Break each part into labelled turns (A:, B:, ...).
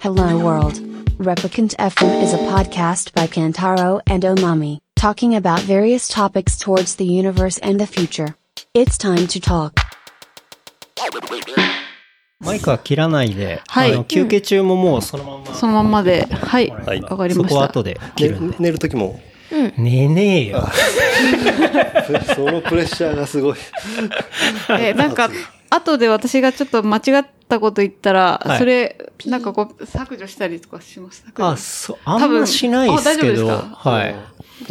A: Hello World. Replicant FM is a podcast by Kantaro and Omami, talking about various topics towards the universe and the future. It's time to talk.
B: マイクは切らないで、
C: はい
B: あの休憩中ももうそのまま、
C: そのまんまで、はい、わ、
D: はい
C: かり
B: そ
C: ました。
B: こは後で切
D: 寝
B: るんで。
D: 寝る時も
B: 寝ねえよ。
D: そのプレッシャーがすごい
C: えなん か、後で私がちょっと間違ったこと言ったら、
B: はい
C: それ、なんかこう、削除したりとかします。削除
B: あ、そう、あんましないですけど、
C: あ大丈夫ですか
B: はい。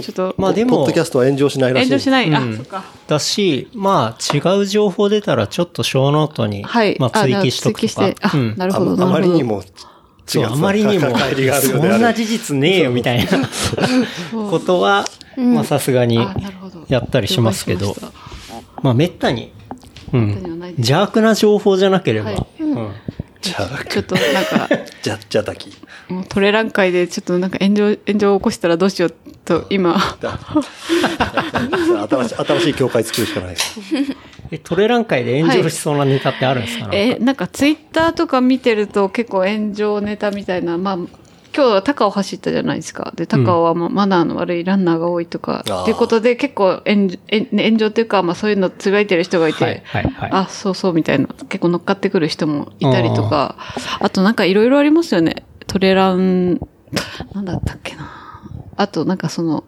C: ちょっと、
B: まあで
D: ポッ
B: も
D: ドキ、ャストは炎上しないらしい
C: 炎上しない。
B: うん
C: あ、そっか。
B: だし、まあ違う情報出たらちょっと小ノートに、
C: はい。
B: まあ追記しとくと
C: あ追
B: か
C: 記して。あ、
B: うん
C: なる
D: あ
C: ほど、
D: あ
C: な
D: ま
C: る
D: り
C: ほ
D: に
C: ど。
D: も違
B: そうう、あまりにも、
D: 帰りがあるよ
B: そ
D: うんであ
B: な
D: る
B: 事実ねえよみたいなことは、まあさすがに
C: あ、なるほど。
B: やったりしますけ
C: 了
B: ど
C: 解し、まし
B: まあめったに、う
C: たには
B: ん、
C: ないです
B: 邪悪な情報じゃなければ、
C: はい
B: うん
D: じゃあ
C: ちょっとなんか、
D: じゃじゃたき
C: もうトレラン会でちょっとなんか炎上、炎上を起こしたらどうしようと、今、
D: 新しい新しい教会作るしかない
B: えトレラン界で炎上しそうなネタってあるんですか、なん
C: え
B: か
C: なんかツイッターとか見てると結構炎上ネタみたいなまあ今日は高尾走ったじゃないですかで高尾はまあマナーの悪いランナーが多いとか
D: あー
C: っていうことで結構炎上えね炎上っていうか、まあ、そういうのつぶやいてる人がいて、
B: はいはいはい。
C: あそうそうみたいな結構乗っかってくる人もいたりとかあとなんかいろいろありますよねトレランなんだったっけなあとなんかその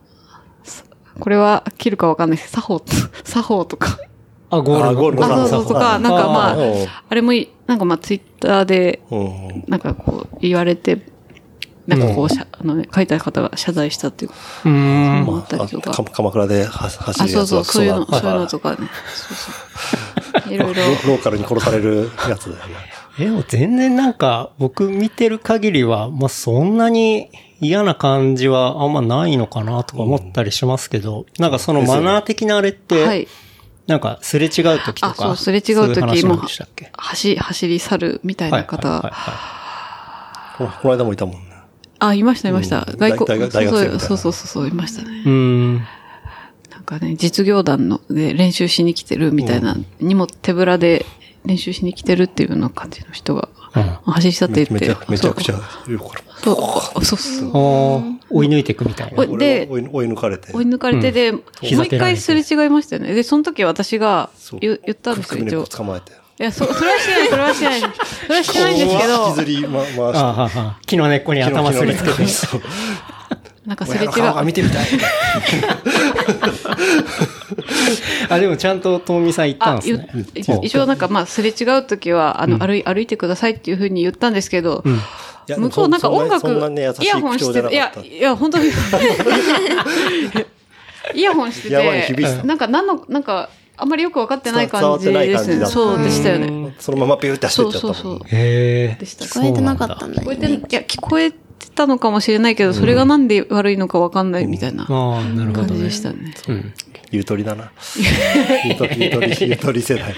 C: さこれは切るかわかんないです作法作法とか
B: あ、ゴー
D: あ
B: ル
D: ゴール
C: あそう
D: さ
C: そ
D: ん
C: うとかなんかま
B: あ
C: あ
D: ー
C: あれもいいなんかまあツイッターで
D: うん
C: なんかこう言われて、なんかこうしゃ、あのね、書いた方が謝罪したっていう
B: うーん。
C: 思
D: ま
C: った
D: あ
C: りとか。
D: か鎌倉では走
C: あ、
D: る
C: そ
D: や
C: う
D: つ
C: そ
D: は
C: う、そういうの、
D: クソ
C: そう
D: だ
C: いうのとかね。 そうそう。いろいろ。
D: ロローカルに殺されるやつだよね
B: えでも全然なんか、僕見てる限りは、まあ、そんなに嫌な感じはあんまないのかなとか思ったりしますけど、なんかそのマナー的なあれっ
C: は
B: て、
C: い。
B: なんかすれ違う時とか、
C: あそうすれ違う時
B: そい話なんでしたっけ
C: 走、走り去るみたいな
B: はいはい
C: 方。
B: は
D: ここの間もいたもんね
C: あ、いました、いました。
D: うん
C: 外国、
D: 大学
C: そう
D: 大学生みたいな
C: そうそうそうそう、いましたね。
B: いはい。うーん。
C: なんかね、実業団ので練習しに来てるみたいな、にも手ぶらで練習しに来てるっていうような感じの人が、走り去ってい
D: め
C: って。
D: ちゃめちゃくちゃよくある
C: そう。そうそうそう。
B: あー追い抜いていくみたいな。
C: おで
D: 俺は追い追い抜かれて
C: 追い抜かれてで、もう
B: 膝
C: 一
B: 蹴られ
C: 回
B: て
C: すれ違いましたよね。で、その時私が
D: そう
C: 言言ったんですよ、
D: 首
C: 一
D: 根っ
C: 応
D: こ。捕まえて
C: いや、そ、それはしてない、それはしてない。それはしてないんですけ
D: 引きず
C: ど、
D: りま回して
B: あーはーはー木の根っこに頭すりつけて。
D: そう
C: なんかすれ
D: 親
C: 違
D: の顔が
C: う。
D: 見てみたい。
B: あ、でもちゃんと、ともみさん行ったん
C: あ
B: で、す
C: 言
B: ね。
C: 一応一応なんかまあ、すれ違う時は、あの、歩い、歩いてくださいっていうふうに言ったんですけど、
D: いや
C: 向こうなんか音楽、
D: そんなね優しい
C: イヤホンし
D: 口調じ
C: て
D: ゃな
C: て、い
D: か
C: や
D: っ、た。
C: いや、本当に。 イヤホンして
D: やばい響い
C: て、
D: てた
C: なんか何の、なんか、あんまりよくわかってない
D: 伝
C: 感
D: わって
C: じ
D: ない
C: で
D: 感
C: す
D: じだ
C: ね。
D: った
C: そうでしたよね。
D: そのままピューって走
C: そ
D: っ
C: う
D: ちゃった
C: そ
D: も
C: うん
D: ね
C: そう。
B: へ
C: でした。
E: 聞こえてなかったんだ
C: 聞こえ
E: よ
C: て、い
E: ね。
C: や、聞こえてたのかもしれないけど、それがなんで悪いのかわかんないみたいな感
B: ああ、なるほど
C: じ
B: ね
C: で。したね。
B: うん。
D: ゆとり だな。ゆとり、ゆとり、ゆとり世代。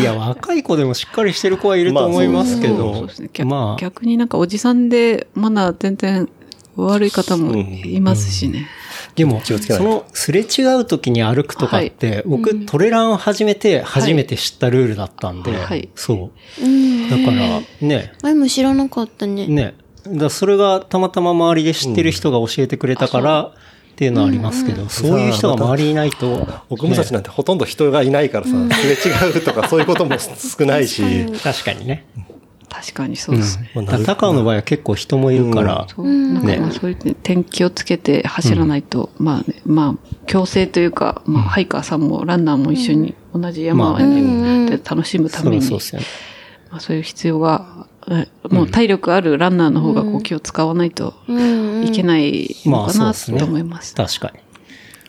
B: いや、若い子でもしっかりしてる子はいると思いますけ
C: そうそう
B: ど
C: ですね。逆
B: まあ、
C: 逆になんかおじさんで、マナー全然悪い方もいますしね。
B: でも、
D: 気をつけない
B: そ
D: と
B: の、すれ違う時に歩くとかって、僕、トレランを始めて、初めて知ったルールだったんで
C: はい、
B: そう。だから、ね、
E: 前も知らなかったね。
B: ね。だからそれがたまたま周りで知ってる人が教えてくれたから、っていうのはありますけど、そういう人が周りにいないと、
D: 奥武蔵なんてほとんど人がいないからさ、すれ違うとかそういうことも少ないし。
B: 確かにね。
C: 確かにそうですね。
D: まあなる
B: 高尾の場合は結構人もいるから、
C: そうなんかまあそういうね天気をつけて走らないと、まあね、まあ、強制というか、まあ、ハイカーさんもランナーも一緒に同じ山で楽しむた
B: そ
C: め
B: う
C: に
B: そう、ですよね。
C: まあ、そういう必要が、えもう体力あるランナーの方がこう気を使わないと
E: うんうん。
C: いけない
B: ま
C: の
B: あ、
C: か
B: そう
C: な
B: ですね。
C: と思います。
B: 確かに。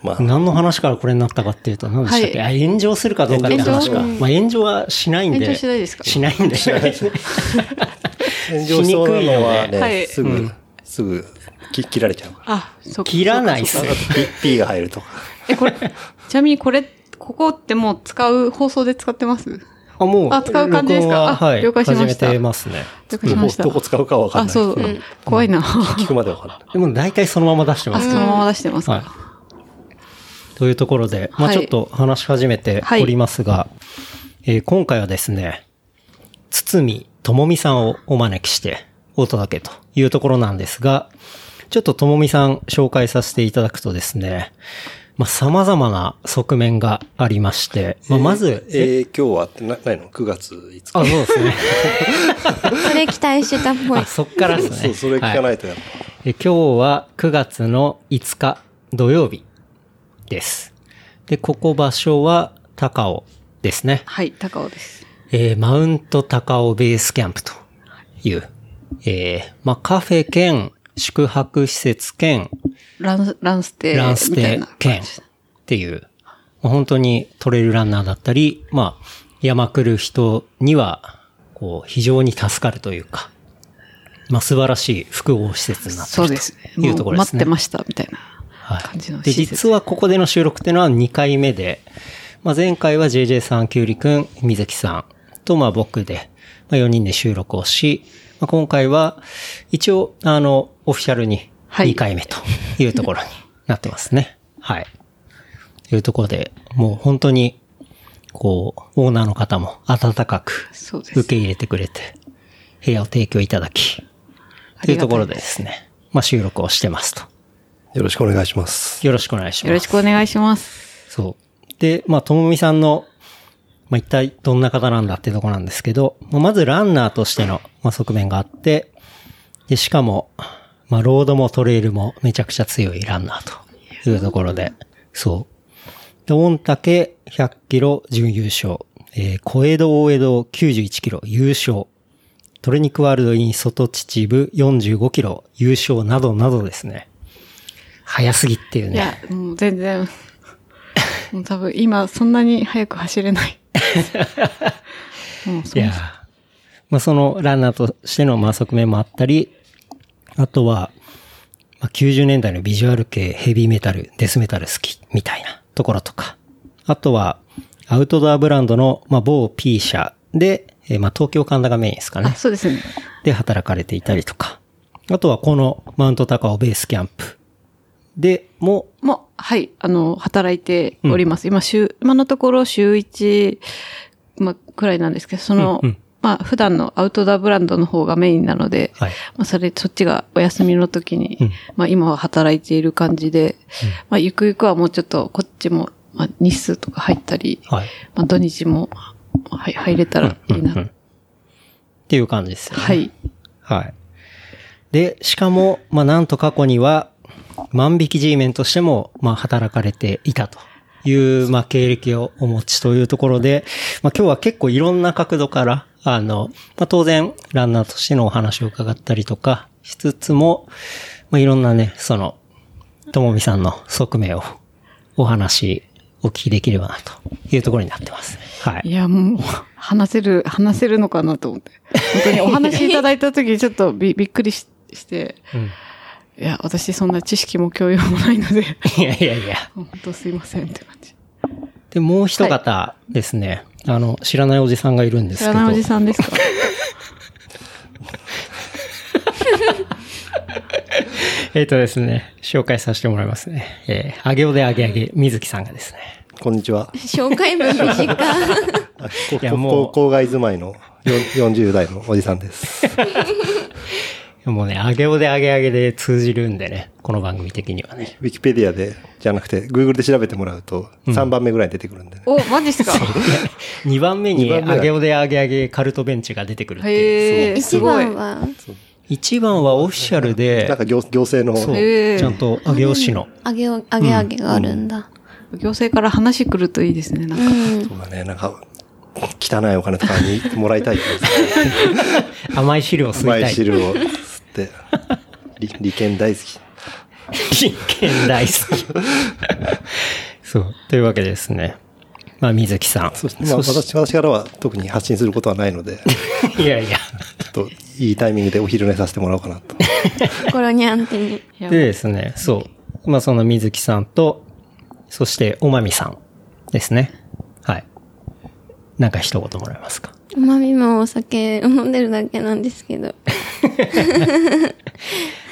D: まあ、
B: 何の話からこれになったかっていうと、何でしたっけ、
C: は
B: あ炎上するかどうかって話か。
C: 炎
B: まあ、炎上はしないんで。
C: 炎上しないですか
B: しないんで。
D: 炎上しそうなのは
C: しにくいのではい
D: ね、すぐ、すぐ、き切られちゃうから。
C: あ、そうか
B: 切らないっす
D: ピ
B: よ。
D: ピーが入るとか。
C: え、これ、ちなみにこれ、ここってもう使う、放送で使ってます
B: あ、もう、
C: あ使う感じですか
B: 録音は
C: あ
B: はい。
C: 了解しました
B: 始めてますね。
C: 了解しました。
D: どこ使うかは分かん
C: あ、
D: ない。
C: そう、怖いな。
D: 聞くまで分かんない。
B: でも、大体そのまま出してま
C: あ、
B: す
C: そ
B: けど
C: のまま出してますか。
B: はい。というところで、まあ
C: はい
B: ちょっと話し始めておりますが、えー今回はですね、堤智美さんをお招きして、音だけというところなんですが、ちょっとともみさん紹介させていただくとですね、まあ、様々な側面がありまして、まあ、まず、え
D: 影響はなないの ?9 月5日。
B: あ、そうです ね。
E: それ期待してたっぽい
B: あ、。そっからですね。
D: そう、それ聞か
B: は
D: ないいとやっぱ。
B: え今日は9月の5日土曜日です。で、ここ場所は高尾ですね。
C: はい、高尾です。
B: えーマウント高尾ベースキャンプという、えーまあ、カフェ兼宿泊施設兼
C: ラン、ランステ
B: ランス
C: みたい
B: テ
C: な感
B: 兼っ
C: じ。
B: ていう、まあ本当にトレイルランナーだったり、まあ、山来る人には、こう、非常に助かるというか、まあ、素晴らしい複合施設になってい
C: そう
B: る
C: です
B: と
C: ね。
B: いうところですね。
C: もう待ってました、みたいな。
B: はい
C: 感じの
B: で、
C: 施設
B: 実はここでの収録っていうのは2回目で、まあ、前回は JJ さん、きゅうりくん、みずきさんと、まあ、僕で、まあ、4人で収録をし、まあ、今回は、一応、あの、オフィシャルに
C: はい
B: 2回目というところになってますね。 はい。というところで、もう本当に、こう、オーナーの方も温かく
C: そうです。
B: 受け入れてくれて、部屋を提供いただき、
C: あ
B: とい
C: り
B: う
C: がた
B: ところでですね、まあ、収録をしてますと。
D: よろしくお願いします。
B: よろしくお願いします。
C: よろしくお願いします。
B: そう。で、まあ、ともみさんの、まあ、一体どんな方なんだってとこなんですけど、まあまずランナーとしての、まあ、側面があって、で、しかも、まあ、ロードもトレイルもめちゃくちゃ強いランナーというところで、そう。で、御嶽100キロ準優勝、えー小江戸大江戸91キロ優勝、トレニックワールドイン外秩父45キロ優勝などなどですね。早すぎっていう
C: い
B: ね。
C: や、もう全然、もう多分今そんなに早く走れない。もうそ
B: いやーまあそのランナーとしてのまあ側面もあったり、あとは、まあ、90年代のビジュアル系ヘビーメタル、デスメタル好きみたいなところとか、あとはアウトドアブランドのまあ某 P 社で、えーまあ東京神田がメインですか
C: あ、
B: ね。
C: そうですね。
B: で働かれていたりとか、あとはこのマウント高尾ベースキャンプでも、
C: もう、はい、あの、働いております。今、週、今のところ週1、まあ、くらいなんですけど、その、
B: うんうん
C: まあ、普段のアウトドアブランドの方がメインなので、
B: はい
C: まあ、それ、そっちがお休みの時に、
B: うん
C: まあ、今は働いている感じで、まあ、ゆくゆくはもうちょっと、こっちも、まあ、日数とか入ったり、
B: はい。っ
C: まあ、土日も、はい、入れたらいいな。
B: ていう感じですよね。
C: はい。
B: はい。で、しかも、まあ、なんと過去には、万引き G メンとしても、まあ、働かれていたという、まあ、経歴をお持ちというところで、まあ、今日は結構いろんな角度から、あの、まあ、当然、ランナーとしてのお話を伺ったりとかしつつも、まあ、いろんなね、その、ともみさんの側面を、お話、お聞きできればな、というところになってます。はいい。
C: や、もう、話せる、 話せるのかなと思って。本当にお話いただいた時にちょっとびびっくりしして、
B: うん
C: いや、私そんな知識も教養もないので、
B: いやいやいや。
C: 本当すいませんって感じ。
B: で、もう一方ですね、あの、知らないおじさんがいるんです
C: 知
B: けど。
C: らないおじさんで すか
B: えっ、とですね、紹介させてもらいますね。えー、あげおであげあげ、みずきさんがですね。
D: こんにちは。
E: 紹介文短。
D: あ
B: いやもう
D: ここ郊外住まいのよん40代のおじさ んです。
B: もうね、あげおであげあげで通じるんでね、この番組的にはね。
D: ウィキペディアで、じゃなくて、Google で調べてもらうと、3番目ぐらいに出てくるんでね。
C: お、マジですか
B: 2番目
D: 二
B: に、
D: 番目だ
B: あげおであげあげカルトベンチが出てくるっていう。
C: へえ、す
E: 一
C: ごい。
E: 番は、
B: 1番はオフィシャル
D: なん
B: で、
D: か行行政の、
B: そう、
C: へー
B: ちゃんとあげお市の。
E: あげお、あげあげがあるんだ。
C: 行政から話来るといいですね、なんか。
D: そうだね、なんか、汚いお金とかにもらいたいって言うんですよ。
B: 甘い資料を吸いた
D: 前
B: い。
D: 汁を吸って、り 利権大好き。
B: 真剣大好き。そう。というわけでですね。まあ、みずきさん。
D: そして、ま
B: そ
D: あ、
B: し
D: 私私からは特に発信することはないの で、
B: いやいや。
D: ちょっといいタイミングでお昼寝させてもらおうかなと。
E: 心に安定に。
C: いや
B: でですね、そう。まあ、その水木さんと、そして、おまみさんですね。はい。なんか一言もらえますか
E: まみもお酒飲んでるだけなんですけど。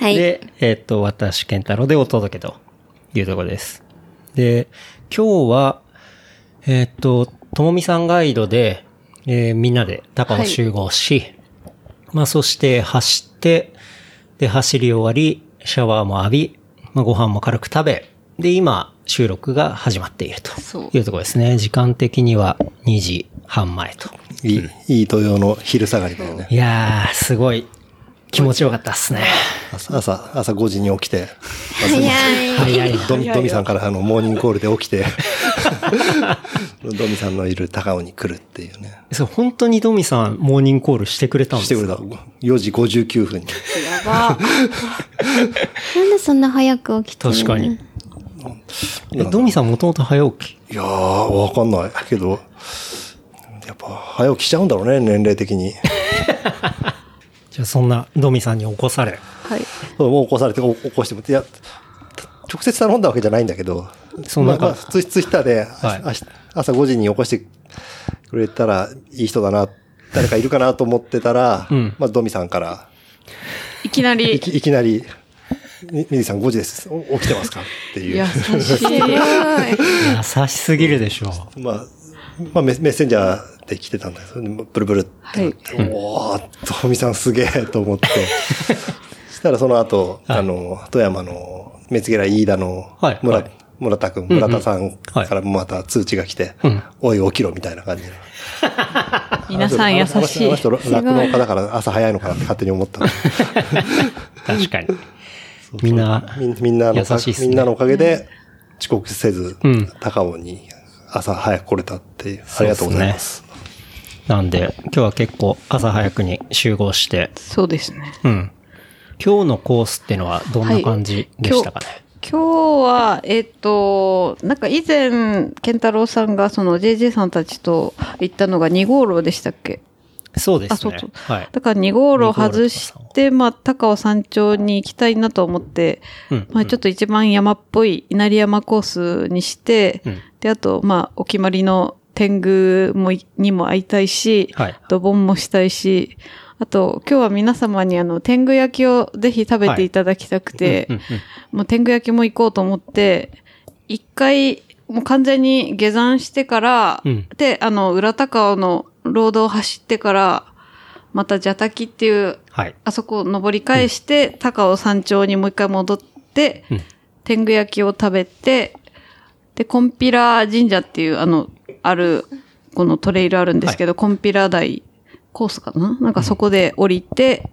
E: はい。
B: で、えっ、と、私、健太郎でお届けというところです。で、今日は、えっ、と、ともみさんガイドで、えーみんなで高尾集合し、まあそして走って、で走り終わり、シャワーも浴び、まあご飯も軽く食べ、で今収録が始まっていると
C: そう
B: いうところですね。時間的には2時半前と。
D: いい、いい土曜の昼下がりだよね。
B: いやー、すごい気持ちよかったっすね。
D: 朝、朝、朝5時に起きて、
E: 早い。
B: 早い。
D: ドミ、ドミさんからあの、モーニングコールで起き て、ドミさんのいる高尾に来るっていうね。
B: そう、本当にドミさんモーニングコールしてくれたんで
D: し
B: す
D: て
B: か
D: くれた。4時59分に。
C: ば。
E: なんでそんな早く起きてるの
B: 確かに。。え
D: うん
B: ドミさんもともと早起き。
D: いやー、わかんないけど、やっぱ早起きしちゃうんだろうね、年齢的に。
B: じゃあそんなドミさんに起こされ。
E: はい。
D: そうもう起こされて、お起こしても、いや、直接頼んだわけじゃないんだけど、
B: その
D: まあ
B: 中
D: まあツイツイッターで、あ
B: はい
D: あし朝5時に起こしてくれたらいい人だな、誰かいるかなと思ってたら、
B: ん
D: まあ、ドミさんから、
C: いきないり。
D: きいきなり、みみずさん5時です。お起きてますかっていう。
C: 優しい。
B: 優しすぎるでしょう。
D: まあ、まあメ、メッセンジャーで来てたんだけど、ブルブルってなって、おー、トミさんすげえと思 って、そしたらその後、
B: はい
D: あの、富山の、目つげら飯田の
B: はい
D: 村、
B: はい
D: 村田くん、村田さん
B: はい
D: からまた通知が来て、
B: うん
D: おい起きろみたいな感 じで。
C: 皆さん優し
D: あ
C: い
D: の。人、あの人酪農家だから朝早いのかなって勝手に思った。
B: 確 かに。みんな、
D: みんみんなのおか
B: 優しいっすね
D: みんなのおかげで遅刻せず、
B: うん
D: 高尾に朝早く来れたっていう、ありがとうございます。
B: なんで、今日は結構朝早くに集合して、
C: そうですね。
B: うん。今日のコースってのはどんな感じでしたかね。
C: 今日は、えっ、と、なんか以前、健太郎さんがその JJ さんたちと行ったのが2号路でしたっけ
B: そうで
C: あ、
B: す
C: そう
B: ね
C: そう。。
B: はい。
C: だから2号路を外して、まあ、高尾山頂に行きたいなと思って、
B: うん
C: まあ、ちょっと一番山っぽい稲荷山コースにして、
B: うん
C: で、あと、まあ、お決まりの天狗もい、にも会いたいし、
B: はい
C: ドボンもしたいし、あと、今日は皆様にあの、天狗焼きをぜひ食べていただきたくて、
B: うんうん
C: もう天狗焼きも行こうと思って、一回、もう完全に下山してから、
B: うん
C: で、あの、裏高尾のロードを走ってから、また蛇滝っていう、
B: はい。
C: あそこを登り返して、高尾山頂にもう一回戻って、
B: うん
C: 天狗焼きを食べて、で、コンピラ神社っていう、あの、ある、このトレイルあるんですけど、コンピラ台コースかななんかそこで降りて、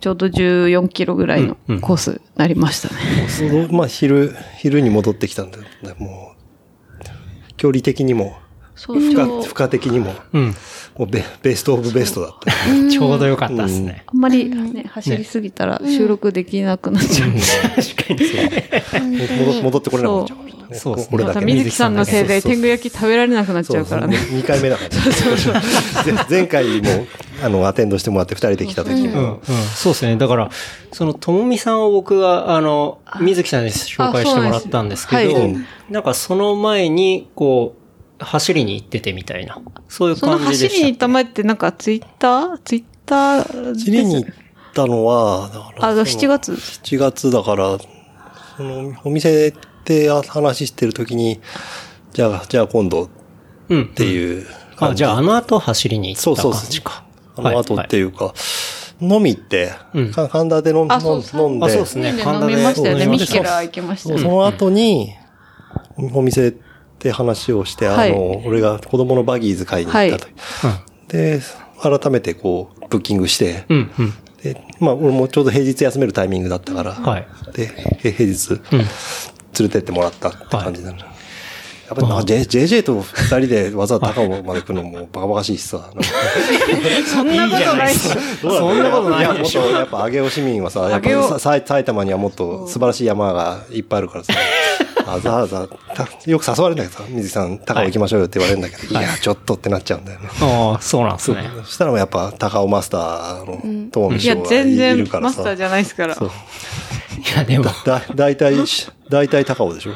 C: ちょうど14キロぐらいの
B: うんうん
C: コースになりましたね。
D: そのまあ、昼、昼に戻ってきたんだよね。もう、距離的にも、
C: 早
D: 負
C: 朝
D: 荷、負荷的にも、
B: うん。
D: もうベベストオブベストだった。
B: ちょうどよかったですね。
C: あんまり、ね、走りすぎたら収録できなくなっちゃう。
B: 確かにそう。
D: 戻戻ってこれなくなっちゃうからね。
B: そうそう
D: これ
C: ま
D: だ
C: た
D: け
B: 水
D: ね。
C: 水木さんのせいで天狗焼き食べられなくなっちゃうからね。
D: 2回目だからね。ぜ前回も、あの、アテンドしてもらって2人で来た時
B: う
D: も、
B: んうん、そうですね。だから、その、ともみさんを僕は、あの、水木さんに紹介してもらったんですけど、な
C: あそうなん
B: ん
C: です
B: かその前に、こう、走りに行っててみたいな、そういう
C: その
B: 感じで
C: 走り
B: し
C: に
B: た。
C: 行った前ってなんかツイッターツイッター
D: チリに行ったのは、だから
C: あ、7月。
D: 7月だから、そのお店で話してる時に、じゃあ、じゃあ今度っ
B: うん。
D: ていう
B: あ、
D: 感
B: じ
D: じ。
B: ゃああの後走りに行
D: そう
B: った
D: そう、
B: 感じか。
D: あの後って
B: う。
D: いうか、飲み行って
B: うん、
D: か神田で飲ん
C: あそう
D: 飲ん飲ん
B: あそう
D: で、
B: っす
D: そ
B: ね
C: 飲んで
B: 神田で
C: 飲みましたよね。
B: そう
C: ミッケラー行きましたよね。
D: の後に、お店で話をして、あ
C: はい
D: の、俺が子供のバギーズ買いに行ったと。で、改めてこう、ブッキングして、
B: うん、うん、うん。
D: で、まあ、俺もちょうど平日休めるタイミングだったから、
B: はい。
D: で、へ平日、
B: うん。
D: 連れてってもらったって感じなの。やっぱりな、J- JJ と二人でわざわざ高尾まで来るのもバカバカしいしさ。なんか
C: そんなことないし。
B: そんなことないでしょ。
D: やもっとやっぱ上尾市民はさ、やっぱ
C: 上尾
D: ささ埼玉にはもっと素晴らしい山がいっぱいあるか らさ。わざわざ、たよく誘われるんだけどさ、水木さん、高尾行きましょうよって言われるんだけど、い、や、ちょっとってなっちゃうんだよね。
B: ああ、そうなんですね。
D: そしたらもうやっぱ高尾マスターの友美
C: いや、
D: 匠がい
C: 全
D: い
C: 然
D: るから
C: マスター
D: さ。
C: じゃないですから。
D: そう
B: いや、でも、
D: だ、大体し、大体高尾でしょ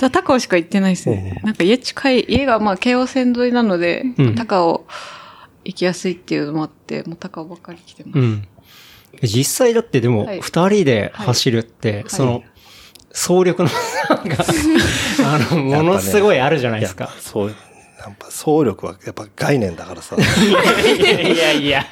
C: た高尾しか行ってないですね。なんか家近い、家がまあ京王線沿いなので、
B: うん
C: 高尾行きやすいっていうのもあって、もう高尾ばっかり来てます。
B: うん。実際だってでも、
C: はい
B: 二人で走るって、その、総力の 差が、あの、ものすごいあるじゃないですか。
D: そう、やっぱ総力はやっぱ概念だからさ。
B: いやいやいや。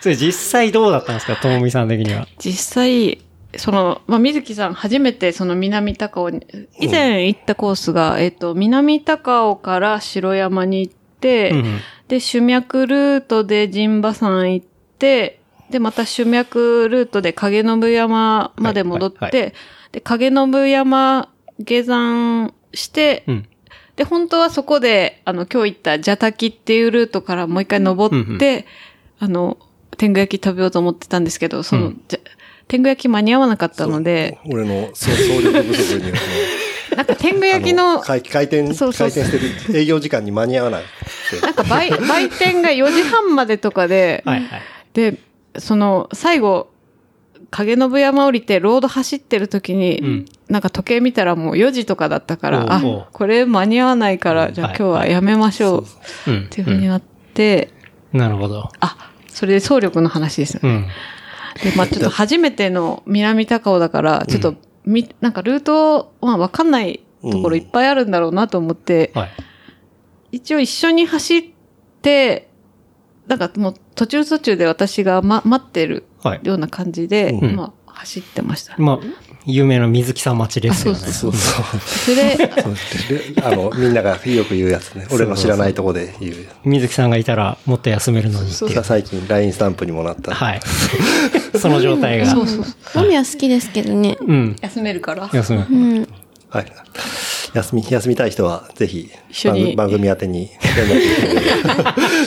B: それ実際どうだったんですかともみさん的には。
C: 実際、その、まあ、水木さん初めてその南高尾に、以前行ったコースが、えっと、南高尾から城山に行って、
B: うん
C: で、主脈ルートで陣馬山行って、で、また主脈ルートで影信山まで戻って、
B: はいはい
C: で、影信山下山して、
B: うん。
C: で、本当はそこで、あの、今日行った蛇滝っていうルートからもう一回登って、
B: うんう
C: あの、天狗焼き食べようと思ってたんですけど、その、
B: うん
C: じゃ天狗焼き間に合わなかったので、
D: そう。俺のそう総力不足にはも
C: なんか天狗
D: う。
C: 焼きの、
D: 回回転、
C: そうそう
D: 回転してる営業時間に間に合わないって。
C: なん か売、売店が4時半までとかで、
B: はいはい。
C: で、その、最後、影信山降りて、ロード走ってる時に、
B: うん
C: なんか時計見たらもう4時とかだったか
B: おう
C: ら、あ
B: おう、
C: これ間に合わないから、じゃあ
B: はい
C: 今日はやめましょう、
B: うん。
C: っていうふうになって、
B: うんなるほど。
C: あ、それで総力の話ですね。
B: うん。
C: で、まあちょっと初めての南高尾だから、ちょっと、み、なんかルート、まあわかんないところいっぱいあるんだろうなと思って、
B: はい。
C: 一応一緒に走って、なんかもう途中途中で私が、ま、待ってる
B: はい。
C: ような感じで、
D: うん
C: まあ走ってました。
B: まあ、有名な水木さん町ですよね。
C: あそう
D: そうそう。
C: それで、
D: であの、みんながよく言うやつね。俺の知らないとこで言う。
B: 水木さんがいたらもっと休めるのにっていう。
D: 最近 LINE スタンプにもなった。
B: はい。その状態が。
C: そうそうそう
E: マミは好きですけどね。
B: うん。
C: 休め るから。
B: 休める。
E: うん。
D: はい。休み、休みたい人は、ぜひ、
C: 一緒に
D: 番組番組宛てに連絡してください。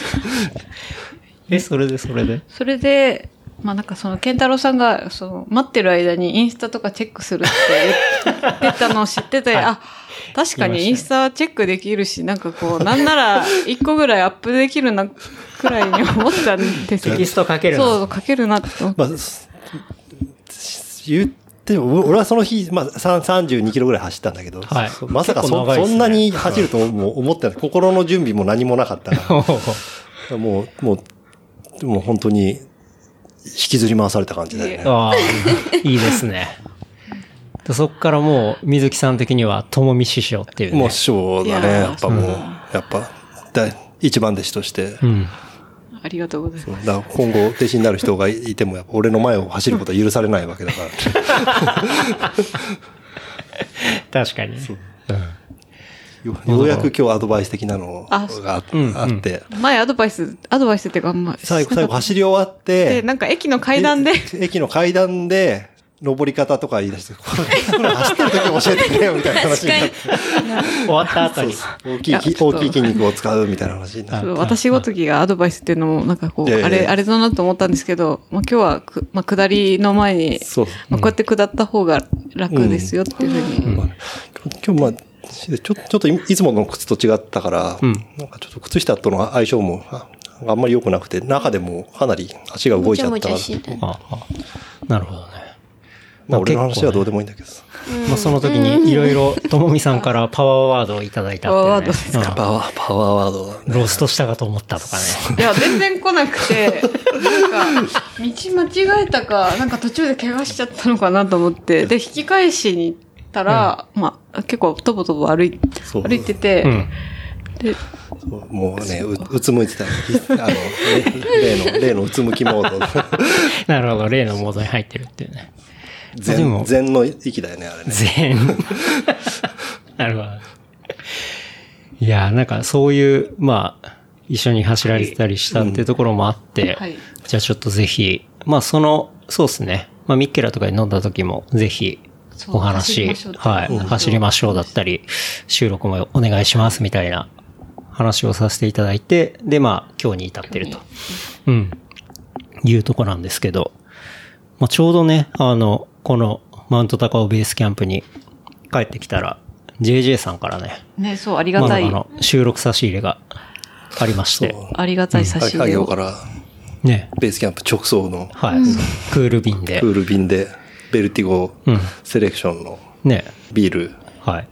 B: え、それでそれで。
C: それで、まあなんかその、健太郎さんが、その、待ってる間にインスタとかチェックするって言ってたのを知ってて、
B: はい
C: あ、確
B: 言いました
C: かに
B: ね
C: インスタはチェックできるし、なんかこう、なんなら一個ぐらいアップできるな、くらいに思ったんです
B: テ
C: よ。
B: キストかけるな
C: そう、書けるなって思って。
D: まあ、す言っても、俺はその日、まあ、さん32キロぐらい走ったんだけど、
B: はい
D: そまさか
B: 結構
D: そ,、
B: 長いです
D: そ
B: ね
D: んなに走るとも思ってない。心の準備も何もなかったか
B: おー
D: ら、もう、もう、もう本当に、引きずり回された感じだよ ね。
B: ああ、いいですね。でそこからもう、水木さん的には、ともみ師匠っていう、ね。
D: もう師匠だね。
C: いやー
D: やっぱも
C: う
D: う、
C: ん
D: やっぱ、だ一番弟子として、
B: うん。
C: ありがとうございます。
D: だから今後弟子になる人がいても、やっぱ俺の前を走ることは許されないわけ だから。
B: 確かに。
D: よようやく今日アドバイス的なのがあ
C: あ
D: っ
C: そう
D: あって、
B: うん
C: 前アドバイス、アドバイスっていうか、まあ、
D: 最後、最後
C: なんか
D: 走り終わって
C: で、、なんか駅の階段で、
D: え駅の階段で、登り方とか言い出して、これこれ走ってる時教えてくれよみたいな話になって。
B: 終わった後に。
D: 大きい
C: いや
D: き、
C: ちょっ
D: 大
C: と
D: きい筋肉を使うみたいな話になっ
B: あ
D: て。
C: そう私ごときがアドバイスっていうのも、なんかこ、
D: いうやいや
C: あ
D: いや
C: れ、あれだなと思ったんですけど、まあ今日はく、まあ下りの前に、
D: そう。
C: まあこうやって下った方が楽ですよっていうふうに。
D: まあ今日まあ、ちょちょっといいつもの靴と違ったから、
B: うん
D: なんかちょっと靴下との相性もああんまり良くなくて、中でもかなり足が動
E: も
D: いち
E: ち
D: ゃ
E: ゃ
D: っ
E: も
D: たか
E: ち
D: ら
E: ゃ、してた。
B: ああなるほどね。
D: まあ俺の
B: 結構
D: 話
B: ね
D: はどうでもいいんだけどさ。
B: まあ、その時に、いろいろ、ともみさんからパワーワードをいただいたっていう、ね。
C: パワーワードです
B: うん
D: パワー、パワーワードだね。
B: ロストしたかと思ったとかね。
C: いや、全然来なくて、なんか、道間違えたか、なんか途中で怪我しちゃったのかなと思って、で、引き返しに行ったら、まあ、結構とぼとぼ歩い
D: そう
C: 歩いてて、
B: うん。
C: で、
D: もうね、ううつむいてた。あの、例例の、例のうつむきモード。
B: なるほど。例のモードに入ってるっていうね。で
D: 全
B: も
D: 全の域だよね、あれね。
B: 全 員。なるほど。いや、なんかそういう、まあ、一緒に走られてたりしたっていうところもあって、
C: はい
B: じゃあちょっとぜひ、まあその、そうですね。まあミッケラとかに飲んだ時も、ぜひ、
C: そう
B: お話、
C: 走りましょうって
B: はい、
C: うん
B: 走りましょうだったり、収録もお願いしますみたいな話をさせていただいて、で、まあ今日に至ってると。うん。いうとこなんですけど、まあ、ちょうどね、あの、このマウント高尾ベースキャンプに帰ってきたら、JJ さんからね、
C: ね、そう、ありが
B: まだ
C: た
B: あ
C: い、
B: の、収録差し入れがありまして、
C: ありがたい差し
D: あ
C: 入れ
D: 行
C: を
D: から、
B: ね、
D: ベースキャンプ直送の
B: はい、クール便で
D: プ、ール便で、ベルティゴ
B: うん、
D: セレクションの
B: ね、
D: ビール
B: は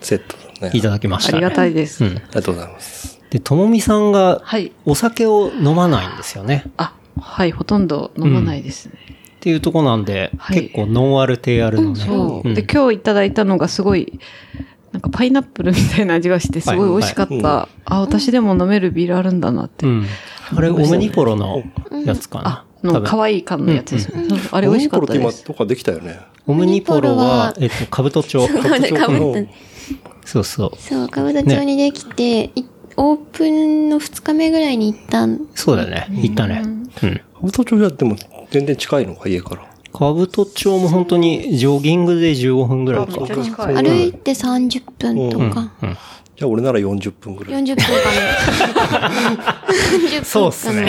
D: セットね。
B: い、いただきまし
C: あ
B: た、
C: りが
B: ね。
C: たいです。
B: うん
D: ありがとうございます。
B: で、ともみさんが
C: はい、
B: お酒を飲まないんですよね。
C: あ、はい、ほとんど飲まないですね。
B: っていうとこなんで、
C: はい
B: 結構ノンアル低アルのね。
C: そう、
B: うん
C: で、今日いただいたのがすごい、なんかパイナップルみたいな味がして、すごい美味しかった。
D: はいはい
C: あ、私でも飲めるビールあるんだなって。
B: うんあれ、オムニコロのやつかな。多
C: の
B: 分
C: 可愛い缶のやつですよね。そうあ
D: あ
C: れ美味しかった
D: 今、
C: です。
D: とかできたよね。
B: オムニポロは
E: オムニポロ
B: え
E: は、
B: っと、兜町。
E: そうだね
D: カブト
E: カブト
B: そうそう。
E: そう、かぶた町にできて、いオープンの2日目ぐらいに行ったん。
B: そうだよね。行ったね。うん。
D: カブト町やっても全然近いのか、家から。
B: 兜町も本当にジョギングで15分ぐらいか。
C: ゃ近
D: そう
E: 歩いて30分とか。
D: じゃあ俺なら40分ぐらい。
E: 40分かな。40分かな。
B: そうっすね。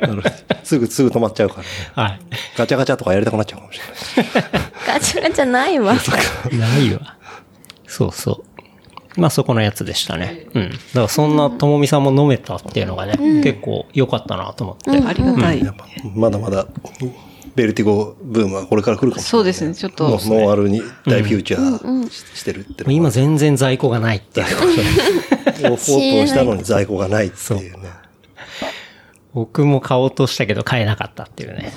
D: なるほどすぐ、すぐ止まっちゃうからね。
B: は
D: ガチャガチャとかやりたくなっちゃうかもしれない。
E: ガチャガチャないわ。
B: い。ないわ。そうそう。まあそこのやつでしたね。うん。だからそんなともみさんも飲めたっていうのがね、結構良かったなと思って。
C: ありがたい。
D: やっぱ、まだまだ、ベルティゴブームはこれから来るかもしれない、
C: そうですねちょっと
D: ノノンアルに大フューチャーししてるって。
B: 今全然在庫がないっていう。
D: オープンしたのに在庫がないっていうね。
B: 僕も買おうとしたけど買えなかったっていう ね。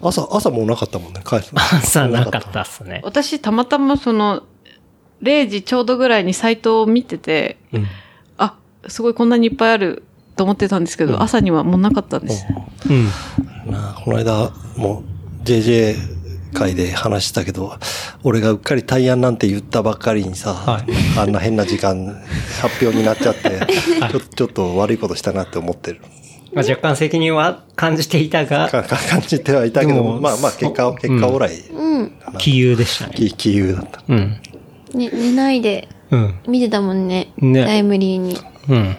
D: 朝、朝もうなかったもんね、帰る
B: 朝なかったっすね。
C: 私、たまたまその、0時ちょうどぐらいにサイトを見てて、
B: うん。
C: あ、すごいこんなにいっぱいあると思ってたんですけど、朝にはもうなかったんです。
B: うん。
D: なあこの間、もう、JJ 会で話したけど、俺がうっかり大安なんて言ったばっかりにさ、
B: は
D: あんな変な時間、発表になっちゃって、ちょちょっと悪いことしたなって思ってる。
B: まあ若干責任は感じていた が、
D: かか感じてはいたけ
B: で
D: ど、
B: も
D: まあまあ、結果、結果オーライ、
E: うん。
B: 杞憂で したね。
D: き杞憂だった。
B: うん。
E: ね、寝ないで
B: うん。
E: 見てたもんね。
B: ね
E: タイムリーに。
B: うん。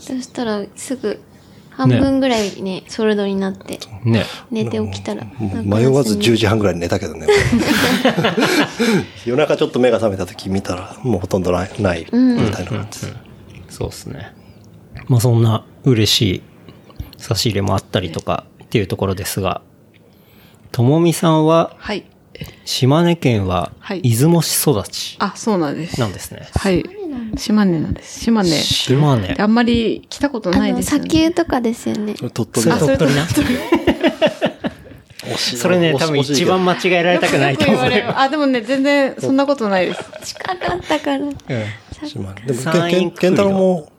E: そしたらすぐ半分ぐらいね、ソールドになって
B: ね。
E: 寝て起きたら。なんか
D: 迷わず
E: 休み
D: 10時半ぐらいに寝た けどね。夜中ちょっと目が覚めた時見たら、もうほとんどない、ない、みたいな感じです。
B: そうですね。まあそんな嬉しい差し入れもあったりとかっていうところですが、ともみさんは
C: はい。
B: 島根県は
C: はい
B: 出雲市育ち
C: あ、そうなんです。
B: なんですね。
C: はい。島根なんです。島根。
B: 島根。
C: あんまり来たことな
E: あ
C: い
E: の、
C: ですよ
E: 砂
C: ね。
E: 丘とかですよね。
D: 鳥
B: それ
D: だ
B: 鳥取な。
D: 惜しいな
B: それね、
D: 惜し
B: 多分
D: 惜しいけ
B: 一
D: ど
B: 番間違えられたくないと
C: よく
B: 思
C: 言わ
B: う
C: れ
B: よ。
C: るあ、でもね、全然そんなことないです。
E: 近かったから。
B: うん
D: 島根でも、
B: 山陰
D: けん
B: くくり
D: 健
B: の
D: 太郎も、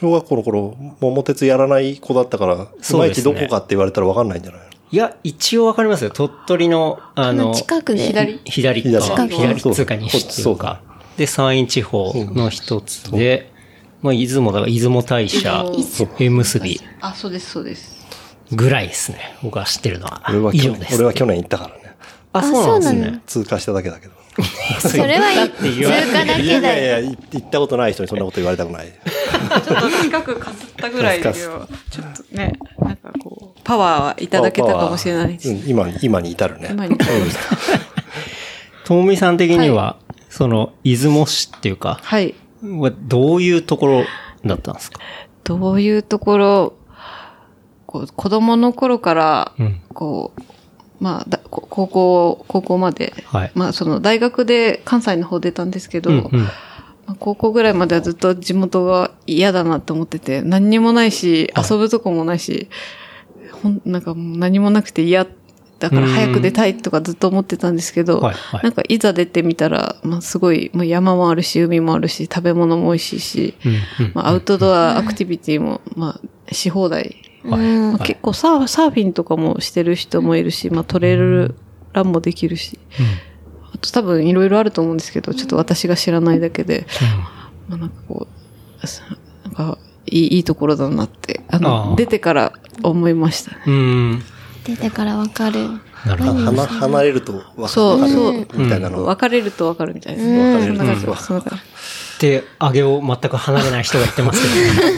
D: 小学校の頃、桃鉄やらない子だったから、い
B: そう
D: ま
B: で
D: い
B: す
D: ち
B: ね
D: どこかって言われたらわかんないんじゃないの
B: いや、一応わかりますよ。鳥取の、あ
E: あの
B: の、
E: 近くで。
C: 左
B: 左っ側、
E: 近くは
B: 左っつうか西っていうか、で、山陰地方の一つで、まあ、出雲だから、出雲大社
C: 出雲、
B: 縁結び
C: あ、そうです、そうです。
B: ぐらいですね。僕は知ってるのは
D: 俺は。
B: 以
D: 去
B: 上
D: 年
B: で、
D: 俺
B: す。
D: は去年行ったからね。
B: あ、
E: あ
B: そうなんです
E: そうな
B: ね
E: の。
D: 通過しただけだけど。
E: それはい通
B: 言われ
E: 過だ
D: い
E: け
D: やい
E: だよ。
D: やいや、い行ったことない人にそんなこと言われたくない。
C: ちょっと近くかすったぐらいで、ちょっとね、なんかこう、パワーはいただけたかもしれないです。
D: うん今、今に至るね。
C: 今に至りました
B: ともみさん的には、その、出雲市っていうか、
C: はい。
B: はどういうところだったんですか
C: どういうところ、こう子供の頃から
B: うん、
C: こう、まあだ、こ高校、高校まで、
B: はい
C: まあその大学で関西の方出たんですけど、
B: うんうん。
C: まあ高校ぐらいまではずっと地元が嫌だなって思ってて、何にもないし、遊ぶとこもないし、ほんなんかもう何もなくて嫌だから早く出たいとかずっと思ってたんですけど、
B: はいはい
C: なんかいざ出てみたら、まあすごい、もう山もあるし、海もあるし、食べ物も美味しいし、
B: うんうん
C: まあ、アウトドアアクティビティも、まあ、し放題。
E: うん
C: まあ、結構サーサーフィンとかもしてる人もいるし、まあ、トレイルランもできるし、あと多分いろいろあると思うんですけど、ちょっと私が知らないだけで、まあ、なんかこう、すなんかいいいいところだなって、あの、
B: あー
C: 出てから思いましたね。
B: うん。
E: 出てからわかる。
B: なるほど。
D: はな離れると分
C: そう
D: か
C: そう
D: るみたいなの
C: 別れると分かるみたいです
E: うん
C: ね。
D: 別れ
C: そん
D: る
C: な
D: と
C: 感じ
D: 分かる
C: そんな感じ
B: で、揚げを全く離れない人が言ってます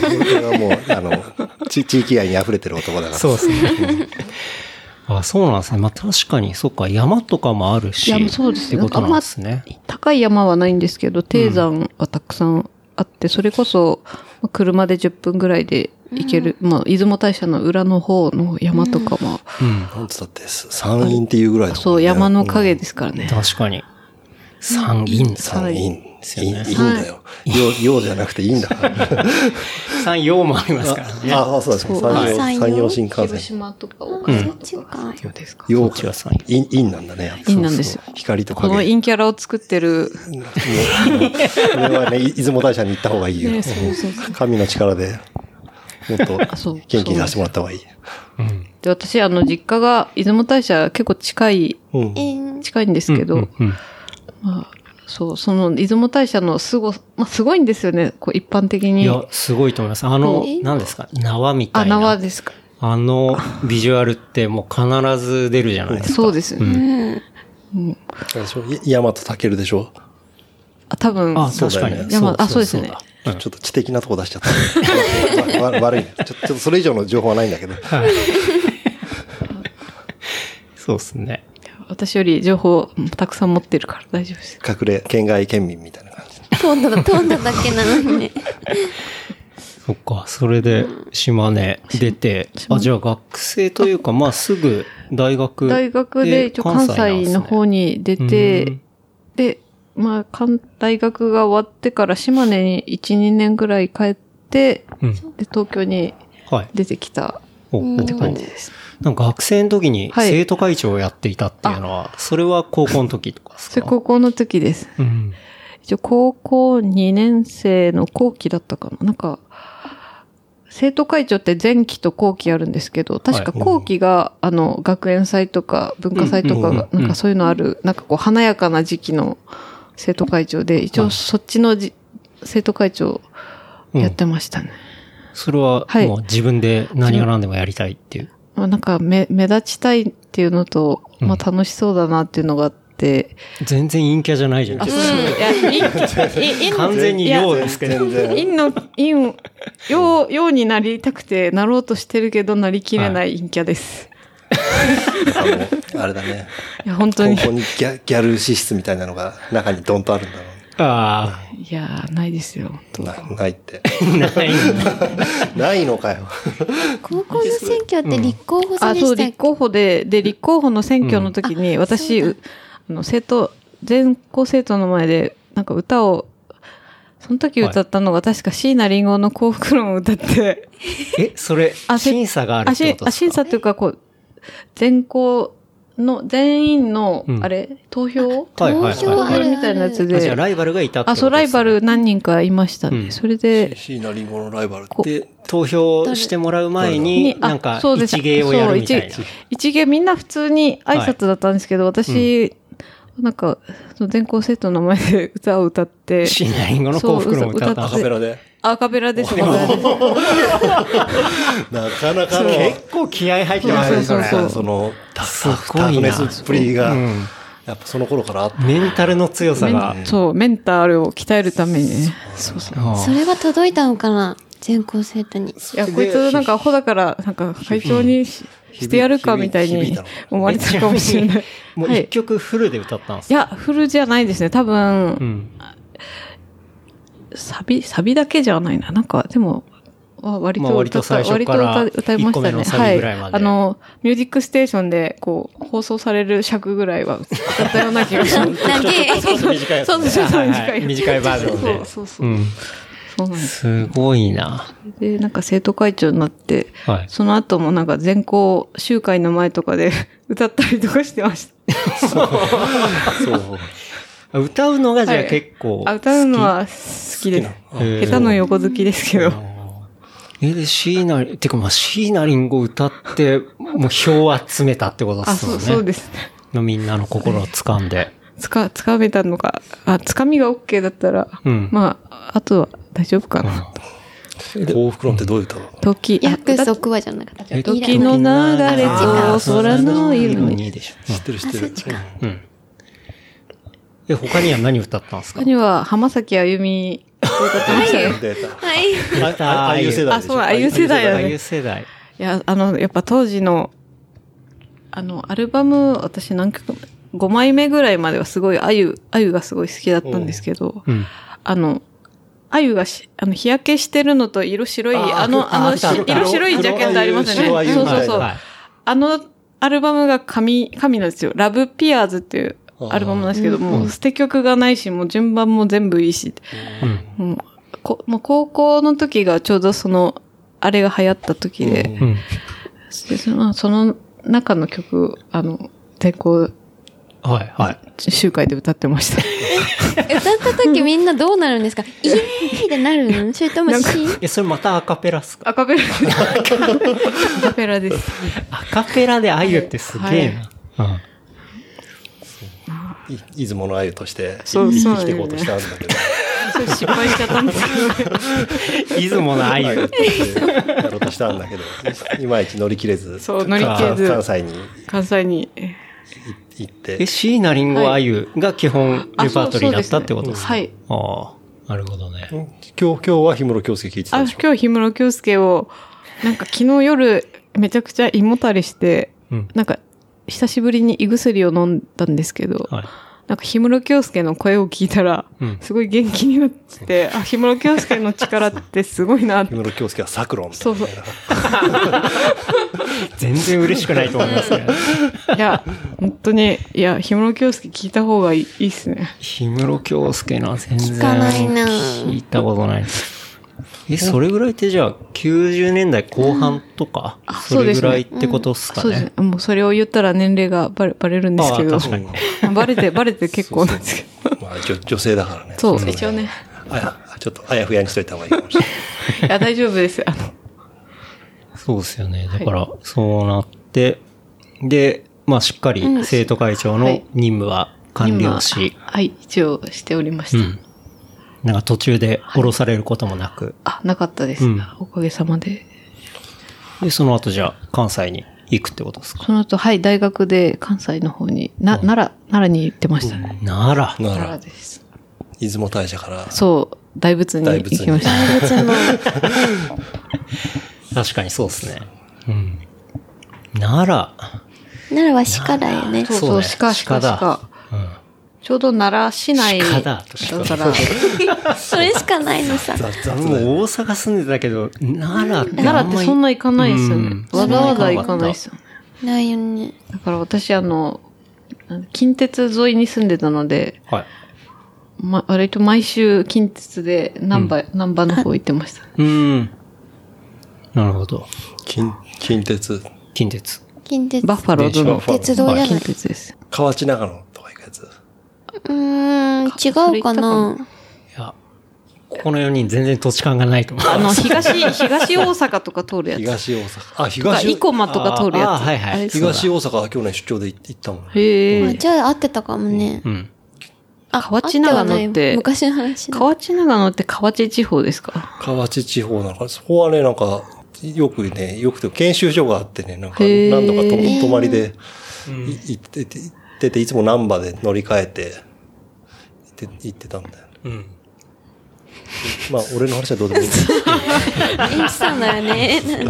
B: けど。
D: 俺はもう、あの、 ち地域愛に溢れてる男だから。
B: そうですね。あ、そうなんですね。まあ確かに、そっか、山とかもあるし。
C: いやそうです
B: って
C: よ
B: ことなんですね。
C: 高い山はないんですけど、低山はたくさんあって、それこそ、まあ車で10分ぐらいで行ける、まあ、出雲大社の裏の方の山とかも、
B: うん。
D: なんつったって、山陰っていうぐらいだもんね
C: そう、山の陰ですからね。
B: 確かに。山陰。
D: 山陰。いいいいん
B: はい
D: だよ。よう、ようじゃなくていいんだから。
B: 山陽もありますからね。
D: ああ、そうですね。山陽、
E: 山陽
D: 山陽新幹
C: 広
D: 線。
C: 島とか岡
E: そ
C: 山
E: っち
C: とか、
E: か。
C: そうですか。
D: 陽
B: ちは山
D: 陰。陰なんだね。
C: 陰なんですよ
D: そうそう光と
C: この
D: 影。
C: 陰キャラを作ってる、
D: これはね、い出雲大社に行った方がいいよ。
C: ねそうそうそう
D: 神の力で。もっと
C: あそう
D: 元気に出してもらった方がいい。
B: うん。
C: で、私、あの、実家が、出雲大社結構近い、
D: うん
E: え。ー
C: 近いんですけど、
B: うんうん
C: まあ、そう、その、出雲大社のすご、まあ、すごいんですよね、こう、一般的
B: うん。い
C: に。
B: や、すごいと思います。あの
E: え、
B: 何ですか縄みた
C: あ、
B: いな。
C: 縄ですか。
B: あのビジュアルってもう必ず出るじゃないですか。
C: そうですよね。
E: うん。
D: あれでしょいヤマトタケルでしょ
C: あ、多分、
B: あ、
D: そう
B: 確か
D: だよ
B: に。
D: ね
C: 山あそうですね
B: だ
D: ちょちょっと知的なとこ出しちゃった。 わわ悪いねちょ。ちょっとそれ以上の情報はないんだけど。
B: そうですね。
C: 私より情報うんたくさん持ってるから大丈夫です。
D: 隠れ、県外県民みたいな感じ。
E: 飛んだ、飛んだだけなのにね。
B: そっか、それで島根出て、あ、じゃあ学生というか、まあすぐ大学
C: 大学で一応関西の方
B: に
C: に出
B: う
C: て
B: ん、
C: で、まあ、関大学が終わってから島根に1、2年ぐらい帰って、
B: うん
C: で、東京に
B: はい。
C: 出てきた
B: おお
C: って感じ
B: なん
C: です。
B: か学生の時に
C: はい
B: 生徒会長をやっていたっていうのは、それは高校の時とかです
C: それ
B: か
C: 高校の時です。
B: うん。
C: 一応高校2年生の後期だったかな。なんか、生徒会長って前期と後期あるんですけど、確か後期が、あの、学園祭とか文化祭とかが、
B: うん
C: なんかそういうのある、なんかこう華やかな時期の生徒会長で、一
B: は
C: 応
B: い
C: そっちのじ生徒会長やってましたね。
B: それは
C: はい
B: もう自分で何が何でもやりたいっていう。
C: まあ、なんか目、目立ちたいっていうのと、
B: うん
C: まあ楽しそうだなっていうのがあって、
B: 全然陰キャじゃないじゃないで
C: あ、そ
B: す
C: う
B: か。
C: そう。いや、いいいい
B: 完全に陽ですけど
D: 全。然。
C: 陰の、陰、陽、陽になりたくて、なろうとしてるけど、なりきれない陰キャです。
D: あのあれだね。
C: い、や、本当
D: 高
C: に。
D: 校にギャギャル資質みたいなのが中にドンとあるんだろ
B: あ
C: いやー、ないですよ。
D: う。なな いって。
B: あ、ないんだ。
D: ないのかよ。
E: 高校の選挙って立候補さ
C: あ、
E: で
C: そう、
E: したっ
C: 立
E: け
C: 候補で、で、立候補の選挙の時に、私、うあの、生徒、全校生徒の前で、なんか歌を、その時歌ったのが、確か椎名林檎の幸福論を歌って、
B: え、それ、
C: あせ
B: 審査がある
C: あ
B: っ
C: して
B: こと
C: あ
B: です
C: 審
B: か
C: 査っていうか、こう、全校の、全員の、
B: うん
C: あれ、投票
B: はいはい
E: 投票
C: 投
E: あるあ
C: 票
E: る
C: みたいなやつ
B: あじゃあ
C: で。
B: ライバルがいたってこと
C: あ、
B: です
C: そう、ライバル何人かいましたね。
B: うん
C: それで、
D: 椎名林檎のライバルっ
C: こ
B: で、投票してもらう前
C: に
B: に、
C: あ
B: なんか、
C: そうです
B: 一芸をやるみたいな。
C: そう一芸みんな普通に挨拶だったんですけど、私、なんか、その全校生徒の前で歌を歌って、
B: シーナリンゴの幸福論を歌っ
C: そう
B: た
D: ア。カペラで。
C: アカペラです。アカペラです
D: なかなかの。
B: 結構気合入ってます
C: そう
B: ね、
C: そう
B: そ
C: そう
B: れ。
C: そう
D: その、タ
B: すごいな
D: フタフネスっぷりが、
B: うん
D: やっぱその頃からあった。
B: メンタルの強さが
C: メン。そう、メンタルを鍛えるためにね。そうそう。
B: あ
E: それは届いたのかな全校生徒 に。。
C: いや、こいつなんかアホだから、なんか会長にししてやるかみたい
D: 響い
C: に
D: たの
C: 思われたかもしれない。
B: もう
C: はい
B: 一曲フルで歌ったんです
C: い
B: よ。
C: や、フルじゃないですね。多
B: う
C: 分、
B: ん。
C: サビ、サビだけじゃないな。なんか、でも、わ割
B: まあ
C: と
B: 割と
C: 歌った、
B: 最初
C: 割と
B: から
C: 歌歌いました
B: 一個目
C: ね。
B: のサビぐらいまで
C: あの、ミュージックステーションで、こう、放送される尺ぐらいは歌ったような気がし ます
E: なんで
B: 短いやつ
C: そうそうそう
B: はい
C: 短
B: はい
C: い
B: 短いバージョンで。
C: そうそうそうう。
B: ん。
C: そうなんです。
B: すごいな。
C: で、なんか生徒会長になって、
B: はい。
C: その後もなんか全校集会の前とかで 歌ったりとかしてました。
D: そう。
B: あ歌うのがじゃあ
C: はい
B: 結構。
C: あ歌うのは好きです。
B: 好きなのへー
C: 下手の横好きですけど。
B: え、で、シーナリン、てかまあ、シーナリンゴ歌って、もう票を集めたってことで
C: あ、
B: すよ
C: そ
B: ね。
C: う、そうですね。
B: のみんなの心を掴んで。
C: つか、つかめたのか。あ、つかみが OK だったら、
B: うん
C: まあ、あとは大丈夫かな。
D: 幸福論ってどういう歌だ
C: 時、あ
E: 約
C: だ
E: 束はじゃなかった。いいだ
C: 時の流れと空の色に。
B: にでしょ。
D: 知ってる知ってる。
B: うん。え、他には何歌ったんですか
C: 他には浜崎あゆみを歌ってましたね。
D: デー
E: はい。
D: タ。あああいう世代でしょ。
C: あそうああいう世代だ
B: あ
C: ね
B: あいう世代。
C: いや、あの、やっぱ当時の、あの、アルバム、私何曲も、5枚目ぐらいまではすごい、あゆ、あゆがすごい好きだったんですけど、
B: うん。
C: あの、あゆがし、あの、日焼けしてるのと色白い、
B: あー
C: あ
B: あっ
C: の、
B: た
C: あ
B: あ
C: の、
B: っ
C: した
B: あった
C: 色白いジャケットありますよ
D: 黒
C: ね。
D: 鮎
C: そ
D: 白
C: うそう
D: 鮎
C: そう。
B: はい
C: あのアルバムが神、神なんですよ。ラブピアーズっていうアルバムなんですけど、もう捨て曲がないし、もう順番も全部いいし。
B: うん。
C: もうこもう高校の時がちょうどその、あれが流行った時で、
D: うん
B: うん。
C: でそのその中の曲、あの、全校
B: はい、はい。
C: 集会で歌ってました。
E: 歌った時みんなどうなるんですか イエーイってなるのそれとも
C: なんか
E: シーン
B: え、それまたアカペラっすか
C: アカペラです。アカペラです。
B: アカペラであゆってすげえな。うん。
D: い出雲の鮎として
C: そう
D: 生
C: そう
D: きていこうとしたんだけど。
C: ちょっ と失敗しちゃったんですけど。
B: 出雲のあゆ。
D: やろうとしたんだけど、いまいち乗り切れず、
C: そう乗り切れず
D: 関西に
C: 関西に。
D: 行っ
B: で、
D: て、
B: 椎名林檎あゆが基本レパートリーだったってことですか
C: はい。
B: ああ、なるほどね。
D: 今日、今日は氷室京介聞いてた
C: あ、
D: でしょ。
C: 今日、氷室京介を、なんか昨日夜、めちゃくちゃ胃もたれして、
B: うん
C: なんか、久しぶりに胃薬を飲んだんですけど、
B: はい。
C: なんか、氷室京介の声を聞いたら、
B: うん
C: すごい元気に なって、あ、氷室京介の力ってすごいなって。
D: 氷室京介はサクロンみた
C: そ
D: いうな
C: そう。
B: 全然嬉しくないと思いますけ ど。
C: いや、本当に、いや、氷室京介聞いた方がいいいいっすね。
B: 氷室京介のは全然
E: 聞かないな
B: 聞いたことない。え、それぐらいってじゃあ90年代後半とか、
C: あ
B: それぐらいってことっすか
C: そうです
B: ね
C: ね。。もうそれを言ったら年齢がバレバレるんですけど
B: あ確かに。
C: バレて、バレて結構なんですけど。
D: まあ、女女性だからね。
C: そう
D: の
C: 一応ね。
D: あや、ちょっとあやふやにしといた方がいいかもしれない。
C: いや、大丈夫です。あの、
B: そうですよね。だから、そうなって、で、まあしっかり生徒会長の任務は完了し、
C: 今はい、一応しておりました。
B: うん。なんか途中で降ろされることもなく、
C: あ、なかったです、
B: うん
C: おかげさまで。
B: で、その後じゃあ関西に行くってことですか
C: その後、はい、大学で関西の方に、な、奈良、奈良に行ってましたね。
B: 奈良。
D: な
C: 奈良
D: ら、
C: です。
D: 出雲大社から、
C: そう、大仏に
D: 大
C: 行
D: 仏に
C: きました。
E: 大仏の
B: 確かにそうですね。うん。奈良。
E: 奈良は鹿だよね
C: そう
B: そ
C: そうう、
B: ね
C: 鹿、
B: 鹿
C: 鹿、
B: だ
C: 鹿。
B: うん。
C: ちょうど奈良市内
B: 鹿
C: だ
B: だ
C: から、
E: それしかないのさ
D: 雑
B: あ
D: 雑
B: もう
D: な
B: 大阪住んでたけど、奈良ってあ
C: 奈
B: んま
C: 良って
B: り
C: そんな行かないですよ
B: う
C: ね
B: ん。
C: わざわざ行かないですよね。
E: ないよね
C: だから私、あの、近鉄沿いに住んでたので、
B: はい。
C: ま、割と毎週近鉄で難波、難波の方行ってました。
B: うん。なるほど。
D: 近、近鉄、
B: 近鉄。
E: 近鉄
C: バッファローズの
D: 電車
E: 鉄道じゃないう
C: 近鉄です。
D: 河内長野とか行くやつ。
E: ーん違うかない
B: や、ここの4人全然土地勘がないと思う。
C: あの、東、東大阪とか通るやつ。
D: 東大阪。あ、
C: とか、
D: 東
C: 生駒とか通るやつ。
B: ああはいはい
C: あれ
D: 東大阪は去年出張で行ったもんね。
C: へ
E: あ
C: え。
E: じゃあ合ってたかもね
B: うん。
E: あ
C: 河内長野って
E: 合はない昔の話だ
C: 河内長野って河内地方ですか
D: 河内地方なのかなそこはね、なんか、よくね、よくて、研修所があってね、なんか、
C: へー
D: 何度かと泊まりで、い行ってて、行ってて、いつも難波で乗り換えて、行って、行ってたんだよ。
B: うん。
D: まあ、俺の話はどうでもいいんだけど
E: エンチさんだよね なんで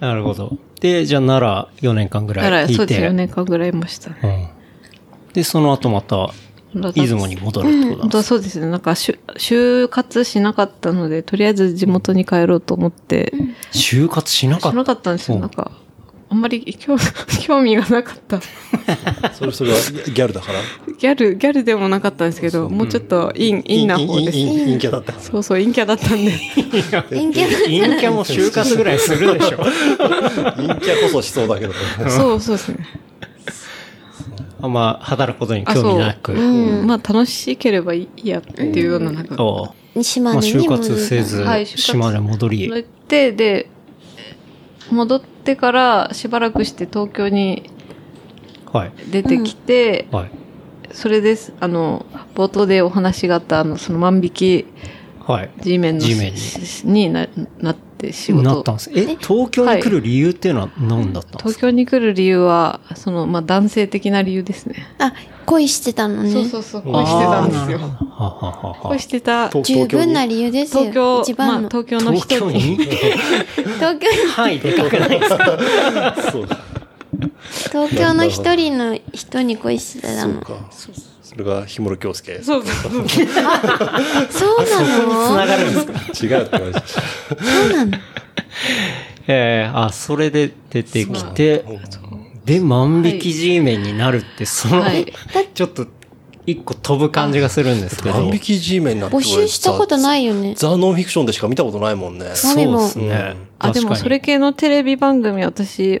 B: なるほど。で、じゃあ奈良4年間ぐ
C: だから
B: い
C: ら、
B: いて。
C: そうですよ。4年間ぐらいいましたね。
B: うん。で、その後また、
C: だから
B: 出雲に戻るってことなん
C: 本当
B: で
C: は
B: す
C: そうですね。なんか、就就活しなかったので、とりあえず地元に帰ろうと思って、
B: 就活しなか
C: し
B: っ
C: な
B: た。
C: かったんですよ。
B: うん
C: なんか、あんまり興 興味がなかった。
D: それ、それはギャルだから。
C: ギャル、ギャルでもなかったんですけど、もうちょっとイン、インな方です。
D: 陰陰陰キャだったから。
C: そうそう、陰キャだったんで。
E: 陰キャだ
B: 陰キャも就活ぐらいするでしょ。
D: 陰キャこそしそうだけどね。
C: そうそうですね。
B: あんま働くことに
C: あ、
B: 興
C: そ
B: 味
C: う。
B: なく。
C: うん。まあ、楽しければいいやっていうような、なんか、
B: お
E: 島
B: まあ、
E: 根に
B: 就
E: も
B: 活せず
C: はい、就活
B: 島根戻り。
C: 戻って、で、戻ってからしばらくして東京に
B: はい。
C: 出てきて、
B: はい。
C: それです。あの、冒頭でお話があった、あの、その万引き
B: はい。
C: G メンの
B: G メンに
C: しにななって仕事。
B: なったんです。え、東京に来る理由っていうのは何だったんですか、
C: 東京に来る理由は、その、まあ、男性的な理由ですね。
E: あ恋してたのね
C: そうそうそう、恋してたんですよ。
B: はあはあはあ
C: 恋してた。
D: 東
E: 十
D: 東京
E: 分な
D: に、
E: 理由ですよ
C: 東京
E: 一、番
C: まあ、
E: の、
C: 東京の
B: 東
C: 人
B: 京
C: に。
B: に
E: 東京
B: 範囲でか くないですか
D: そうか。
E: 東京の一人の人に恋してた
D: そう
E: の
D: か。それが氷室京介。違う
C: そうそうそう。
E: そう
B: 繋が
E: なの
B: るんですか
D: って話でし
E: そうなの
B: ええあ、それで出てきて、で、万引き G メンになるって、その、
C: はい
B: ちょっと、一個飛ぶ感じがするんですけ
D: た。
B: ど。
D: 万引き G メンなんて
E: 募集したこと
D: い。
E: ないよね
D: ザ・ノンフィクションでしか見たことないもんね。
E: マミも
B: そうですね。
C: あ、でもそれ系のテレビ番組私、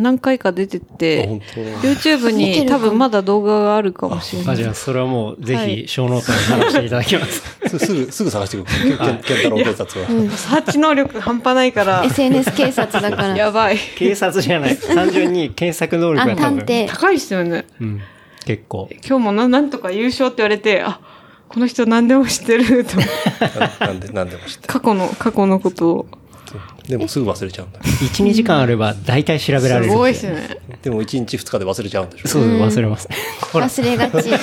C: 何回か出てて、
D: 本
C: YouTube
E: 見て
C: に
E: る
C: 多
E: かも
C: 分まだ動画があるかもしれな
B: あ
C: い。
B: じゃあ、それはもう、ぜ
C: は
B: ひ、
C: い
B: 小ノートに話していただきます。
D: 当す ぐ、すぐ探してくる。ケンケンタロウ警察は。
C: サーチ能力半端ないから、
E: SNS 警察だから。
C: やばい。
B: 警察じゃない。 単純に検索能力が
E: あ、
B: 多分。
E: 探偵。
C: 高いですよね。
B: うん。結構。
C: 今日もななんとか優勝って言われて、あ、この人何でも知って ると。
D: なんで、なんでも知って
C: 過去の、過去のことを。
D: る。でもすぐ忘れちゃうんだよ。
B: 1、2時間あれば、大体調べられる。
C: すごいです。ね。
D: でも1日2日で忘れちゃうんでしょ。
B: そう、忘れます。ほら。
E: 忘れがち。え、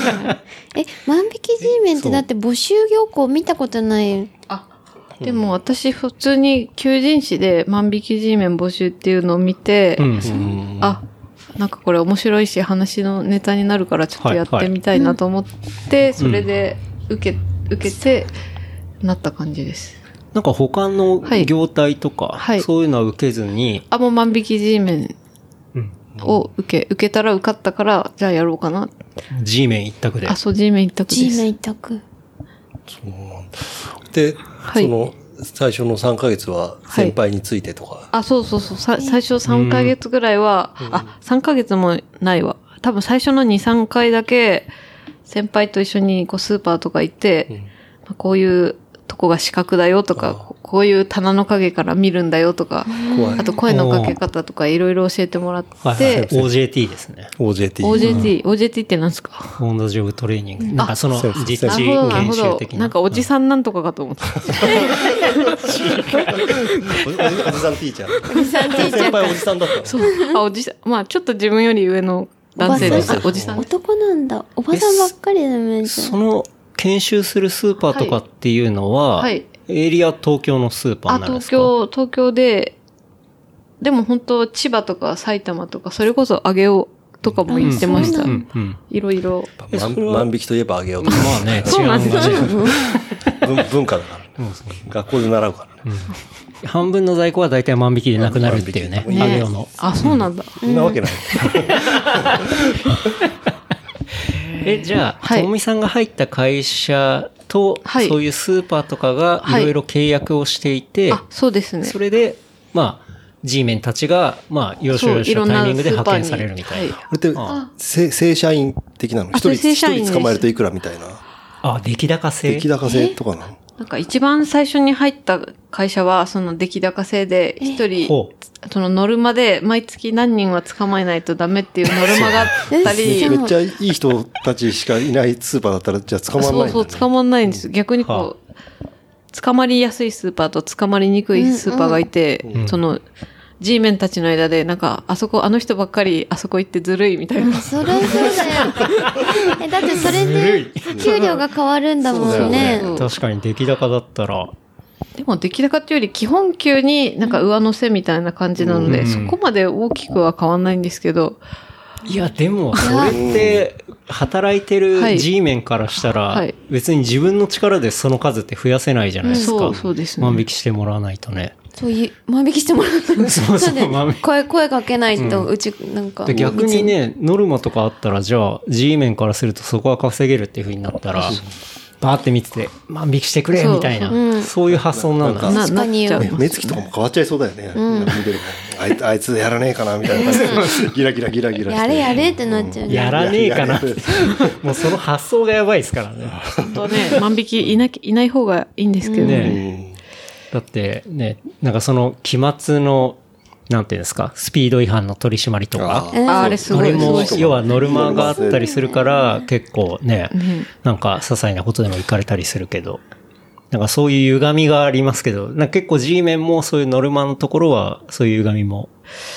E: 万引き G メンってだって募集業項見たことない。
C: あ、でも私普通に求人誌で万引き G メン募集っていうのを見て、
B: うん。
C: あ、なんかこれ面白いし話のネタになるからちょっとやっ
B: はいは
C: て
B: い
C: みたいなと思って、それで受け、受けて、なった感じです。
B: なんか他の業態とか、
C: はい
B: そういうのは受けずに、
C: あ、もう万引き G メンを受け、受けたら受かったから、じゃあやろうかな。
B: G メン一択で
C: あ、。そう、G メン一択
E: G
C: です。
E: メン一択。
D: で、
C: い
D: その、最初の3ヶ月は先輩についてとか。
C: あ、そうそうそう。さ最初3ヶ月ぐらいは、あ、3ヶ月もないわ。多分最初の2、3回だけ、先輩と一緒にこうスーパーとか行って、
D: うん
C: まあこういうとこが四角だよと
D: あ
C: か、ここういう棚の影から見るんだよとか、
D: 怖い
C: あ。と声のかけ方とかいろいろ教えてもらって、
B: はいはい、OJT ですね。
D: OJT。
C: OJT、OJT って何ですか
B: オンドジョブトレーニング。なんかその
D: そうそう
B: 実
C: な
B: 地
C: るほど、なる
B: 研
C: ほ
B: 修
C: ど
B: 的。な。
C: なんかおじさんなんとかかと思った。
D: おじおじさんティーチャー。おじさんティーチャー。先輩おじさんだったの。
C: あ、おじさん、まあちょっと自分より上の男性です。お
E: お
C: じさんです。
E: 男なんだ。おばさんばっかりだめんじ
B: その研修するスーパーとかっていうのは、
C: はいはい
B: エリア東京のスーパー
C: あ、
B: になるんです
C: 東
B: か
C: 京、東京で、でも本当千葉とか埼玉とか、それこそ上尾とかも行ってまし
E: あ
C: た
B: う
E: そ。
B: んうん。
C: いろいろ。
B: えそれ
D: 万
B: は
D: 万引きといえばあげようとか。
B: まあね、
C: そうなんです
B: 違うもんが
D: 文文化だから。学校で習うからね。
B: 半分の在庫は大体万引きでなくなるっていうね。
D: 万引
B: あげようの。
C: あ、そうなんだ。
D: そんなわけない。
B: え、じゃあ、
C: はい
B: ともみさんが入った会社と、
C: はい
B: そういうスーパーとかがい
C: はい
B: ろいろ契約をしていて、
C: あ、そうですね
B: そ。れで、まあ、G メンたちが、まあ、要所要所のタイミングで派遣されるみたいな。
C: は
D: これって
B: あ、
D: せ正社員的なの一
C: あ
D: 人、
C: 正
D: 一
C: 社員です
D: 人捕まえるといくらみたいな。
B: あ、出来高制。
D: 出来高制とかなの
C: なんか一番最初に入った会社は、その出来高制で、一人、
B: ほう
C: そのノルマで毎月何人は捕まえないとダメっていうノルマがあった
E: え
C: り、
D: めっちゃいい人たちしかいないスーパーだったら、じゃあ捕まらないんだね。
C: そうそう、捕まんないんです。逆にこう、捕まりやすいスーパーと捕まりにくいスーパーがいて、
B: ん
C: その、G メンたちの間で、なんか、あそこ、あの人ばっかり、あそこ行ってずるいみたいな。
E: そりゃそうだよ。え、だってそれで給料が変わるんだもんね。
C: そう
B: 確かに出来高だったら、
C: でも、出来高っていうより、基本給になんか上乗せみたいな感じなので、
B: うん
C: そこまで大きくは変わんないんですけど、
B: いや、でも、それって、働いて
C: は
B: る
C: い
B: G メンからしたら
C: はい、
B: 別に自分の力でその数って増やせないじゃないですか。
C: そう、そうですね。
B: 万引きしてもらわないとね。
E: そういう、万引きしてもらうの。
B: そうそう
E: なんで
B: 万引き
E: 声、声かけないと、うち、なんか。
B: で逆にね、ノルマとかあったら、じゃあ、G メンからするとそこは稼げるっていう風になったら、バーって見てて、万引きしてくれ
C: そう
B: みたいな、
E: う
B: そうんいう発想なんだ。
D: な
C: な、
E: 確か
C: なっ
E: に
C: ちゃう。
D: 目つきとかも変わっちゃいそうだよね。なんか見てるからあいつあいつやらねえかなみたいな感じで。ギラギラギラギラして。
E: やれやれってなっちゃうね。
B: やらねえかな
D: やれやれ。
B: もうその発想がやばいですからね。
C: 本当ね、万引きいなき、いない方がいいんですけど
B: ね
D: う
C: ね。
D: ん
B: だってね、なんかその期末の、なんていうんですか、スピード違反の取り締まりとか
D: あ、
E: うん
C: ああれす
B: あ
C: ご
B: れ
C: いすご
B: も
C: い、
B: 要はノルマがあったりするから、結構ね、なんか些細なことでも行かれたりするけど、なんかそういう歪みがありますけど、なんか結構 G 面もそういうノルマのところは、そういう歪みも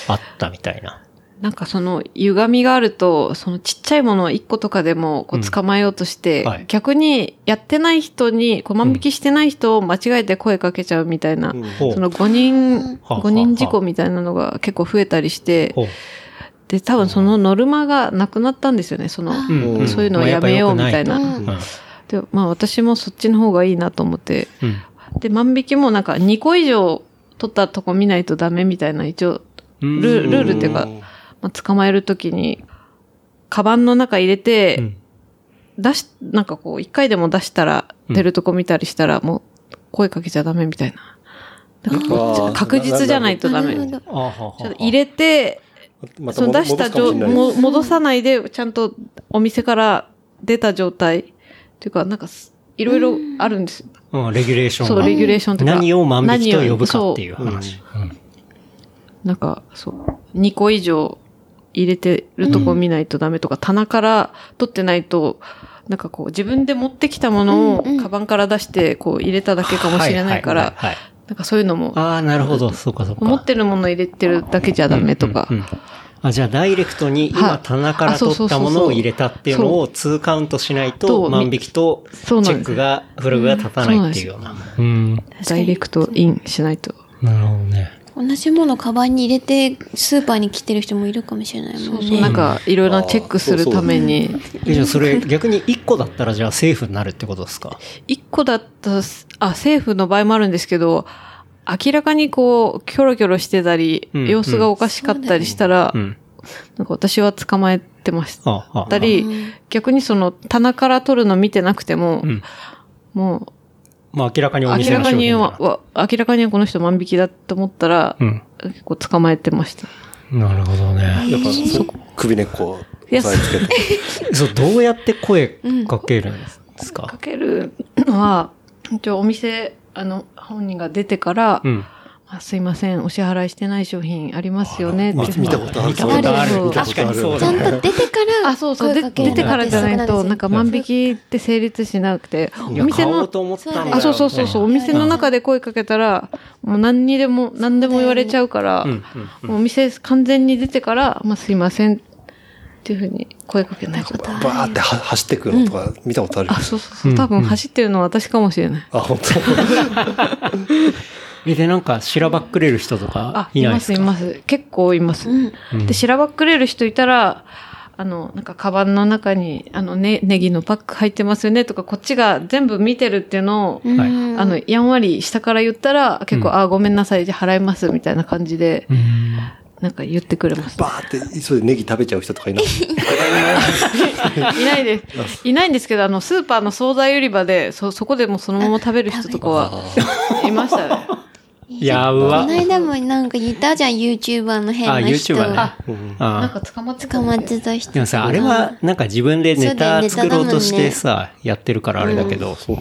B: あったみたいな。
C: なんかその歪みがあると、そのちっちゃいものを1個とかでもこ
B: う
C: うん捕まえようとして、
B: はい
C: 逆にやってない人に、こう万引きしてない人を間違えて声かけちゃうみたいな、
D: うん
B: ほ
C: そうの5人、
B: はあ
C: 5人事故みたいなのが結構増えたりして、
B: ほう
C: で、多分そのノルマがなくなったんですよね、その、
E: あ
B: うんん
C: そういうのをやめようみたいな。
E: まあやっぱ良くない
B: うん
C: で、まあ私もそっちの方がいいなと思って、
B: うん
C: で、万引きもなんか2個以上取ったとこ見ないとダメみたいな、一応、
B: うん
C: ルルールっていうか、まあ、捕まえるときに、カバンの中入れて、
B: うん
C: 出し、なんかこう、一回でも出したら、
B: うん
C: 出るとこ見たりしたら、もう、声かけちゃダメみたいな。なんかこう
D: あー
C: ちょっと確実じゃないとダ
E: なる
C: メ。
E: ほ
C: ち
E: ど。
B: あははは
C: ょっと入れて、
D: また
C: その
D: 戻
C: 出
D: す
C: した
D: かも
C: 状
D: しれない
C: も戻さないで、ちゃんとお店から出た状態っていうか、なんかす、いろいろあるんです。
B: うん、レギュレーション
C: そう、
B: が
C: レギュレーションとか。
B: 何を万引きと呼ぶかって
C: 何を
B: いう話。うん
C: そうなんか、そう、2個以上入れてるとこ見ないとダメとか、棚から取ってないと、なんかこう、自分で持ってきたものを、
E: うんうん
C: カバンから出して、こう、入れただけかもしれないから、
B: はいはいはい
C: なんかそういうのも、
B: ああ、なるほど。そうかそうか。
C: 持ってるもの入れてるだけじゃダメとか
B: うん。うんうんあじゃあ、ダイレクトに今
C: はい
B: 棚から
C: あそう
B: 取
C: そ
B: っ
C: うそ
B: た
C: う
B: ものを入れたっていうのを2カウントしないと
C: そう
B: 万引きとチ
C: そう
B: ェ
C: なんです
B: ックが、フラグが立たないっていうような。うん。
C: ダイレクトインしないと。
B: なるほどね。
E: 同じものをカバンに入れて、スーパーに来てる人もいるかもしれないもんね。
C: なんか、いろいろなチェックするために、
B: えじゃあ、それ逆に1個だったらじゃあセーフになるってことですか
C: 一個だったす、あ、政府の場合もあるんですけど、明らかにこう、キョロキョロしてたり、
B: うん
C: 様子がおかしかったりしたら、
B: うん。
C: なんか私は捕まえてまし
B: ああ。
C: たり、逆にその棚から取るの見てなくても、
B: うん。
C: も
B: まあ明らかに
C: う、
B: お
C: 明
B: 店の
C: らか
B: 商
C: に
B: 品だ
C: は、
B: な
C: わ明らかにこの人万引きだと思ったら、
B: うん。
C: 結構捕まえてました。
B: なるほどね。
D: やっぱそう首根っこを押さえつけて。
B: そう、どうやって声かけるんです
C: か
B: か
C: けるのは、一応お店、あの、本人が出てから、
B: うん。
C: あすいません、お支払いしてない商品ありますよね。
D: 見
C: って
D: 見たことある。
B: 見たことある
D: 見たことあ
B: 確
D: る
B: かにそう
E: ちゃんと出てから、
C: あ、そうそう。で
E: 声かける
C: 出てからじゃないと、なんか万引
E: き。
C: きって成立しなくて、お
B: いや
C: 店
B: 買おう
C: の、
B: と思ったんだよ
C: あ、そうそうそうそう、お店の中で声かけたら、もう何にでも、何でも言われちゃうから
B: うん、うんうん
C: もうお店完全に出てから、まあすいません、っていうふうに声かけないこと
D: バーっては走ってくのとか見たことある。
C: あ、そうそうそう、多分走ってるのは私かもしれない。
D: あ、本
B: え、で、なんか、しらばっくれる人とか
C: あ、
B: い
C: い
B: ない
C: ま
B: です
C: す
B: か
C: います。結構います。
B: うん
C: で、しらばっくれる人いたら、あの、なんか、カバンの中に、あの、ね、ネギのパック入ってますよねとか、こっちが全部見てるっていうのを、
B: はい
E: うん
C: あの、やんわり下から言ったら、結構、
B: うん
C: あ、ごめんなさい、じゃあ払います、みたいな感じで、
B: うん
C: なんか言ってくれます。
D: バーって急いでネギ食べちゃう人とかいない。
C: いないです。いないんですけど、あの、スーパーの惣菜売り場で、そ、そこでもそのまま食べる人とかは、いましたね。
B: やば
E: この。間もなんかいたじゃん、YouTuber の変
B: あ、
E: な人。
B: YouTuber ね。
C: なん
B: あ
C: か捕まってた
E: 捕まってた人。
B: でもさ、あれは、なんか自分でネタ作ろうとしてさ、やってるからあれだけど、そ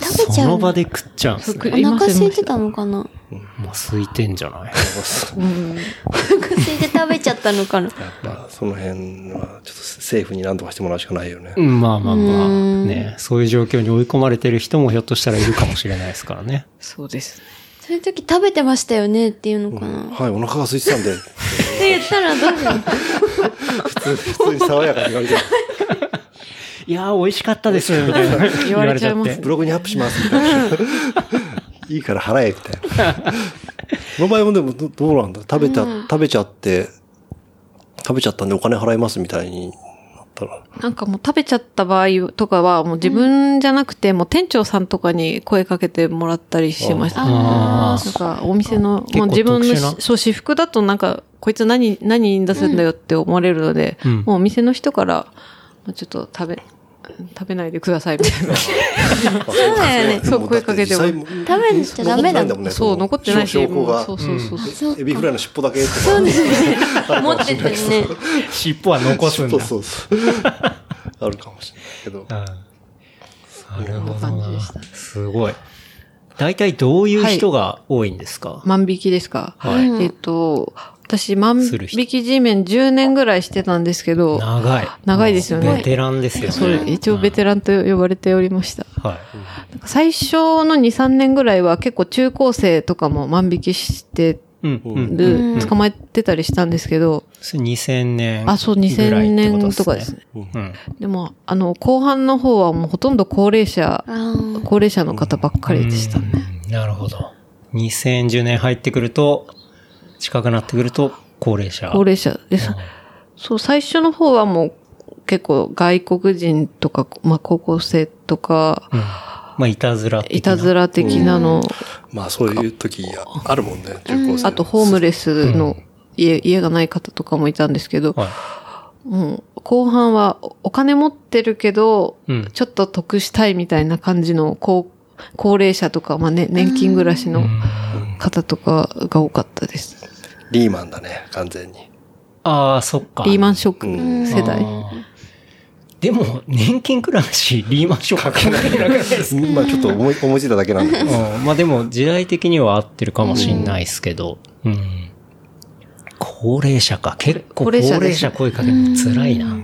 E: 食べちゃう
B: の場で食っちゃうんす
C: そう食
B: ね。
E: お腹空いてたのかな
B: もう空いてんじゃない
E: お腹空いて食べちゃったのかな
D: まあ、その辺は、ちょっと政府に何とかしてもらうしかないよね。
B: うんまあまあまあ、ね、そういう状況に追い込まれてる人もひょっとしたらいるかもしれないですからね。
C: そうですね。
E: そういう時食べてましたよねっていうのかなっ
D: はい、お腹が空いてたんで、
E: て言ったらどうなの
D: 普通普通に爽やかに言われて、
B: いやー、美味しかったです、みたいな。
C: 言われちゃいます
D: ブログにアップしますみたいな。いいから払え、みたいな。この場合もでもど、どうなんだ食べた、食べちゃって、食べちゃったんでお金払いますみたいになったら。
C: なんかもう食べちゃった場合とかは、もう自分じゃなくて、もう店長さんとかに声かけてもらったりしてました。
B: あ
C: な
B: ー
C: んかお店の、
B: 結構
C: もう自分
B: 特殊な
C: の、そう、私服だとなんか、こいつ何、何出せんだよって思われるので、
B: うん
C: もうお店の人から、まあちょっと食べ、食べないでくださいみたいな。
D: そう
E: だよね
C: そう声かけても
E: 食べちゃダメだもん
D: もんね。
C: そう、残ってないし、
D: 証拠
C: もう
D: が
C: そう。そうそうそう。
E: そう
D: エビフライの尻尾だけとか。
E: そうですね持ってて ね
B: 尻尾は残すん
D: そう
B: だ。
D: そうそう。あるかもしれないけど。
B: うんなるほ
C: こんな
B: ど
C: 感じ
B: な
C: でした。
B: すごい。大体どういう人が多いんですか、
C: 万引きですか、
B: はい
C: えっと、私、万
B: する人
C: 引き G メン10年ぐらいしてたんですけど、
B: 長い。
C: 長いですよね
B: もうベテランですよね。
C: それ一応ベテランと呼ばれておりました。
B: はい。
C: 最初の2、3年ぐらいは結構中高生とかも万引きして
B: うん、うん。
C: る、
E: うん
C: 捕まえてたりしたんですけど、
B: それ2000年。
C: あ、そう、2000年とかですね。。
B: うん。
C: でも、あの、後半の方はもうほとんど高齢者、
E: あー
C: 高齢者の方ばっかりでしたね。
B: うんなるほど。2010年入ってくると、近くなってくると、高齢者。
C: 高齢者です。そう、最初の方はもう結構外国人とか、まあ高校生とか、
B: うんまあ、いたずら的ない
C: たずら的なの、
D: まあそういう時あるもんね、中高生。
C: あとホームレスの家、家がない方とかもいたんですけど、
B: は
C: もう後半はおお金持ってるけど、
B: い。うん。
C: ちょっと得したいみたいな感じの高高齢者とか、まあね、年金暮らしの方とかが多かったです。
D: リーマンだね、完全に。
B: ああ、そっか。
C: リーマンショック
D: うん
C: 世
B: あ
C: 代。
B: ーでも、年金暮らし、リーマンショック関係なくないですか
D: まあちょっと思い、思いついただけなんで。
B: うんまあでも、時代的には合ってるかもしんないですけど、うん。高齢者か。結構高
C: 高
B: 齢
C: 齢者
B: 者
C: ですね
B: 声かけるの辛いな。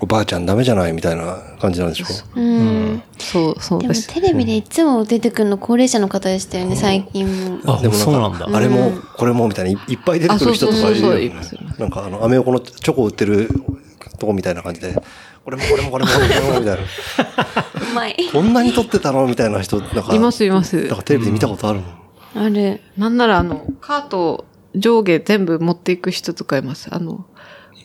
D: おばあちゃんダメじゃないみたいな感じなんでしょ
E: うん。
C: そう、そう
E: でも
C: です。
E: テレビでいつも出てくるの高齢者の方でしたよね、最近も。
B: あ、でもそうなんだ。
D: あれも、これもみたいないいっぱい出てくる人とかいるよね
C: あそうそうそうそういま
D: なんかあの、アメ横のチョコ売ってるとこみたいな感じで、これもこれもこれもこれもみたいな。
E: うまい。
D: こんなに撮ってたのみたいな人、なんか。
C: います、います
D: なん。かテレビで見たことあるの。
E: ある。
C: なんならあの、カート上下全部持っていく人とかいます。あの、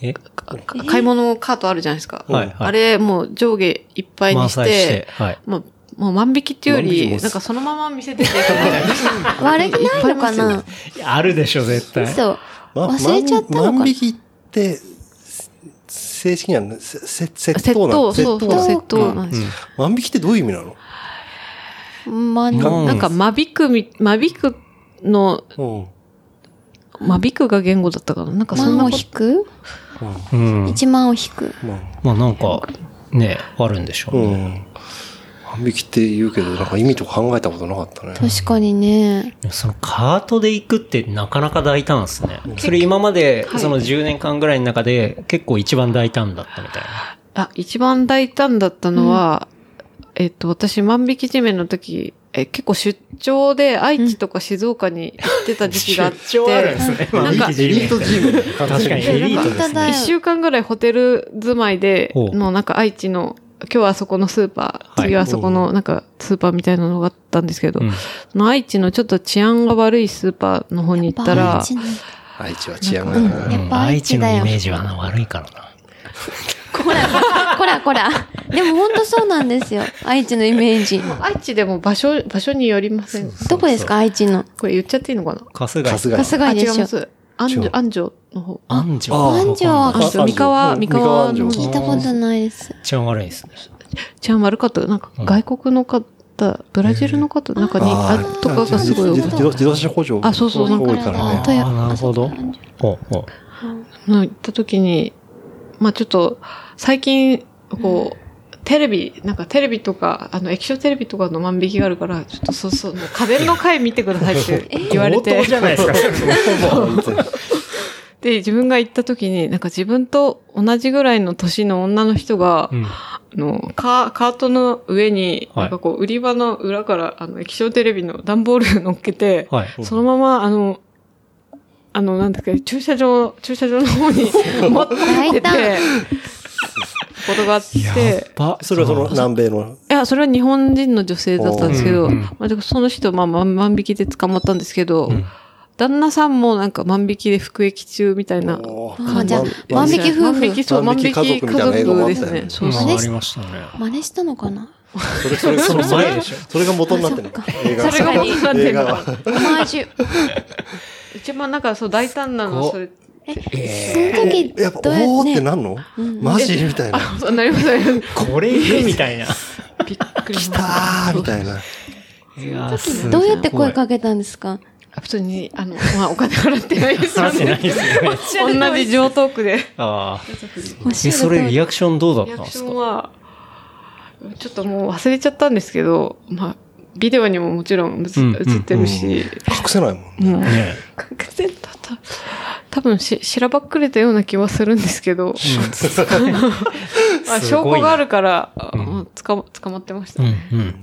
B: え
C: か買い物カートあるじゃないですか。
B: はいはい
C: あれ、もう上下いっぱいに
B: 満
C: し
B: 載して
C: て、、
B: はい。
C: もうもう万引きっていうよ
D: 万引きも
C: り、
D: す
C: なんかそのまま見せててみたいな。
E: 悪気ないのかな
B: あるでしょ、絶対。
E: そう。
D: ま
E: 忘れちゃったのか
D: 万
E: な
D: 万引きって、せ正式にはね、せせ窃
C: 窃
D: 盗なの
C: 盗、そうそう、
E: 窃
C: 窃
E: 盗
C: 盗なんですよ。
D: 万引きってどういう意味なの
E: まあ、ね
B: うん
C: なんか、間引くみ、間引くの、
D: うん。
C: 間引くが言語だったかな。なんかそんな
E: 万を
C: こ
E: 引く
B: うん。
E: 一万を引く。
D: まあ、
B: まあなんか、ね、あるんでしょう
D: う
B: ね。
D: ん。万引きって言うけど、なんか意味とか考えたことなかったね。
E: 確かにね。
B: そのカートで行くってなかなか大胆ですね。それ今まで、その10年間ぐらいの中で結構一番大胆だったみたいな。
C: あ、一番大胆だったのは、えっと、私、万引き地面の時、え、結構出張で愛知とか静岡に行ってた時期があって、
B: ね。
C: なんか
B: エリートチーム。確かにエリートで
E: 本
B: す
E: 当
B: ね。
E: だ
C: 一
E: よ。
C: 週間ぐらいホテル住まいで、
B: ほう
C: のなんか愛知の、今日はあそこのスーパー、
B: はい
C: 次はあそこのなんかスーパーみたいなのがあったんですけど、
B: うん
C: その愛知のちょっと治安が悪いスーパーの方に行ったら、
D: 愛知は治安がね。
E: やっぱ
B: 愛
E: 愛
B: 知
E: 知
B: の
E: だ
B: イ
E: よ。
B: メージはな悪いからな。
E: こら、こらこら。でも本当そうなんですよ。愛知のイメージ。
C: 愛知でも場所、場所によりません。
E: どこですか愛知の。
C: これ言っちゃっていいのかな
B: 春日井。
D: 春
E: さ
D: 日
E: す
D: 井。
E: が
C: あ、
E: で
C: 違い
E: しょ
C: ま。す。安
D: 違う
C: 城、安城の方。
B: 安城。
D: あ
E: 安城は
C: 安城、三河、三河
D: 三河安
C: の
D: 城
E: 聞いたことないです。
B: 一番悪いですね。
C: 治安悪かった。なんか外国の方、ブラジルの方なんかに、
D: あ
C: あ、とかがすごい多
D: 自
C: かっ
D: 自動自動車工場
C: あそうそう
D: 多いからね
E: あ。豊
B: あーなるほど。ほうほ
C: たの行った時に、まあちょっと、最近、こう、テレビ、なんかテレビとか、あの、液晶テレビとかの万引きがあるから、ちょっとそうそう、もう家電の回見てくださいって
B: う。
C: 言われて。
B: 強盗じゃないですか。
C: で、自分が行った時に、なんか自分と同じぐらいの年の女の人が、
B: うん
C: あの、カー、カートの上に、
B: はい
C: なんかこう、売り場の裏から、あの、液晶テレビの段ボール乗っけて、
B: はい。
C: そのまま、あの、あの、なんだっけ、駐車場、駐車場の方 に持ってって
E: 大
C: て
E: 胆、
C: ことがあって、
B: ば、
D: それはその南米の。
C: いや、それは日本人の女性だったんですけど、
B: おーうんうん
C: まあ、でもその人、まあ、万万引きで捕まったんですけど、
B: うん
C: 旦那さんもなんか万引きで服役中みたいな
D: おー
E: あーじゃあ万引き夫婦
C: 万引き、そう、
D: 万
C: 万
D: 引
C: 引
D: き
C: き
D: 家
C: 家
D: 族
C: 族
D: みたいな映画もあっ
C: で
D: たよ
C: す
D: ね
C: ね。
B: う
C: そ
B: ん
C: うそう。
B: ありましたね。
E: 真似したのかな
D: それ、それ、そ
B: そ
D: れ
B: の前でしょ。
D: それが元になってるのか。映画
C: それが元になってるのか
D: 映
E: オマージュ。
C: 一番なんかそう大胆なのはそれ。
E: その時、
D: 画はやっぱ、
E: どうや
D: おー
E: っ
D: ってて
E: ね。
D: なんのマジみたいな。
C: あ、そうなりますね。
B: これ行くみたいな。
C: びっくりしました。
D: あーみたいな。
B: いやーすごい
E: どうやって声かけたんですか
C: 普通に、あの、まあお金払ってないですよ
B: 話してな
C: ね
B: い。ですよね。
C: 同じ上トークで。
B: ああ。
E: おっし
B: え、
E: ゃる
B: そ
E: 通
B: れ
E: り
B: リアクションどうだっ
C: リア
B: たんで
C: クシ
B: す
C: ョ
B: か
C: ンは、ちょっともう忘れちゃったんですけど、まあ、ビデオにももちろん映つ
B: うん
C: 映ってる し、
D: 隠せないもん。
C: もう、
B: ね
C: 隠せたた、多分し、しらばっくれたような気はするんですけど、まあ、
B: すご
C: 証
B: い
C: 拠があるから、あ
B: うん
C: もう捕ま捕まってました
B: うん
C: ね。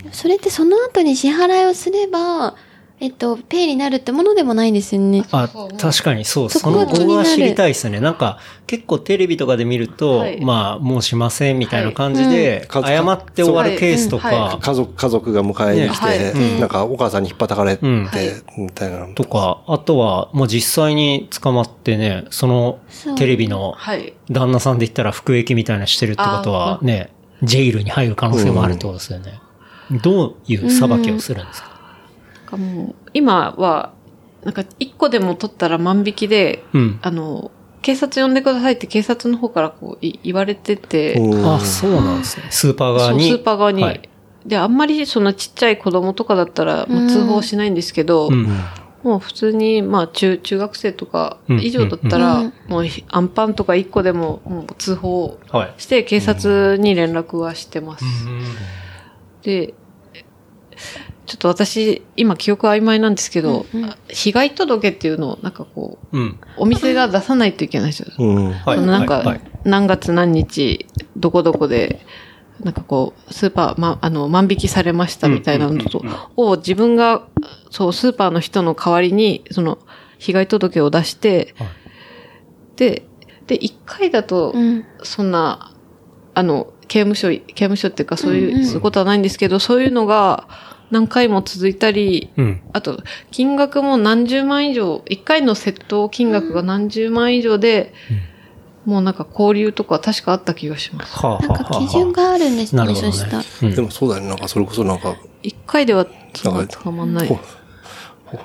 B: うん。
E: それってその後に支払いをすれば、えっと、ペイになるってものでもないんですよね。
B: あ、確かにそう。
E: そ
B: そ
E: こが
B: の
E: 気になる
B: 後は知りたいですね。なんか、結構テレビとかで見ると、
C: はい
B: まあ、もうしませんみたいな感じで、
D: はいうん
B: 謝って終わるケースと
C: はいは
B: か、
D: 家族、家族が迎えに来て、
E: ねはい
D: なんかお母さんに引っ張たかれて、
B: うん
D: みたいな。
B: とか、あとは、もう実際に捕まってね、その
E: そう
B: テレビの
C: はい。
B: 旦那さんで言ったら服役みたいなしてるってことは
C: あ
B: ね、ジェイルに入る可能性もあるってことですよね。どういう裁きをするんですか
C: なんかもう、今は、なんか一個でも取ったら万引きで、
B: うん。
C: あの、警察呼んでくださいって警察の方からこうい言われてて、
D: うん
B: あ、そうなんですね。スーパー側
C: そう
B: に。
C: スーパー側に。
B: はい
C: で、あんまりそのちっちゃい子供とかだったら、ま
E: う
C: あ、
E: ん
C: 通報しないんですけど、
B: うん。
C: もう普通に、まあ中、中学生とか以上だった
E: うんうん
C: ら
E: う、
C: もうひアンパンとか1個でももう通報
B: はい。
C: して警察に連絡はしてます。で、ちょっと私、今記憶曖昧なんですけど、
E: うんうん
C: 被害届っていうのをなんかこう、
B: うん。
C: お店が出さないといけないんですよ。
D: うん。
B: はい。
C: そのなんか、
B: はいはい
C: 何月何日、どこどこで、なんかこう、スーパー、ま、あの、万引きされましたみたいなのと
B: うんうんうんうん、
C: を自分が、そう、スーパーの人の代わりに、その、被害届を出して、
B: はい
C: で、で、一回だと
E: う、ん。
C: そんな、あの、刑務所、刑務所っていうかそういう、
E: うんうん
C: そういうことはないんですけど、そういうのが何回も続いたり、
B: うん。
C: あと、金額も何十万以上、一回の窃盗金額が何十万以上で、もうなんか交流とか確かあった気がします。
B: はあはあ
E: なん
B: はあ
E: か基準があるんです
B: なる
E: ね、
B: ほどね
E: そしたら。
B: うん
D: でもそうだよね。なんかそれこそなんか、
C: 一回ではそんな捕まんない。
D: こ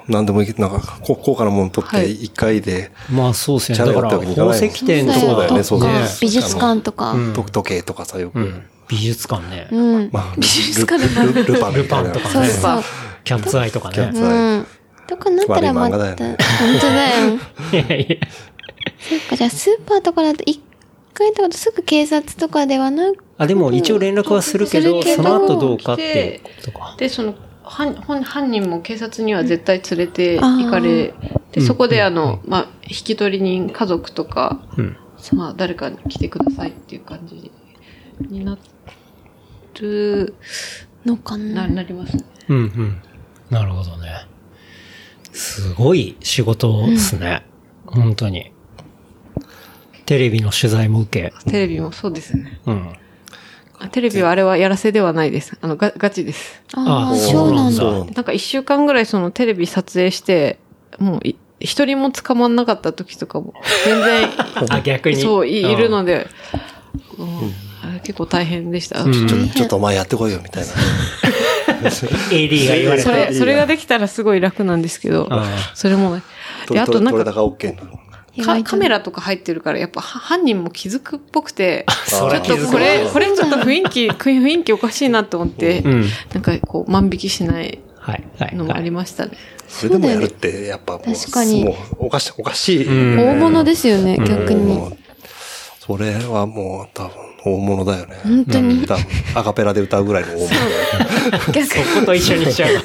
D: うなんでもいけ、なんか、こ高価なもの取っ
C: は
D: て
C: い
D: 一回で、
B: まあそうですね。
D: チャラ
B: だ
D: い
B: から、
D: わけにいかない
B: 宝石店とか、
D: そうだよねそうだよね
E: 美術館とか。
B: うん
D: 時時計とかさ、よく。
B: うん。美術館ね。
E: うん。
D: まあ、ルルルルパンみたい
B: ルパン
D: な
B: とか
E: そうそう。
B: キャッツアイとか
D: キャッ
B: ね
D: ツ。
E: うん。とかなったらまた、
D: 悪い漫画
E: 本
D: だよね
E: 当だよ。
B: いやいや
E: そっか、じゃあスーパーとかだと一回とかだとすぐ警察とかではなく、
B: あ、でも一応連絡はするけど、
C: する
B: そ
C: けど
B: の後どうかってことか。
C: で、その、犯本犯人も警察には絶対連れて行かれ、で、そこであの、まあ、引き取り人、家族とか、
B: うん。
C: まあ、誰かに来てくださいっていう感じになる、
E: のか
C: な、
E: な。
C: なりますね。
B: うんうん。なるほどね。すごい仕事ですね。本当に。テレビの取材も受け。
C: テレビもそうですね。
B: うん。
C: あテレビはあれはやらせではないです。あの、が、ガチです。
E: あ
B: あ
E: あ、
B: そ
E: そうう
B: な
E: なんん
B: だ
E: だ。
D: そう
C: なんか一週間ぐらいそのテレビ撮影して、もうい、一人も捕まんなかった時とかも、全
B: あ、逆に。
C: 然、そう、いいるの
B: で。
C: で、うんあ結構大変でした。
B: ん
C: ちょっと
D: ちょっとお前やってこいよ、みたいな。
B: AD が言われ
C: そ
B: て。
C: れ、それができたらすごい楽なんですけど
B: うん、
C: それもね。で、あとなん
D: どれ
C: か
D: だ、か OK なの
C: かカメラとか入ってるから、やっぱは犯人も気づくっぽくて、ち
D: そ
C: ょ
D: りゃ
C: っ
D: 気
C: と
D: づくわ
C: これ、これちょっと雰囲気、雰囲気おかしいなと思って、
B: うん。
C: なんかこう、万引きしない
B: はい。はい。
C: のもあり
B: ま
C: ましたね。
D: それでもやるって、やっぱもう、
E: 確かに
D: もう、おかしい、おかしい。
B: ん
E: 大物ですよね、逆
D: も
E: に。
D: うそれはもう、多分、大物だよね。
E: 本当に。
D: 多分アカペラで歌うぐらいの大物だよね。
B: す。そこと一緒にしち ゃう。い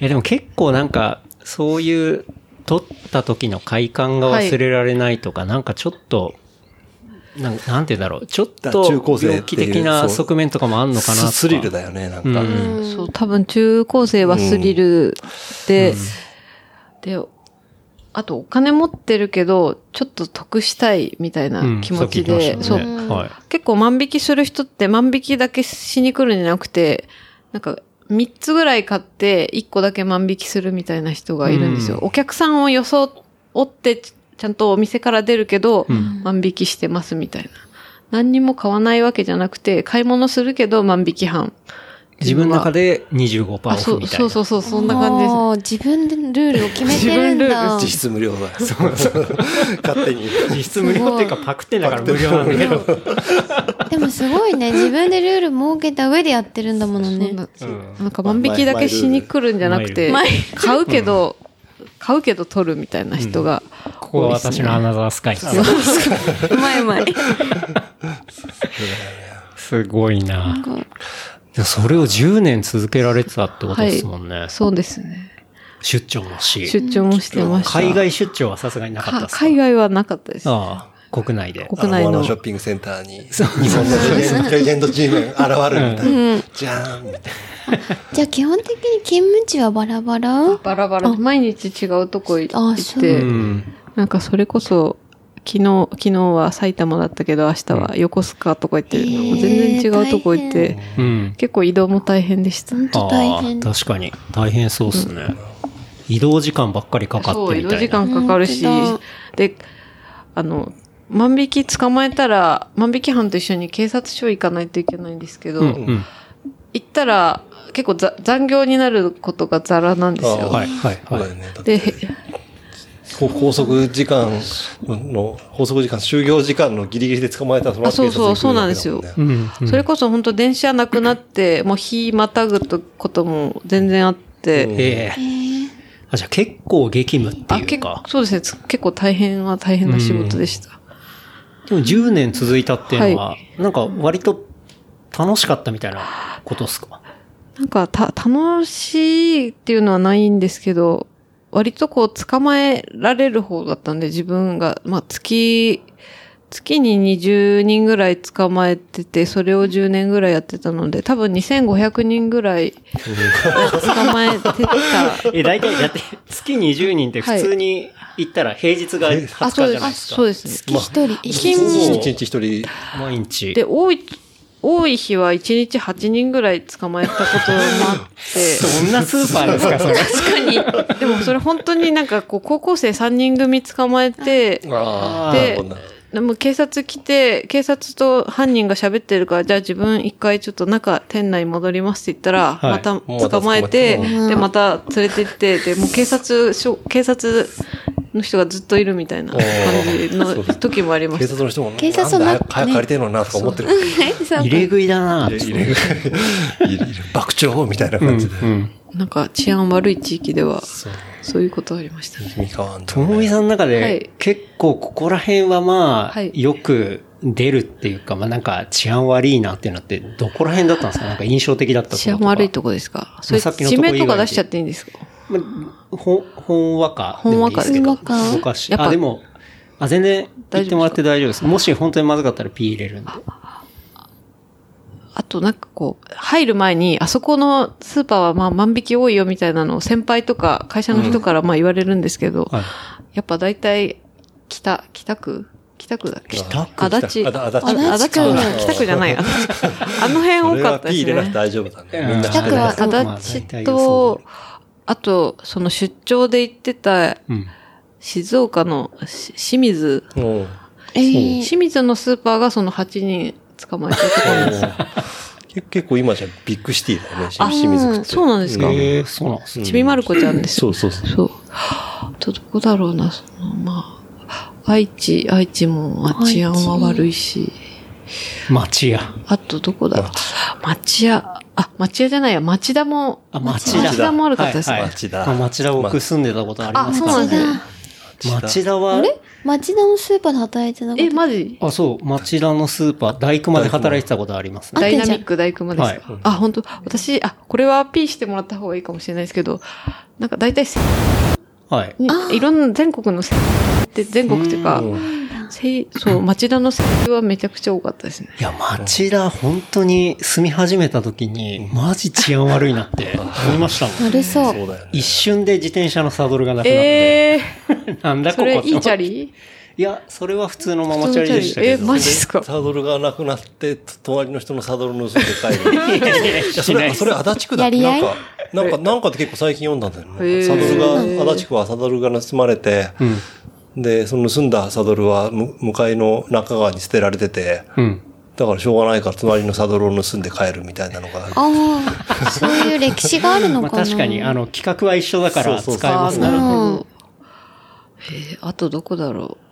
B: や、でも結構なんか、そういう、撮った時の快感が忘れられないとか、なんかちょっと、なんなんて言うんだろう。ちょっ
D: だから
B: と、
D: 中高生っていう
B: 猟奇的な側面とかもあんのかなとか
D: ススリルだよね、なんか。
B: うん
C: そう、多分中高生はスリルで、で、あとお金持ってるけど、ちょっと得したいみたいな気持ちで、
B: うん
C: そ
B: さっき言ってましたね、
C: う
E: うん
B: はい。
C: 結構万引きする人って万引きだけしに来るんじゃなくて、なんか3つぐらい買って1個だけ万引きするみたいな人がいるんですよ。
B: うん
C: お客さんを装ってちちゃんとお店から出るけど、
B: うん
C: 万引きしてますみたいな。何にも買わないわけじゃなくて、買い物するけど万引き犯。
B: 自分の中で25%オ
C: あ、そ
B: フ
C: う、
B: みたい
C: そ
B: な。
C: うそうそう、そんな感じです。
E: あー自分でルールを決めてるんだ。
D: 実質無料だよ。勝手に。
B: 実質無料っていうかパクってんだから無料なんだけど。
E: でもすご いね、自分でルール設けた上でやってるんだもの
C: そん
E: ね
C: な。そう
B: うん
C: なんか万引きだけしに来るんじゃなくて
B: マ、
C: 買うけど、買うけど取るみたいな人が、
B: ここは私のアナザースカイ。
E: うまいうまい。
B: すごいなでもそれを10年続けられてたってことですもんね。
C: そうですね。
B: 出張もし。
C: 出張もしてました。
B: 海外出張はさすがになかった
C: か
B: ですか
C: 海外はなかったです。
B: ああ、国内で。
C: 国内の
D: あのショッピングセンターに、日本のレジェンド G メン現れるみたいな。じゃーんみたい
E: じゃあ基本的に勤務地はバラバラ
C: バラバラ。毎日違うとこい
E: あ
C: 行
E: そ
C: っ
E: う
B: う
C: て、
B: ん。
C: なんかそれこそ、昨日、昨日は埼玉だったけど、明日は横須賀とか行って、
E: へー
C: もう全然違うとこ行って、
B: うん。
C: 結構移動も大変でした。
E: 本当
B: あ
E: 大
B: あ
E: 変、。
B: 確かに。大変そうっすね。移動時間ばっかりかかっ
C: そう、
B: て
C: 移
B: み
C: 動
B: たい
C: 時
B: な。
C: 間かかるし
E: 本当だ、
C: で、あの、万引き捕まえたら、万引き犯と一緒に警察署行かないといけないんですけど、
B: うんうん。
C: 行ったら、結構ざ残業になることがザラなんです
D: あ
C: よ。
B: はい、はい、
D: な。そう
B: は
D: だ
B: い
D: よ。ね。だって
C: で、へ
D: こ拘束時間の、拘束時間、就業時間のギリギリで捕まえたらその
C: あそうそう
D: 警察に来るわけだも
C: そうなんで
D: ね
C: す
B: うんう
C: よ
B: ん
C: それこそ本当電車なくなって、もう日またぐことも全然あって、
D: うん
B: ええ
E: えー
B: あ、じゃあ結構激務って
C: あ、
B: いう
C: 結
B: か
C: 構、。そうですね。つ結構大変は大変な仕事でした。
B: でも10年続いたっていうのは、なんか割と楽しかったみたいなことですか
C: なんか、た、楽しいっていうのはないんですけど、割とこう、捕まえられる方だったんで、自分が、まあ、月、月に20人ぐらい捕まえてて、それを10年ぐらいやってたので、多分2500人ぐらい捕まえて た。
B: え、大体、だって、月20人って
C: 普通
B: に行ったら平日が20
C: あ、そうです。あそうですね。
E: 一人、
C: 勤務
D: 一日一人、
B: 毎日。
C: で、多い、多い日は1日8人ぐらい捕まえたこともあ って。
B: どんなスーパーですか、それ。
C: 確かに。でもそれ本当になんかこう、高校生3人組捕まえて、
D: ああ、
C: で
D: なるほどな。
C: でも警察来て、警察と犯人が喋ってるから、じゃあ自分一回ちょっと中、店内戻りますって言ったら、
B: はい
C: また
D: もうまた
C: 捕まえて、
D: 捕ま
E: えてうん
C: で、また連れてって、で、もう警察署、警察の人がずっといるみたいな感じの時もありま
D: 警
C: した。
D: 察の人も、
E: 警察の
D: なんだ
E: ね
D: 早く帰りてえのになとか思ってる。
B: 入れ食いだなぁ
D: 入れ入れ入れ爆鳥みたいな感じで。
C: なんか治安悪い地域では、そういうことありましたね。
D: 三河安
B: ともみさんの中
C: は
B: で
C: い、
B: 結構ここら辺はまあ
C: は、い
B: よく出るっていうか、まあなんか治安悪いなっていうのって、どこら辺だったんですかなんか印象的だったとこ
C: 治
B: ろ
C: 安
B: とか。
C: 悪いとこですかそれ、
B: さっきの
C: 地
B: とこ以外
C: 名
B: で
C: とか出しちゃっていいんですか
B: まあ、ほん、ほんわか。
C: ほんわか
B: でもいい
E: ほんわか
B: すけど昔
C: やっぱ
B: あ、でも、あ、全然言ってもらって大丈夫です。もし本当にまずかったら P 入れるんで。
C: あとなんかこう、入る前に、あそこのスーパーはまあ万引き多いよみたいなのを先輩とか会社の人からまあ言われるんですけど、
B: はい。
C: やっぱ大体、北、北区北区だっけ
D: 北区
C: 足立。
D: 北区
C: あ足立
E: 足立
C: 区
E: 区
C: あ北区じゃ ない。足立区あの辺
D: こ
C: 多
D: れ
C: か
D: は
C: ったで
D: P
C: す
D: 入れなくて
C: ね。
D: 大丈夫だね。みんな
E: 北区
D: 入
E: は
D: れなくて
E: ま
B: あ
C: 足
B: 大体
C: 立
B: 予想
C: と、あと、その出張で行ってた
B: うん。
C: 静岡のし清水。
D: うん
E: ええ
C: 清水のスーパーがその8人捕まえたところ なんですよ。
D: け結構今じゃビッグシティだよね、
C: あ
D: 清水区って。
C: そうなんですか
B: えー、そうなんですね。
C: ちびまる子ちゃんですよ
D: そうそうそう。
C: そう。あと、どこだろうな、その、まあ、愛知、愛知もあ治安は悪いし、
B: 町屋。
C: あと、どこだろう。町屋、あ、町屋じゃないや、町田も、
B: あ、町田。
C: 町田も悪かったですね
B: はいはい
D: 町田
B: まあ町田僕住んでたことありま
C: あ、
B: す
C: そう
B: から。
C: なんですね。
B: 町田は、
E: 町田のスーパーで働いてなかった。
C: え、マジ
B: あ、そう、町田のスーパー、大工まで働いてたことありますね。
C: ダイナミック大熊ですか、
B: は
C: あ、本当私、あ、これは P してもらった方がいいかもしれないですけど、なんか大体、せ
B: はい。
C: にいろんな全国のせって全国っていうか、せいそう、町田のせはめちゃくちゃ多かったですね。
B: いや、町田、本当に住み始めた時に、マジ治安悪いなって思いましたもん。
E: 悪そう。
D: そうだよね。
B: 一瞬で自転車のサドルがなくなって、
C: ええ
B: なんだ
C: ー、
B: ここ
C: そ
B: って思
C: れ
B: って
C: いいチャリ
B: いや、それは普通のママチャリでした
C: え、
B: けど。
C: マジっすか
D: サドルがなくなって、隣の人のサドル盗んで帰る。いや、そ
B: しない
D: れ、それ足立区だっけ
E: や
D: な
E: り合
D: ん
E: い
D: か、なんか、なんかって結構最近読んだんだよ
C: へ
D: ね。
C: ー
D: サドルが、足立区はサドルが盗まれて、で、その盗んだサドルはむ向かいの中川に捨てられてて、
B: うん。
D: だからしょうがないから隣のサドルを盗んで帰るみたいなのが、
E: ああ、そういう歴史があるの
B: まあ
E: かな。
B: 確かに、あの、企画は一緒だから使
D: そうそうそう
B: えますか
C: あー
B: ら。
C: なる
E: う
C: ほ
E: ん
C: ど。えーあとどこだろう。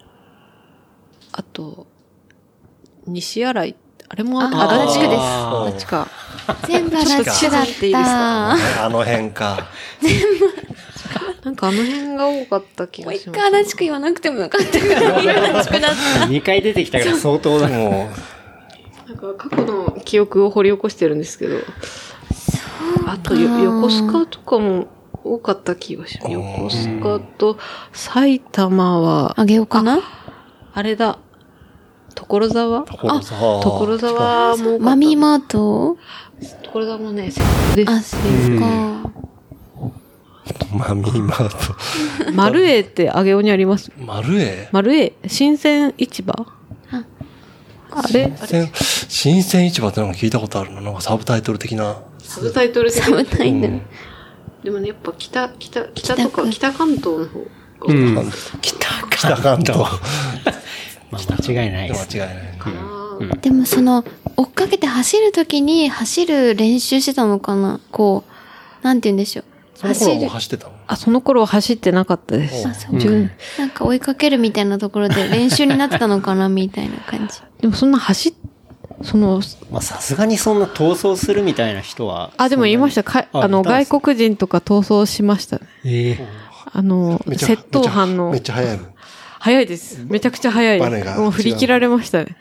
C: あと、西新井、あれも
E: あ
C: あ足立区です。
B: あ
D: ー
C: 足立か。
E: 全部足立区だっ
C: ちょっと地図っていいです
E: た。
D: あの辺か。
C: なんかあの辺が多かった気
E: も
C: が
E: う
C: し
E: 一
C: ます。
E: 回足立区言わなくてもよかったから、足立区だっ
B: 2回出てきたから相当だ。
D: も
C: なんか過去の記憶を掘り起こしてるんですけど。あとよ、横須賀とかも多かった気がします。横須賀と埼玉は
E: た。、あげようかな
C: あれだ、所沢
D: う、所沢。
C: 所沢も多かった
E: マミーマート
C: 所沢もね、で
E: あ、
C: す
E: そうですか。
D: マミーマー
C: マルエって上尾にあります。
D: ト。マルエ
C: マルエ、新鮮市場あれ
D: 新鮮新鮮市場ってなんか聞いたことあるのなんかサブタイトル的な。
C: サブタイトル
E: サブタイト
D: う
E: ル
D: ん。
C: でもね、やっぱ北、北、北とか、
E: 北区
C: 北関東の方が
B: う
C: 多い
B: ん。ま
D: 北関東。
B: あ間違いないです。
D: 間違いない。
C: かな。
E: でもその、追っかけて走るときに走る練習してたのかなこう、なんて言うんでしょう。
D: その頃は
E: 走
D: もう走
E: る。
D: ってたの
C: あ、その頃は走ってなかったです。
E: あそう
C: 順
E: なんか追いかけるみたいなところで練習になってたのかなみたいな感じ。
C: でもそんな走っその、
B: まあさすがにそんな逃走するみたいな人は。。
C: あ、でも言いましたた。か
B: あ
C: あの、
B: いたんで
C: 外
B: す
C: 国人とか逃走しましたね。
B: ええ
C: あの、
D: めっちゃ
C: 窃盗犯の
D: めっ。ちゃ流行る。
C: 早いです。めちゃくちゃ早い
D: バネ
C: で
D: が
C: す。もう振り切られましたね。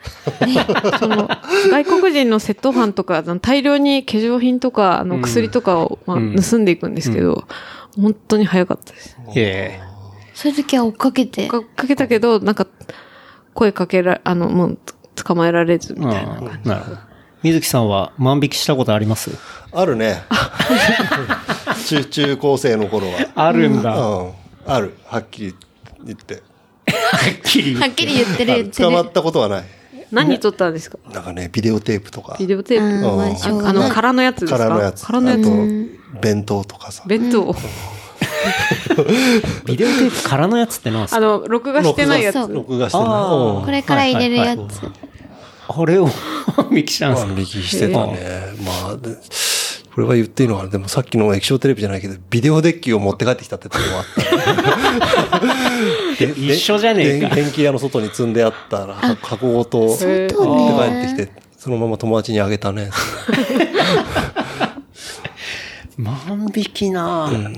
C: その、外国人の窃盗犯とか、あの大量に化粧品とか、あ
B: う
C: の
B: ん
C: 薬とかを、まあ
B: うん
C: 盗んでいくんですけど、本当に早かったです。
B: ええ
E: そういう時は追っかけて。
C: かかけたけど、なんか、声かけら、あの、もう、捕まえられずみ
B: うん
C: たいな。
B: なるほど。水木さんは万引きしたことあります
D: あるね。 中、中高生の頃は。
B: あるんだ。は
D: うん。ある。はっきり言って。
B: っきり
E: はっきり言ってる
D: あ
E: 言
D: る
E: ってる。
D: 捕まったことはない。
C: 何撮ったんですか
D: なんかね、ビデオテープとか
C: ビ、デオテ
E: うん
C: ープ。
E: まあしょうが
C: あ
E: な
C: の、
E: い
C: 空のやつですか
D: 空のやつ。
C: 空のや
D: あ
C: つ。
D: と、弁当とかさ。
C: 弁当。
B: ビデオテープ空のやつってなんです
C: あ
B: か
C: の、録画してないやつ。
E: そう
D: 録画して
B: あー
D: な
E: これから入れるや
B: はいはい
E: つ。
B: あれを万引きしたん
D: い。
B: です
D: 万
B: か
D: 引きしてたね。まあ、でこれは言っていいのかな。でもさっきの液晶テレビじゃないけど、ビデオデッキを持って帰ってきたってとこもあった。
B: で一緒じゃねえ
D: で
B: か。
D: 電気屋の外に積んであったら、箱ごと持って
C: へ
E: そう
D: 帰
E: ね。
D: ってきて、そのまま友達にあげたね。
B: 万引きなぁ。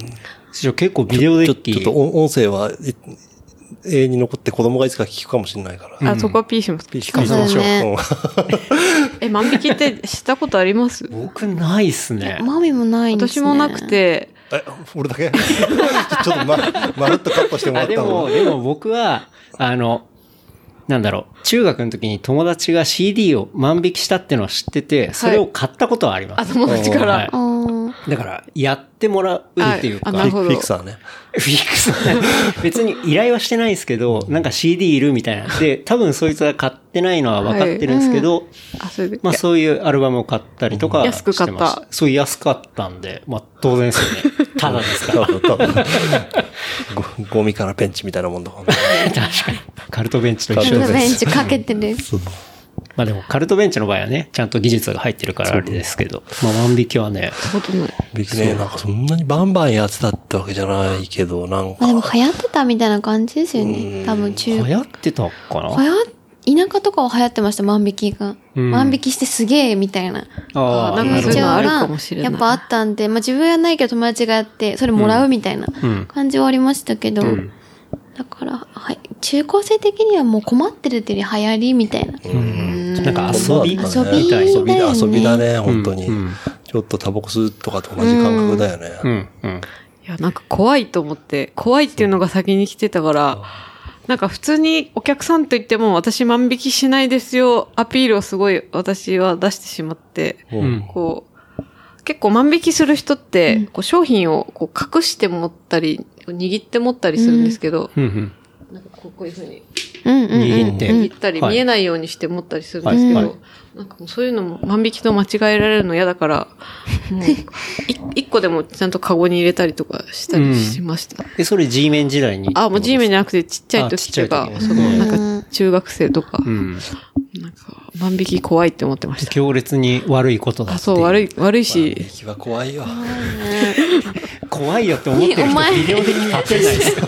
B: じゃあ結構ビデオデ
D: ちょ
B: ッ
D: ち
B: キ。
D: ょっと音音声はえ永遠に残って子供がいつか聞くかもしれないから。
C: あ、そこはピーします。
D: ピー聞かせましょう。
E: そうだね
C: え、万引きってしたことあります
B: 僕ないっすね。
E: マミもないんです、
C: 私
E: ね、
C: もなく。て、
D: え、俺だけ ちょっとま、まるっとカットしてもら
B: あ
D: った
B: でも、
D: の。
B: でも僕は、あの、なんだろう、中学の時に友達が CD を万引きしたってのは知ってて、それを買ったことはありま
C: あ、
B: す。
C: 友達か
B: は
C: ら
B: い。
E: あー
B: だから、やってもらうっていうか、
C: はいあな
D: フ
C: るほ
D: ィ
C: ど
D: フィクサーね。
B: フィックス別に依頼はしてないんですけど、なんか CD いるみたいなんで、多分そいつが買ってないのは分かってるんですけど、
C: あ、それで。
B: まあそういうアルバムを買ったりとか
C: うん安く買
B: して
C: った
B: ましたそう、安かったんで、まあ当然ですよね。ただ ですから。
D: ごゴミからペンチみたいなもんだもんね。
B: 確かに。カルトベンチと一
E: ち
B: 緒
E: ょ
B: で
E: っ
B: す
E: と。ベンチかけてる。
B: まあでも、カルトベンチの場合はね、ちゃんと技術が入ってるからあれですけど、まあ万引きはね、
C: そうことない。
D: 別にね、なんかそんなにバンバンやってたってわけじゃないけど、なん
E: まあでも
D: か、
E: 流行ってたみたいな感じですよね。多分中。
B: 流
E: 流
B: 行ってたかなあ
E: 行田舎とかは流行ってました、万引きが。
B: うん
E: 万引きしてすげえみたいな。
B: あ
C: あなん
B: な
C: か
B: るほ
C: そう
E: 一
B: ど
C: いう
E: 応
C: のあるか
E: が
C: もしれな
E: や
C: い
E: っぱあったんで、まあ自分はないけど友達がやって、それもらうみたいな
B: うん
E: 感じはありましたけど、
B: うん
E: だから、はい、中高生的にはもう困ってるっていうより流行りみたいな。
B: なんか遊びみ
E: 遊び
B: たい
D: 遊びだ、
E: 遊びだよね
D: 遊びだね、本当に
B: うんうん。
D: ちょっとタバコ吸うとかと同じ感覚だよね。
B: うん、うん。
C: いや、なんか怖いと思って、怖いっていうのが先に来てたから、なんか普通にお客さんと言っても私万引きしないですよ、アピールをすごい私は出してしまって、
B: うん
C: こう、結構万引きする人って、こう商品をこう隠して持ったり、握って持ったりするんですけど、
B: うん、うん。
C: なんかこうこういうふうに
E: うんうんうん。
B: 握って。
C: 握ったり、
B: はい
C: 見えないようにして持ったりするんですけど、
B: はいはい
C: なんかもうそういうのも万引きと間違えられるの嫌だから、 もう、い一個でもちゃんとカゴに入れたりとかしたりしました。
B: で、それ G メン時代に。
C: あ、もう G メンじゃなくてちっちゃい時と
B: あ
C: か
B: ちっちゃい、時
C: その、なんか中学生とか、
B: うん。
C: なんか万引き怖いって思ってました。
B: 強烈に悪いことだ
C: あ、そう、悪
B: い。
C: い、悪い
D: うん
C: し、
D: 息は怖いよ。
B: 怖いよって思ってる
E: お
B: 人、
E: 前
B: ビデオ的に立てないですよ。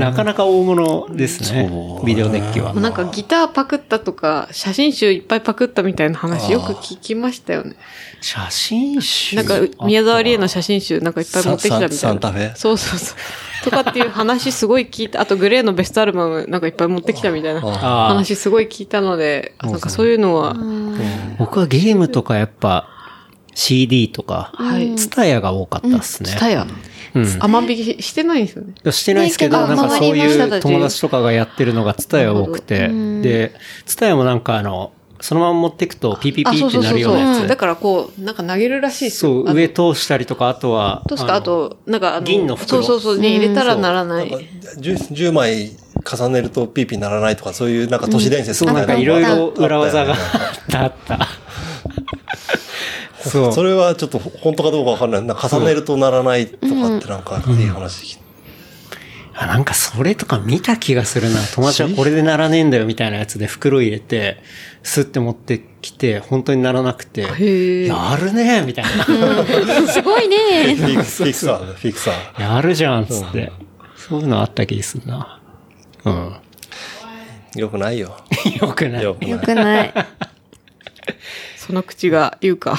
B: なかなか大物ですね
D: そ。う
B: ビデオデッキは
C: もう。なんかギターパクったとか、写真集いっぱいパクったみたいな話よく聞きましたよね。
B: 写真集。
C: なんか宮沢りえの写真集なんかいっぱい持ってきたみたいな。
D: サンサンタフェ
C: そうそうそう。とかっていう話すごい聞いた。あとグレーのベストアルバムなんかいっぱい持ってきたみたいな
D: あ
B: ああ
C: 話すごい聞いたので、あなんかそういうのは、
B: 僕はゲームとかやっぱ CD とか、
C: はい。
B: ツタヤが多かったっすね。
C: ツタヤ。
B: うん。
C: あ、万引きしてないんですよね。
B: いやしてないですけど、
E: な
B: な
E: いけ
B: ん
E: ど
B: かそう
E: 周り
C: の
B: い
C: 人
B: う
C: たち
B: 友達とかがやってるのがツタヤ多くて、で、ツタヤもなんかあの、そのまま持ってくとピピ
C: あ、
B: ピ
C: そう
B: って
C: そう
B: な
C: そう
B: るよう
C: そう。
B: なや
C: うんだ
B: つ。
C: からこう、なんか投げるらしいです
B: そ
C: よ
B: う、上通したりとか、あとは、
C: どうしたあと、なんかあの、
B: 銀の袋
C: そうそうそう、に入れたらならな。
D: ないんか 10, 10枚重ねるとピーピーならないとかそういうなんか都市伝説
B: そう、なんかいろいろ裏技が
D: あっ
B: あった、あ った。
D: たよ
B: そ。
D: ねそうれはちょっと本当かどうかわかんないなんか重ねるとならないとかってなんかいい話聞い
B: あなんかそれとか見た気がするな。友達はこれでならねえんだよみたいなやつで袋入れて、スって持ってきて、本当にならなくて、
C: へー
B: やるねえみたいな。
E: すごい
D: た
E: ね。
D: フィクフィクサーだフィクサー
B: やるじゃんっつって。そういうのあった気がするな。うん。
D: よくないよ。
B: よくない。
D: よく
E: よ
D: ない。
E: くない。
C: その口が言うか。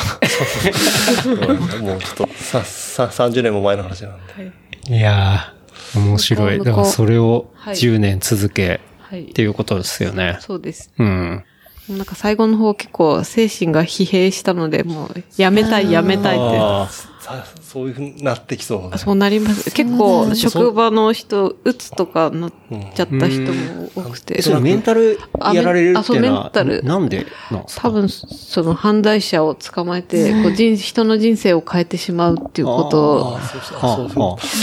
D: うんもうちょっと、さ、さ、30年も前の話なんで。
B: いやー、面白い。
E: 向こ
B: だか
E: う向こう
B: らそれを
C: はい
B: 10年続け
C: はい
B: っていうことですよね。
C: そうです。
B: うん。
C: もうなんか最後の方結構精神が疲弊したので、もうやめたいやめたいって。
D: あーさそういうふうになってきそう
C: そうなります。結構職場の人、うつとかなっちゃった人も多くて。
B: そのメンタル
C: あ
B: やられる
C: メン
B: っていうのは
C: あそうメンタル
B: なんでなんですか
C: 多分、その犯罪者を捕まえて、こう人、人の人生を変えてしまうっていうことを、
B: ああそ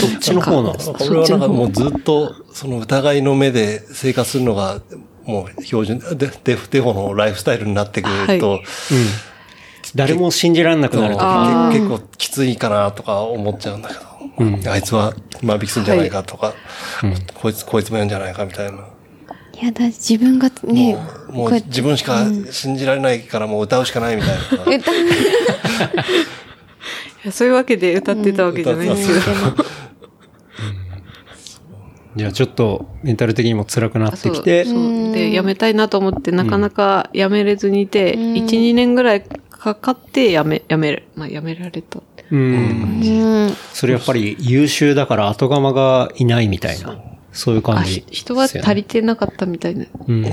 B: っちの方なんです
D: そ
B: か
D: れはなんかもうずっと、その疑いの目で生活するのが、もう標準、でデフ、デフォのライフスタイルになってくると、
C: はい
B: 誰も信じられなくなる。
C: あー
D: け結構きついかなとか思っちゃうんだけど、あいつは万引きするんじゃないかとか、ここいつ、こいつもやるんじゃないかみたいな。
E: いや、だ、自分がね、
D: も
E: こ
D: う
E: うやって
D: 自分しか信じられないからもう歌うしかないみたいな。
E: え、だ、
C: そういうわけで歌ってたわけじゃないんですけど。
B: じゃあちょっとメンタル的にも辛くなってきて、
C: そうそうで、辞めたいなと思って、なかなか辞めれずにいて、
E: うん
C: 1、2年ぐらいかかって辞め、辞める、まあ辞められた。
B: うん。
E: うん。
B: それやっぱり優秀だから後釜がいないみたいな、そういう
C: あ、
B: 感じ
C: ひ。人は足りてなかったみたいな。
B: うん。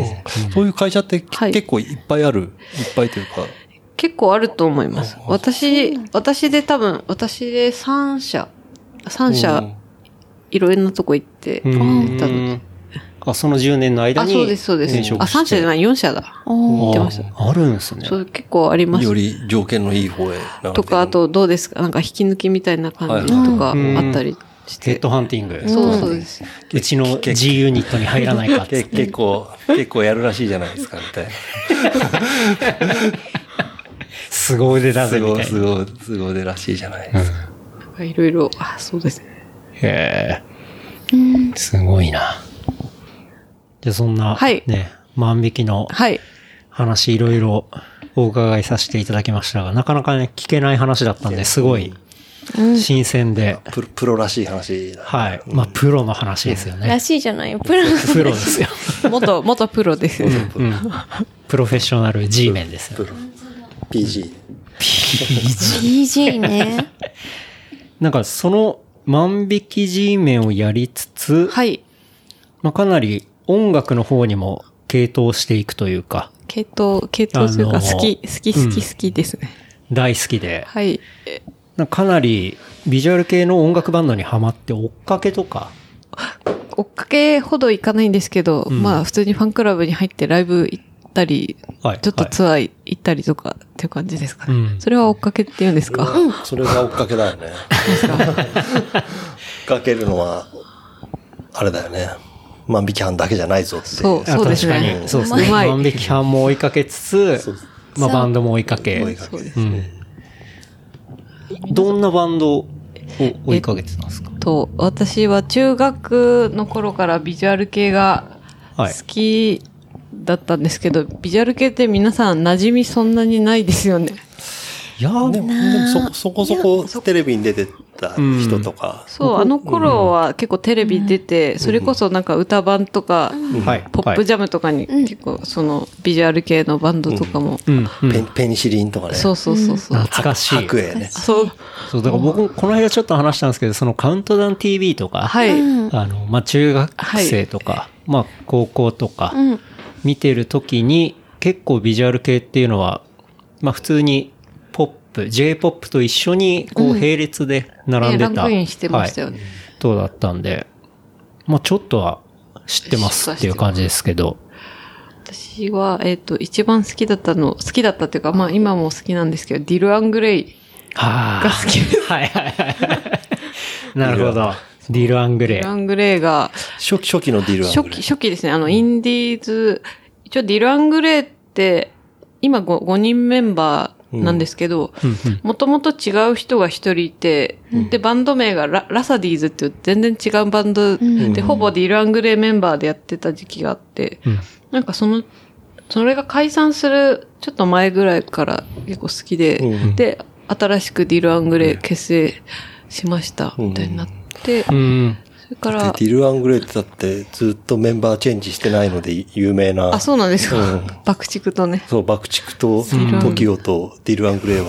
D: そういう会社ってき、
C: はい
D: 結構いっぱいある。いっぱいというか。
C: 結構あると思います。私、私で多分、私で3社、3
D: う
C: 社
D: ん、
C: いろんなとこ行って、
B: う
C: 行ったの
B: ん。あ、その10年の間
C: あ、
B: に。
C: そうです、そうです。
B: 転職
C: あ、
B: して
C: 3社じゃない、4社だ。
E: おー
C: 行ってました
B: ああるんですね。
C: そう、結構あります
D: よ。り条件のいい方へ流れていく
C: とか、あ、と、どうですかなんか引き抜きみたいな感じ
D: はい
C: とか
B: うん
C: あったりし
B: ヘッ
C: て。
B: ドハンティング。
C: そうそうです。
B: うちの G ユニットに入らないかっつ
D: け
B: って。
D: 結構、結構やるらしいじゃないですか、み たいな。
B: すご腕だぜ
D: す
B: み
D: ご
B: た
D: い、
B: い
D: す
B: な。
D: ごい、すごいでらしいじゃないですか。
C: なんかいろいろ、あ、そうですね。
B: へえ。すごいな。じゃあそんな、
C: はい
B: ね、万引きの
C: はい。
B: 話いろいろお伺いさせていただきましたが、なかなかね、聞けない話だったんで、すごい、新鮮で、
D: プロ、プロらしい話だ。
B: はい。まあ、プロの話ですよね
E: ら。しいじゃないよ。プラン。
B: プロですよ。
C: 元、元プロです。
B: うん。プロフェッショナル G メンですよ
D: プロ。PG。
E: GG ね。
B: なんか、その万引き G メンをやりつつ、
C: はい。
B: まあ、かなり音楽の方にも傾倒していくというか、
C: 系統、系統という
B: あの
C: か、
B: ー
C: 好き、好き、
B: うん
C: 好き、好きですね。
B: 大好きで、
C: はい。
B: なんかかなりビジュアル系の音楽バンドにハマって追っかけとか、
C: 追っかけほどいかないんですけど、
B: ん
C: まあ、普通にファンクラブに入ってライブ行ったり、
B: はい
C: ちょっと
B: はい
C: ツアー行ったりとかっていう感じですかね。
B: うん
C: それは追っかけって言うんですか、
D: それが追っかけだ よね。追っかけるのは、あれだよね。万引き犯だけじゃないぞっていう。
C: そう、そうです
B: あ
C: ね。
B: 確かにそうです
C: う
B: ね。
C: まい
B: 万引き犯も追いかけつつ、まあバンドも追いかけ。
D: 追いかけ
B: うんどんなバンドを追いかけてたんですか
C: と、私は中学の頃からビジュアル系が好
B: はい。
C: きだったんですけど、ビジュアル系って皆さん馴染みそんなにないですよね。
B: いや
D: で
B: ー
D: も、でもそ、そこそこテレビに出てた人とか、
C: そう、あの頃は結構テレビ出て、それこそなんか歌版とか、
B: はい。
C: ポップ
B: ゃ、
C: ジャムとかに結構そのビジュアル系のバンドとかも、
B: うん、うん
D: ペンペニシリンとかね。
C: そうそうそうそう。
B: 懐かしい。
D: 白衣ね。
C: そう、
B: そう、だから僕もこの間ちょっと話したんですけど、そのカウントダウン TV とか、
C: はい。
B: あの、まあ、中学生とか、まあ、高校とか、見てる時に、結構ビジュアル系っていうのは、まあ、普通に、ポップ、J-POP と一緒に、こう、並列で並んでた。
C: ねランクインしてましたよね
B: はいそうだったんで、まあ、ちょっとは知ってますっていう感じですけど、
C: 私は、えっ、と、一番好きだったの、好きだったっていうか、まあ今も好きなんですけど、ディル・アングレイ
B: は
C: が好きです。
B: はいはいはい。 なるほ ど。ディル・アング
C: デ
B: レ
C: ィル・ア
B: イ。
C: ングレイが、
D: 初期、初期のディルアン
C: 初
D: グレ
C: 期、
D: イ
C: 初期ですね。あの、インディーズ、一応ディル・アングレイって、今 5, 5人メンバーなんですけど、もともと違う人が一人いて、で、バンド名がララサディーズっていう全然違うバンドで、ほぼディル・アングレイメンバーでやってた時期があって、
B: ん
C: なんかその、それが解散するちょっと前ぐらいから結構好きで、
D: うん
C: で、新しくディル・アングレイ結成しました、みたいになって、
B: うん。
C: そ
F: れか
D: で
F: ら、
D: ディル・アングレイってだってずっとメンバーチェンジしてないので有名な。
C: あ、そうなんですか。爆竹とね。
D: そう、爆竹と TOKIO とディル・アングレイは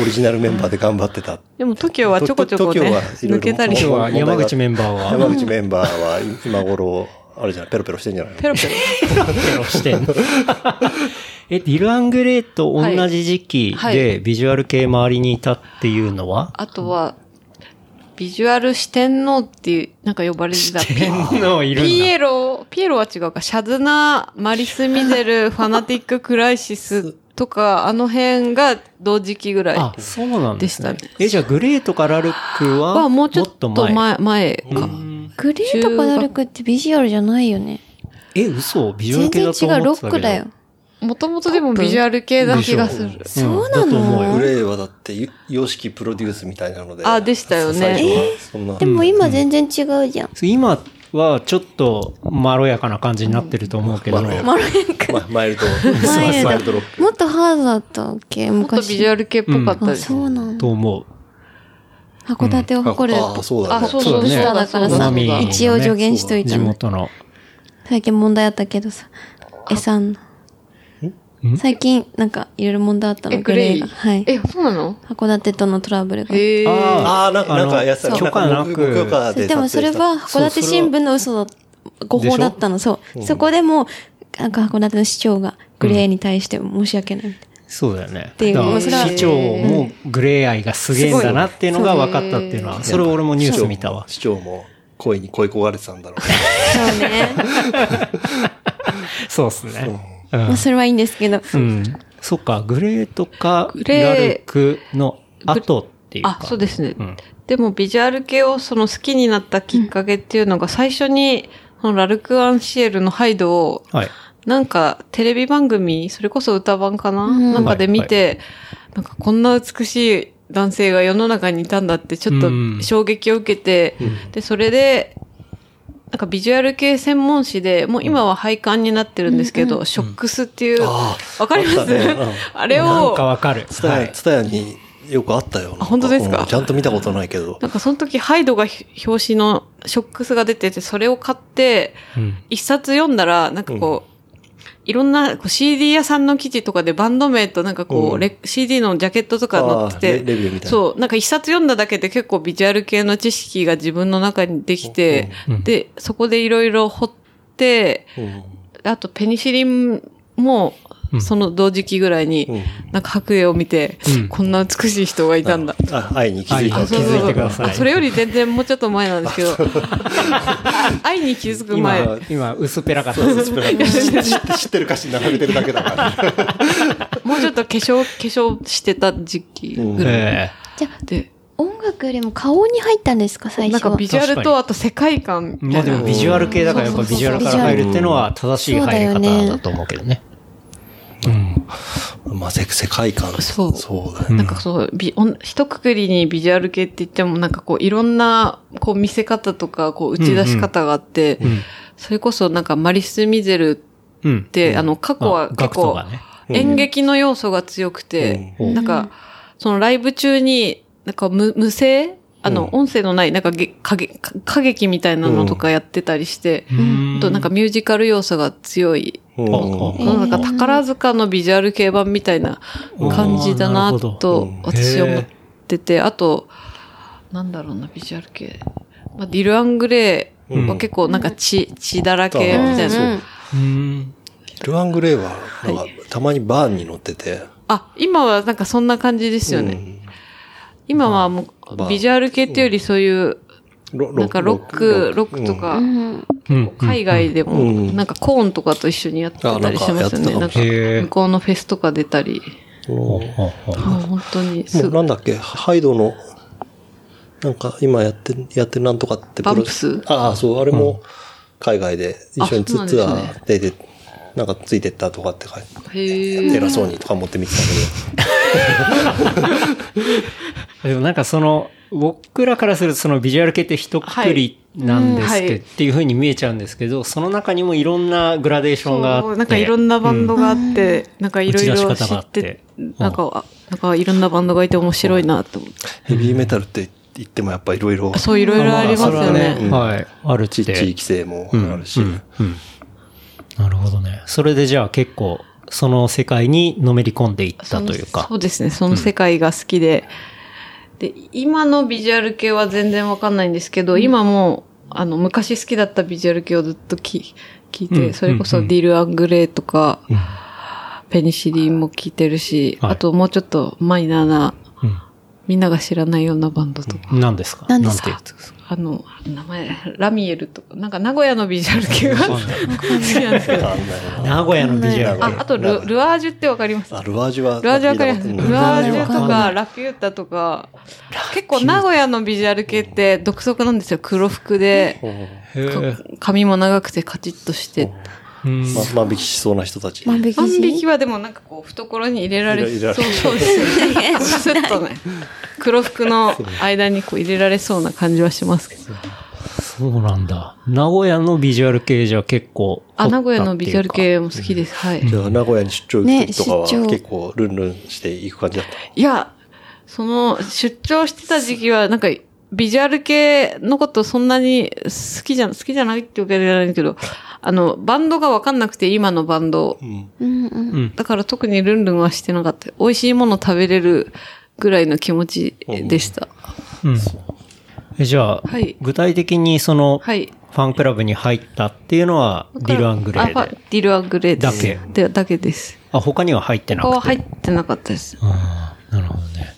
D: オリジナルメンバーで頑張ってた。
C: でも TOKIO はちょこちょこね、
D: TOKIO は色々
C: 抜けたり
B: 今日
C: し
B: は山口メンバーは、
D: 山口メンバーは今頃、あれじゃない、ペロペロしてんじゃないの
C: ペロペロ。
B: ペロしてんの え、ディル・アングレイと同じ時期
F: はいは
B: でビジュアル系周りにいたっていうの は、
C: あとは、ビジュアル四天王っていう、なんか呼ばれてた。
B: 天皇いるん
C: ピ
B: だ。
C: エロ、ピエロは違うか、シャズナ、マリス・ミゼル、ファナティック・クライシスとか、あの辺が同時期ぐらい。
B: あ、そうなんですね
C: でし。
B: え、じゃあグレーとかラルクは、
C: はもうちょっと前、
B: もっ
C: 前
B: と
C: か。
B: 前。
E: グレーとかダルクってビジュアルじゃないよね。
B: え、嘘ビジュアル
E: 全
B: 系
E: 然違
B: だと思っ
E: う、
B: て
E: ロ
B: た
E: ックだよ。
F: もともとでもビジュアル系な気がする。
B: そうだ
E: なの
B: と思う
D: グ
B: よ。
D: レイはだって、よよしきプロデュースみたいなので。
C: あでしたよね
D: 最初はそんな。
E: でも今全然違うじゃん。
B: 今はちょっとまろやかな感じになってると思うけど、
D: まろやか
E: マロヤンか。
D: まマイルド、
E: マイルド
D: マイルドロック。
E: もっとハードだったっけ
C: もっと
E: 昔。
C: ビジュアル系っぽかった
E: あ、
C: です。
E: そうなんだ。
B: と思う。
E: 函館を誇る。
D: ああ、そうだ
C: あ、
D: ね。
C: そうそ
B: そ
C: う
B: うだね
C: そう
E: だからさ
B: お波がね
E: 一応助言しといた
B: 地
E: の。
B: 元の。
E: 最近問題あったけどさ。えさんの。最近、なんか、いろいろ問題あった
C: え
E: の、
C: グ
E: グ
C: レ
E: レ
C: イ
E: ーが。はい。
C: え、そうなの
E: 函館とのトラブルが。
C: えー、
B: あ
D: あー、なんか、なんか、やつ
B: あの許可なく
D: 許可で撮影した。
E: でもそれは函館新聞の嘘だ、誤報だったの、そう。そこでも、なんか函館の市長がグレーに対して申し訳ない。
B: そうだよね。
E: ていう
B: だから
E: それは
B: 市長もグレー愛がすげえんだなっていうのが分かったっていうのは、それ俺もニュース見たわ。
D: 市長も恋に恋焦がれてたんだろう。
E: そうね。
B: そうです ね。うん
E: まあそれはいいんですけど。
B: うん。そっか、グレーとか、
C: グレー
B: ラルクの後っていうか。
C: あ、そうですね。
B: うん。
C: でもビジュアル系をその好きになったきっかけっていうのが最初に、そのラルク・アンシエルのハイドを、
B: はい。
C: なんかテレビ番組、それこそ歌番かな、
E: うん
C: なんかで見て、なんかこんな美しい男性が世の中にいたんだってちょっと
B: うん
C: 衝撃を受けて、で、それで、なんかビジュアル系専門誌で、もう今は廃刊になってるんですけど、ショックスっていう、わ、
D: あ
C: かり
D: あ
C: ます
D: ったねうん
C: あれ
B: なん
C: を、
B: かわかる。
D: ツタ
B: は
D: ヤ、
B: い。
D: ツタヤによくあったよ。なん
C: 本当ですか
D: うんちゃんと見たことないけど。
C: なんかその時ハイドが表紙のショックスが出てて、それを買って、
B: うん
C: 一冊読んだら、なんかこう、いろんなこう CD 屋さんの記事とかでバンド名となんかこう、
D: うん
C: レ CD のジャケットとか載っ
D: あー
C: て
D: レ
C: て、
D: レビューみたいな。
C: そう、なんか一冊読んだだけで結構ビジュアル系の知識が自分の中にできて、
B: うん
C: で、そこでいろいろ掘って、
D: うん。
C: あとペニシリンも
B: うん、
C: その同時期ぐらいに、
D: うん
C: なんか白衣を見て、
B: うん
C: こんな美しい人がいたんだ。
D: あ、愛に気づいた
B: 愛
D: わ
B: に気
D: け。
B: づいてください
C: それより全然もうちょっと前なんですけ ど、愛に気づく前。
B: 今、今、薄っぺらかったです。
D: 知ってる歌詞並べてるだけだから。
C: もうちょっと化粧、化粧してた時期ぐらい
B: え
E: じゃあ、
C: で、
E: 音楽よりも顔に入ったんですか、最
C: なん
E: 初
C: か
E: は。
C: ビジュアル
B: 確かに
C: とあと世界観
B: え
C: み
B: まあで
C: たいな。
B: もビジュアル系だからやっぱビジュアルから入るってのは正しい入り方だと思うけどね。うん。
D: まあ、せ世界観。
C: そう
D: そうだよね。
C: なんかそう、び、おん、一括りにビジュアル系って言っても、なんかこう、いろんな、こう、見せ方とか、こう、打ち出し方があって、
B: ん
C: それこそなんか、マリス・ミゼルっ
B: うん。
C: て、あの、過去は
B: あ
C: 結
B: ガクト
C: 構
B: が、ね。
C: 演劇の要素が強くて、
D: うん
C: なんか、そのライブ中に、なんか無、無声あの、音声のない、なんかげ、影、か歌劇みたいなのとかやってたりして、あとなんかミュージカル要素が強い。
D: うん
B: ああ
C: なんか宝塚のビジュアル系版みたいな感じだ
B: うん
C: な
B: あーなるほど
C: と私は
B: うん
C: 思ってて、あと、なんだろうな、ビジュアル系。まあ、ディル・アングレーは結構なんか血、血だらけみたい
E: うんう
C: な。
E: ん
B: うん。
D: ルアン・グレイは、なんか、たまにバーンに乗ってて。
C: あ、今はなんかそんな感じですよね。今はも
D: ま
C: う、
D: あ
C: ビジュアル系っていうよりそういう、
D: ロ
C: なんかロック、ロックと。か、
B: うん。
C: 海外で
D: う
C: も、
D: ん
C: なんかコーンとかと一緒にやってたりしますよね。
D: あ
C: な
D: なんん
B: かやってたか
C: か、
B: も
C: 向こうのフェスとか出たり。
D: うんうん
C: も
D: も
C: う本当にす
D: う、
C: ぐ
D: な。んだっけ、ハイドの、なんか、今やってる、やってるなんとかって
C: バンプス
D: ああ、そう、あれも、海外で一緒に
C: あ
D: ツ
C: そう
D: ツ
C: な
D: ア
C: んです
D: ー出て、なんかついてったとかって書いて。
C: へえ。
D: 偉そうにとか持ってみてたけ
B: でもなんかその、僕らからするとそのビジュアル系って一括りなんですけど、
C: はいうん
B: っていう風に見えちゃうんですけど、その中にもいろんなグラデーションがあっ
C: そう
B: て。
C: なんかいろんなバンドがあって、なんかいろいろ
B: 打
C: 知
B: ち出し方があ
C: っ
B: ってて、
C: なんか、あなんかいろんなバンドがいて面白いなと思って。
D: ど。ヘビーメタルって行ってもやっぱいろいろ、
G: そう、いろいろあります
B: ま
G: よ
B: それは
G: ね。
D: うん
B: はい。あるって
D: 地地域性もあるし、
B: うんうんうんなるほどね。それでじゃあ結構、その世界にのめり込んでいった
G: その
B: というか
G: そ。うですね。その世界が好きで。
C: で、今のビジュアル系は全然わかんないんですけど、今もう、あの、昔好きだったビジュアル系をずっとき聞いて、
B: うん
C: それこ
B: う
C: そ
B: んうん
C: ディル・アングレーとか、
B: うん
C: ペニシリンも聞いてるし、
B: はい
C: あともうちょっとマイナーな、
B: う
C: みんなが知らないようなバンドとか。
B: ん。何ですか
E: 何ですか
B: なんてやつです
C: あの、名前、ラミエルとか、なんか名古屋のビジュアル系が 好きなんです けど。
D: あんなよな
B: 名古屋のビジュアル
C: あ、あとル、ルアージュってわかります
D: あルアージュは、
C: ルアージュわかります。
D: うん
C: ルアージュと
B: わか
C: か、ラピュータとか、結構名古屋のビジュアル系って独特なんですよ。黒服で、
B: へ
C: か髪も長くてカチッとして。
B: えうん
D: ま万引きしそうな人たち。
E: 万引き
C: 万引
E: し
C: きはでもなんかこう、懐に入れられ
D: 入れられ
C: そうそうですよね。スッとね。黒服の間にこう入れられそうな感じはしますけど。
B: そうなんだ。名古屋のビジュアル系じゃ結構。
C: あ、名古屋のビジュアル。系も好きです。はい。
D: じゃあ名古屋に出張行く時とかは、
E: ね出張
D: 結構ルンルンしていく感じだった。
C: いや、その、出張してた時期は、なんか、ビジュアル系のことそんなに好きじゃ、好きじゃないってわけじゃないんだけど、あの、バンドがわかんなくて、今のバンド。
D: うん。
E: うんうん
B: うん。
C: だから特にルンルンはしてなかった。美味しいもの食べれるぐらいの気持ちでした。
B: うん。えじゃあ、
C: はい
B: 具体的にその、フ
C: はい。
B: ァンクラブに入ったっていうのは、ディル・アングレ
C: あ
B: ー
C: フ
B: で
C: ァ。ディルアングレーです。
B: だ
C: でだけです。
B: あ、他には入ってなく
C: こ
B: て。
C: こは入ってなかったです。
B: ああ、なるほどね。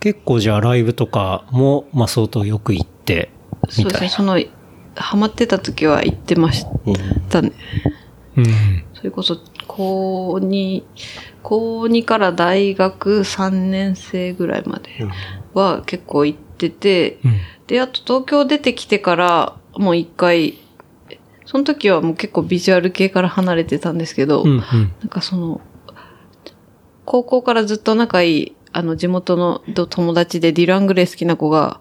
B: 結構じゃあライブとかも、まあ相当よく行って、
C: そ
B: み
C: うです
B: た
C: ね。
B: い
C: その、ハマってた時は行ってましたね。
B: な。
C: それこそ、高2、高2から大学3年生ぐらいまでは結構行ってて、
B: うん。
C: で、あと東京出てきてからもう一回、その時はもう結構ビジュアル系から離れてたんですけど、
B: うん。
C: なんかその、高校からずっと仲いい、あの地元のと友達でディラングレー好きな子が、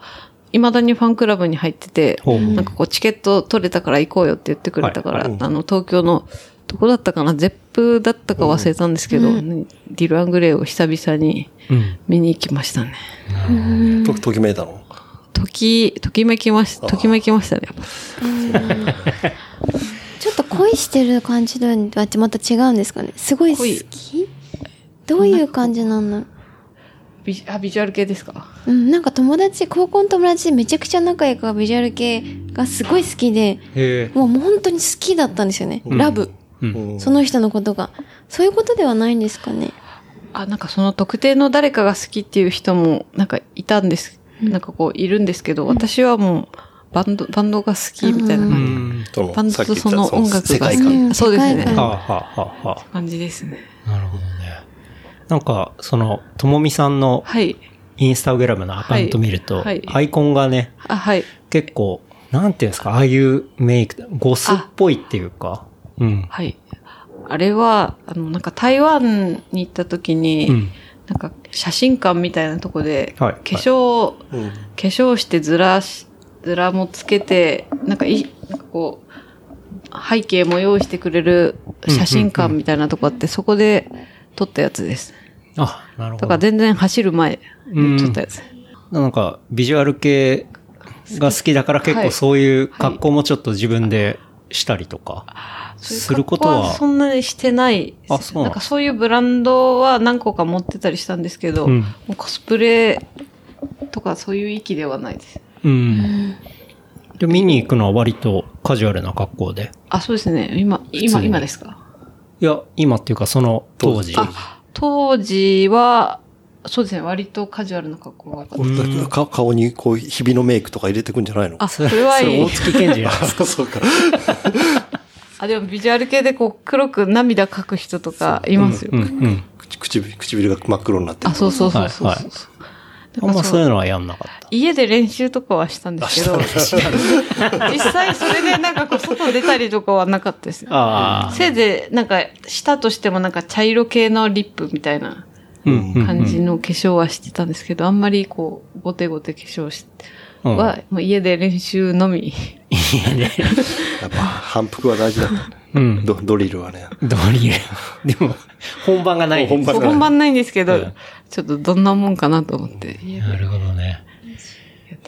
C: 未だにファンクラブに入ってて、
B: ほう。
C: なんかこう、チケット取れたから行こうよって言ってくれたから、
D: はいはい
C: あの、東京の、どこだったかな、ゼップだったか忘れたんですけど、
E: うん
C: ねディル・アングレイを久々に
B: うん。
C: 見に行きましたね。
E: うん
D: と、ときめいたの
C: とき、ときめきました、ときめきましたね。やっぱ
E: ちょっと恋してる感じとはまた違うんですかねすごい好きどういう感じなんだ
C: ビジあ、ビジュアル系ですか
E: うん、なんか友達、高校の友達でめちゃくちゃ仲良い子がビジュアル系がすごい好きで、
B: へえ。
E: もうもう本当に好きだったんですよね。ラブ。
B: うん。
E: その人のことが。そういうことではないんですかね。
C: あ、なんかその特定の誰かが好きっていう人も、なんかいたんです、なんかこう、いるんですけど、私はもう、バンド、バンドが好きみたいな
B: う
C: 感
B: ん。
D: その
C: じ。バンド
D: さっき
C: と
D: 言った
C: その音楽
D: 世
C: が
D: 界
E: う
D: 観。
E: ん
C: そうです
E: 世界
C: ね
E: 観。
B: はあ、はあはあは
C: 感じですね。
B: あ、なるほどね。なんか、その、ともみさんの
C: はい。
B: インスタグラムのアカウント見ると、
C: はいはい
B: アイコンがね、
C: あ、はい。
B: 結構、なんていうんですか、ああいうメイク、ゴスっぽいっていうか、うん。
C: はい。あれは、あの、なんか台湾に行った時に、
B: うん。
C: なんか写真館みたいなとこで、
B: はい
C: 化粧、化
D: うん
C: 粧してずらし、ずらもつけて、なんかい、なんかこう、背景も用意してくれる写真館みたいなとこあって、そこで撮ったやつです。
B: あ、なるほ
C: だ
B: ど。
C: から全然走る前
B: うん
C: に撮ったやつ。
B: なんか、ビジュアル系が好きだから結
C: は
B: 構
C: い
B: そういう格好もちょっと自分でしたりとか、すること
C: そういう格好
B: は。
C: そんなにしてないです。
B: あそうな
C: なんんかそういうブランドは何個か持ってたりしたんですけど、
B: うん
C: もうコスプレとかそういう域ではないです。
B: うん。で、見に行くのは割とカジュアルな格好で。
C: あ、そうですね。今、
B: 通
C: 今、
B: に
C: 今ですか。
B: いや、今っていうかその当時。
C: あ、当時は、そうですね。割とカジュアルな格好が多かった。
D: うんか顔にこう、日々のメイクとか入れてくんじゃないの
C: あ、それはい
B: 大
C: い。
B: 月健二や。
D: あ そうか。
C: あ、でもビジュアル系でこう黒く涙かく人とかいますよ。
B: うんうん。
D: 口唇、唇が真っ黒になって
C: あ、
D: る。
C: そうそうそうそう。
B: はいはいあん
C: なん
B: ま
C: か
B: そ
C: そう
B: いううのはやんなかった。
C: 家で練習とかはしたんですけど、実際それでなんかこう外出たりとかはなかったです。
B: あ
C: せいぜいなんかしたとしてもなんか茶色系のリップみたいな
B: あ。
C: 感じの化粧はしてたんですけど、あんまりこう、ごてごて化粧し
B: うん
C: は、もう家で練習のみ。
D: やっぱ反復は大事だったね。
B: うん。
D: ドドリルはね。
B: どういう。 でも、 本番がない。
D: 本番
C: 本番ないんですけど、
B: うん
C: ちょっとどんなもんかなと思って。
B: なるほどね。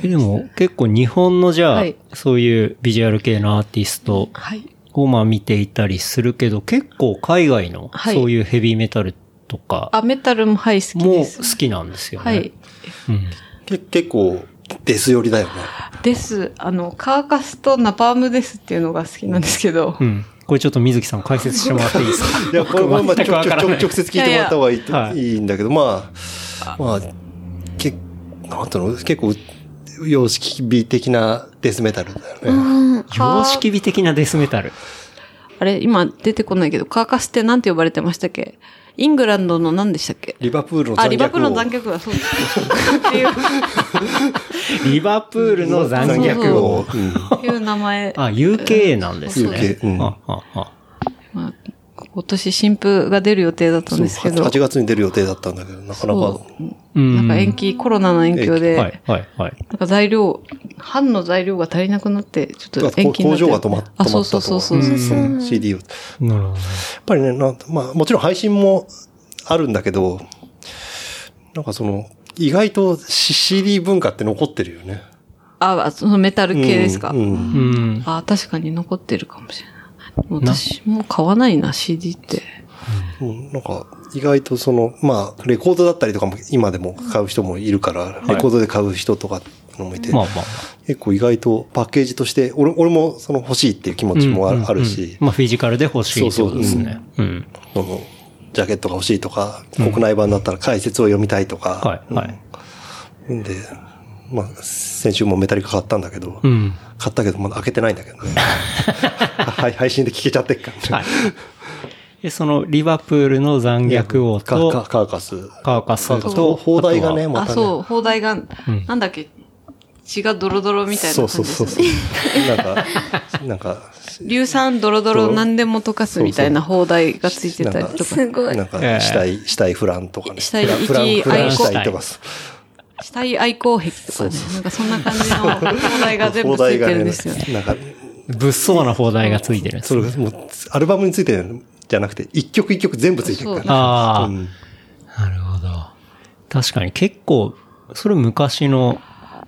B: えでも結構日本のじゃあ、
C: はい
B: そういうビジュアル系のアーティスト
C: はい。
B: をまあ見ていたりするけど、結構海外の
C: はい
B: そういうヘビーメタルとか
C: あ、メタルもはい、好き
B: も
C: で
B: 好
C: す。
B: きなんですよね。
C: はい。
B: うん。
D: け結構、デス寄りだよね。
C: です。あの、カーカスとナパームですっていうのが好きなんですけど
B: う。ん。これちょっと水木さん解説してもらっていいですか
D: いや、これはまあ、
B: 全
D: ち
B: く
D: ょ
B: わ
D: ちょ
B: から
D: ちょ
B: ない
D: 直接聞いてもらった方がいいと
B: いやいやはい
D: いんだけど、まあ、まあ、け、なんていうの結構、様式美的なデスメタルだよね。
B: 様式美的なデスメタル。
C: あれ、今出てこないけど、カーカスってなんて呼ばれてましたっけイングランドの何でしたっけ
D: リバプールの残虐
C: あ、
D: 王
C: リバプールの残虐だ、そうです。 っていう、
B: リバプールの残虐王。
D: 残虐を。
C: っていう名前。
B: あ、UK なんですね。
D: UK うん
B: あああ
C: まあ今年新譜が出る予定だったんですけど、
D: 8月に出る予定だったんだけど、なかなか
C: そ、
B: うん
C: なんか延期、コロナの影響で、
B: はい、はい、はい。
C: なんか材料、版の材料が足りなくなって、ちょっと延期にな
D: 工
C: って
D: 場が止ま止まった
C: あ、
D: と
C: そうそうそうそう。
D: うん CD を。や
B: なるほどね。
D: っぱりね、なんまあ、もちろん配信もあるんだけど、なんかその、意外と CD 文化って残ってるよね。
C: あ、そのメタル系ですか。
D: うんうん
B: うん。
C: あ、確かに残ってるかもしれない。私も買わないな、CD って。
D: うんなんか、意外とその、まあ、レコードだったりとかも今でも買う人もいるから、レコードで買う人とかのもいて、
B: まあまあまあ。
D: 結構意外とパッケージとして、俺俺もその欲しいっていう気持ちもあ,、
B: うん
D: あるし、
B: うんまあ、フィジカルで欲しいってことですね。うん。
D: そのジャケットが欲しいとか、国内版だったら解説を読みたいとか、
B: はい、はい。
D: うんで、まあ、先週もメタリカ買ったんだけど、
B: うん。
D: 買ったけどまだ開けてないんだけどね。 はい、配信で聞けちゃってっから、
B: はい。で、その、リバプールの残虐王
D: カカ
B: と、
D: カーカス。
B: カーカスと、
D: 放題が
B: あ
D: ね、ま
C: あ、
D: たね。
C: そう、放題が、なんだっけ、血がドロドロみたいな感じですよね。
D: そう。なんか、なんか、
C: 硫酸ドロドロ何でも溶かすみたいな放題がついてたりとか。
E: すごい。
D: なんか、死体、死体フランとかね。
C: 死体
D: フラン
C: 一
D: フラン、フラン死体とか。
C: 死体愛好癖とかね。なんかそんな感じの放題が全部ついてるんですよね。
D: なんか、
B: とは物騒な放題がついてるんです
D: そ
B: ね。
D: れがもう、アルバムについてるじゃなくて、一曲一曲全部ついてるから。
B: ああ、
D: うん
B: なるほど。確かに結構、それ昔の、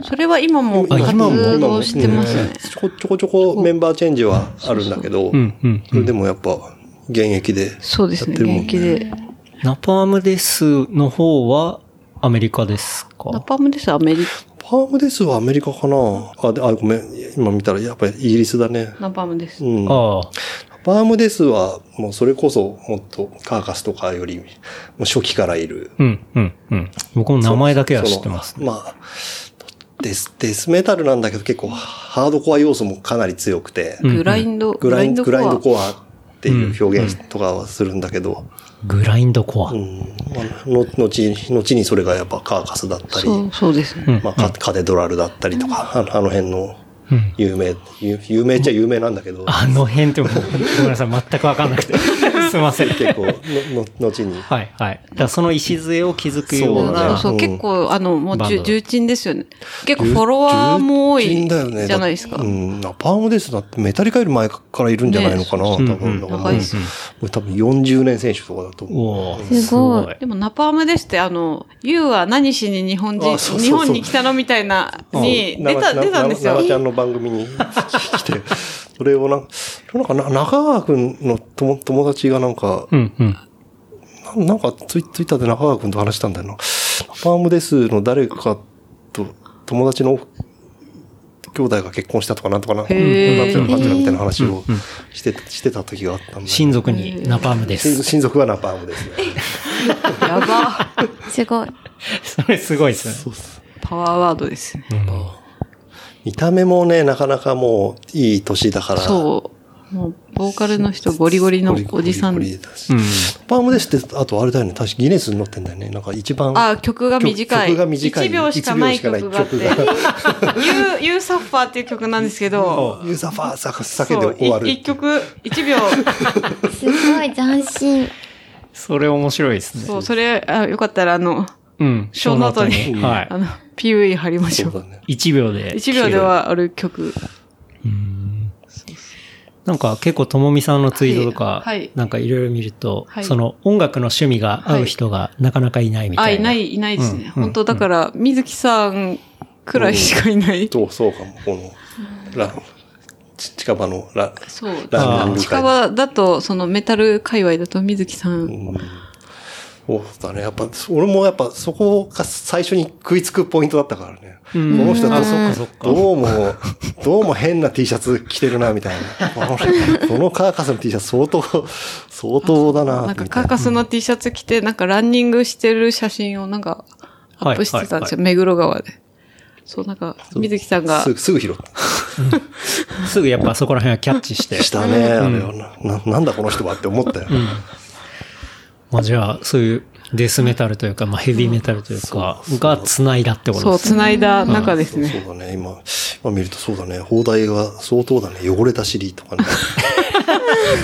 C: それは今も
B: あ
C: 活
B: 今も
C: 動してますよね。
D: ちょこちょこちょこメンバーチェンジはあるんだけど、
B: うん、うん。
D: それでもやっぱ、現役で。
C: そうですね、
D: やってるもん
C: 元気で。
B: ナパームですの方は、アメリカです
C: ナ
B: か
C: パームです、アメリカ。
D: パームですはアメリカかなあ、であ、ごめん。今見たら、やっぱりイギリスだね。
C: ナパームです。
D: うん。
B: ああ、
D: パームですは、もうそれこそ、もっとカーカスとかより、もう初期からいる。
B: うん、うん、うん。僕も名前だけは知ってます
D: そ。のまあ、デス、デスメタルなんだけど結構ハードコア要素もかなり強くて、
B: うん
C: グラインド、
D: グラインド、グラインド
C: ア。
D: コアっていう表現とかはするんだけど、
B: グラインドコア。
D: うん、まあの、後に、後にそれがやっぱカーカスだったり、
C: そう、そうですね。
D: まあカ、カテドラルだったりとか、あのあの辺の
B: うん
D: 有名、有有名っちゃ有名なんだけど、
B: あの辺ってもう、ごめんなさい、全くわかんな くて。すいません。
D: 結構、の、の、後に。
B: はい、はい。だからその礎を築くよう
D: だ
B: な。
C: そうう、
D: ん
C: 結構、あの、もう
B: バンド
C: 重
B: だ
C: 重鎮ですよね。結構フォロワーも多
D: 重
C: い
D: 鎮だよね
C: じゃないですか
D: だ。うん、ナパームですだってメタリカより前からいるんじゃないのかな、
B: ね
D: 多分。
B: うんうん
D: だから
C: 長いですよ
D: もう多分40年選手とかだと思う。
B: おー
E: すごい
C: でも、ナパームですって、あの、ユウは何しに日本人、
D: あそうそうそう
C: 日本に来たのみたいな、に、出た、出たんですよ
D: な。なちゃんの番組に 来て、それをなんなんかな、中川くんの友友達がなんか、
B: うん、うん。
D: ななんかツイツイッターで中川くんと話したんだよな。ナパームですの誰かと友達の兄弟が結婚したとかなんとかな、なんちゃ
C: へー
D: らかんちゃらみたいな話をして、してた時があったんだよね
B: 親族にナパームで
D: 親
B: す。
D: 親族はナパー ムですね。
C: やば。
E: すごい。
B: それすごいですね。
C: パワーワードですね。
D: 見た目もね、なかなかもういい年だから。
C: そう。もう、ボーカルの人、ゴリゴリのおじさん
D: ゴ。リゴリだしパームですって、あとあれだよね、確かギネスに載ってんだよね。なんか一番。
C: あ、曲が短い。
D: 曲が短い
C: 1秒しかない曲があって
D: 一秒しかない。
C: ユー、ユーサッファーっていう曲なんですけど、
D: ユーザーファーサー
C: そ
D: 叫ん
C: う
D: で終わる。
C: い一曲、一秒、
E: すごい斬新。
B: それ面白いです
C: そ
B: ね。
C: う、それ、あよかったら、あの、
B: うん。
C: ショーノートに
B: その後は
C: あの、PV 貼りましょ
D: そう
C: う。
D: だね。
B: い。1秒で。
C: 1秒ではある曲。
B: なんか結構ともみさんのツイートとか、
C: はいはい
B: なんかいろいろ見ると、
C: はい
B: その音楽の趣味が合う人がなかなかいないみ
C: あ、
B: た
C: い
B: いな。
C: ない、いないですね。
B: うん
C: 本当だから、水木さん
H: くらいしかいない。
D: そう、そうかも。この、ラ、ち近場のラ、
C: そう。
D: ラ
B: あ
D: ーメン
B: ー
D: 会
C: 近場だと、そのメタル界隈だと水木さん。
D: うんそうだね。やっぱ、俺もやっぱそこが最初に食いつくポイントだったからね。この人
B: あ、
D: と
B: そっかそっか。
D: どうも、どうも変な T シャツ着てるな、みたい な。このカーカスの T シャツ相当、相当だな、
C: な
D: み
C: ん
D: た
C: か
D: い
C: カーカスの T シャツ着て、なんかランニングしてる写真をなんかアップしてたんですよ。目黒川で。そう、なんか、水木さん
D: な。
C: が
D: す、ぐ、すぐ拾っ
B: すぐやっぱそこら辺はキャッチして
D: て。。したね、あれはな。ななんだこの人はって思ったよ。
B: まあじゃあ、そういうデスメタルというか、まあヘビーメタルというか、が繋いだってこと
C: そ
B: で
C: う、
B: すね。
C: 繋いだ中ですね。
D: そうだね、今、今見るとそうだね、放題が相当だね、汚れた尻 とかね。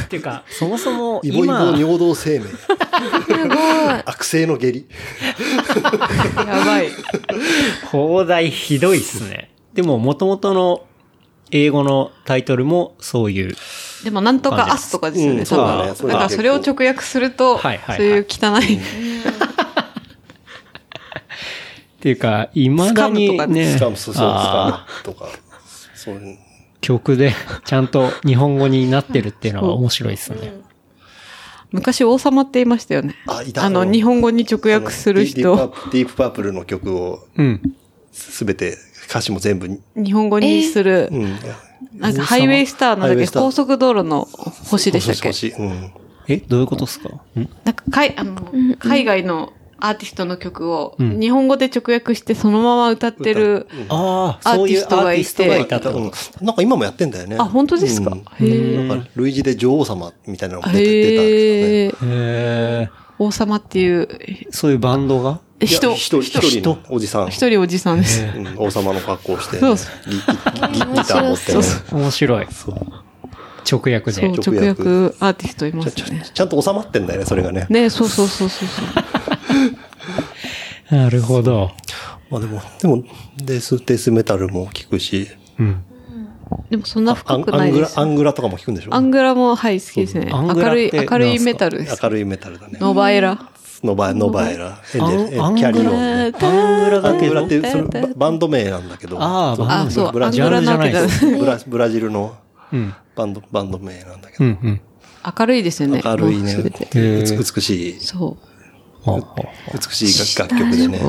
B: っていうか、そもそも
D: イボイボ
B: 今、
D: 尿道生命。
E: すごい。
D: 悪性の下痢。
C: やばい。
B: 放題ひどいっすね。でも、元々の英語のタイトルもそういう。
C: でも、なんとかアスとかですよ
D: う
C: ね、
D: ん
C: 多
D: そうだねそ
C: 分。
D: れ
C: だ
D: は
C: から、それを直訳すると、そ
B: はいはいう
C: いう汚い。
B: っていうか、未だに
C: スカムとか
B: ね、
D: しかもそうそう、
B: あ
D: スカとか。そういう
B: ー曲でちゃんと日本語になってるっていうのは面白いですね。
C: 昔、王様って言いましたよね。
D: あいた
C: あの、日本語に直訳する
D: ディー
C: 人
D: プ。パープディープパープルの曲を
B: うん。
D: すべて、歌詞も全部に、
C: 日本語にする、
D: うん。
C: なんかハイウェイスターなんだっ
D: ハイウェ
C: け
D: イスター
C: 高速道路の星でしたっけ
D: 少し少しうん。
B: え、どういうことですかん
C: なんか海あの、海外のアーティストの曲を、
B: ん
C: 日本語で直訳してそのまま歌ってる。
B: ああ、
C: ア
B: そ
C: ー
B: う
C: テ
B: い
C: ィ
B: うア
C: ストが
B: ー
C: いて
B: ティストがいたってこと。
D: うんなんか今もやってんだよね。
C: あ、本当ですか、
D: うん
C: へえ。
D: なんか類似で女王様みたいなのも出て出たん
C: へえ。
D: で
B: へえ。
C: 王様っていう
B: そういうバンドが
D: すよね。
C: 人、
D: いや一人、一人のおじさん。
C: 一人おじさんです。
D: うん王様の格好をして、
C: そうそ
D: ギギギギター持ってね
E: 面白そう
B: 面白い。直訳
C: そう、
B: で。
C: 直
D: 直
C: 訳
D: 訳
C: アーティストいま
D: ち
C: す
D: ゃ
C: ね。
D: ちゃんと収まってんだよね、それがね。
C: ねそうそうそうそうそう。
B: なるほど。
D: まあでも、でも、デス、デスメタルも聞くし、
B: うん。
C: でもそんな
D: ア
C: 深
D: ン
C: く
D: ア
C: な
D: ン
C: い
D: グ
C: で
D: ラ
C: す、。
D: アングラとかも聞くんでしょ
C: アングラも、はい、好きですね。
B: アングラ
C: 明
B: っ
C: るい、
B: て
C: 明るいメタルです。
D: 明るいメタルだね。
C: ノバエラ。
D: ノバエ、ノバエラ、エンジェル、えキ
B: アン
D: ャリオン
B: アン
D: ね。
B: グラアングラ
D: ア
B: だ
D: ン
B: け
D: グラ
B: ど
D: っ。てそれババンド名なんだけど、
B: ああ
D: そ
B: バンド名
C: あそう
D: うブラブラジ
B: アングラ
D: ル
B: なわけだ
D: ブラブラジルの
B: うん。
D: バンドバンド名なんだけ
B: う
D: ど、
B: んうん。
C: 明るいですよね。
D: 明るいね
C: もう全て、
B: へ
D: 美
B: ー
D: 美しい、
C: そう。
B: ほうほ
D: 美しい楽楽曲でね、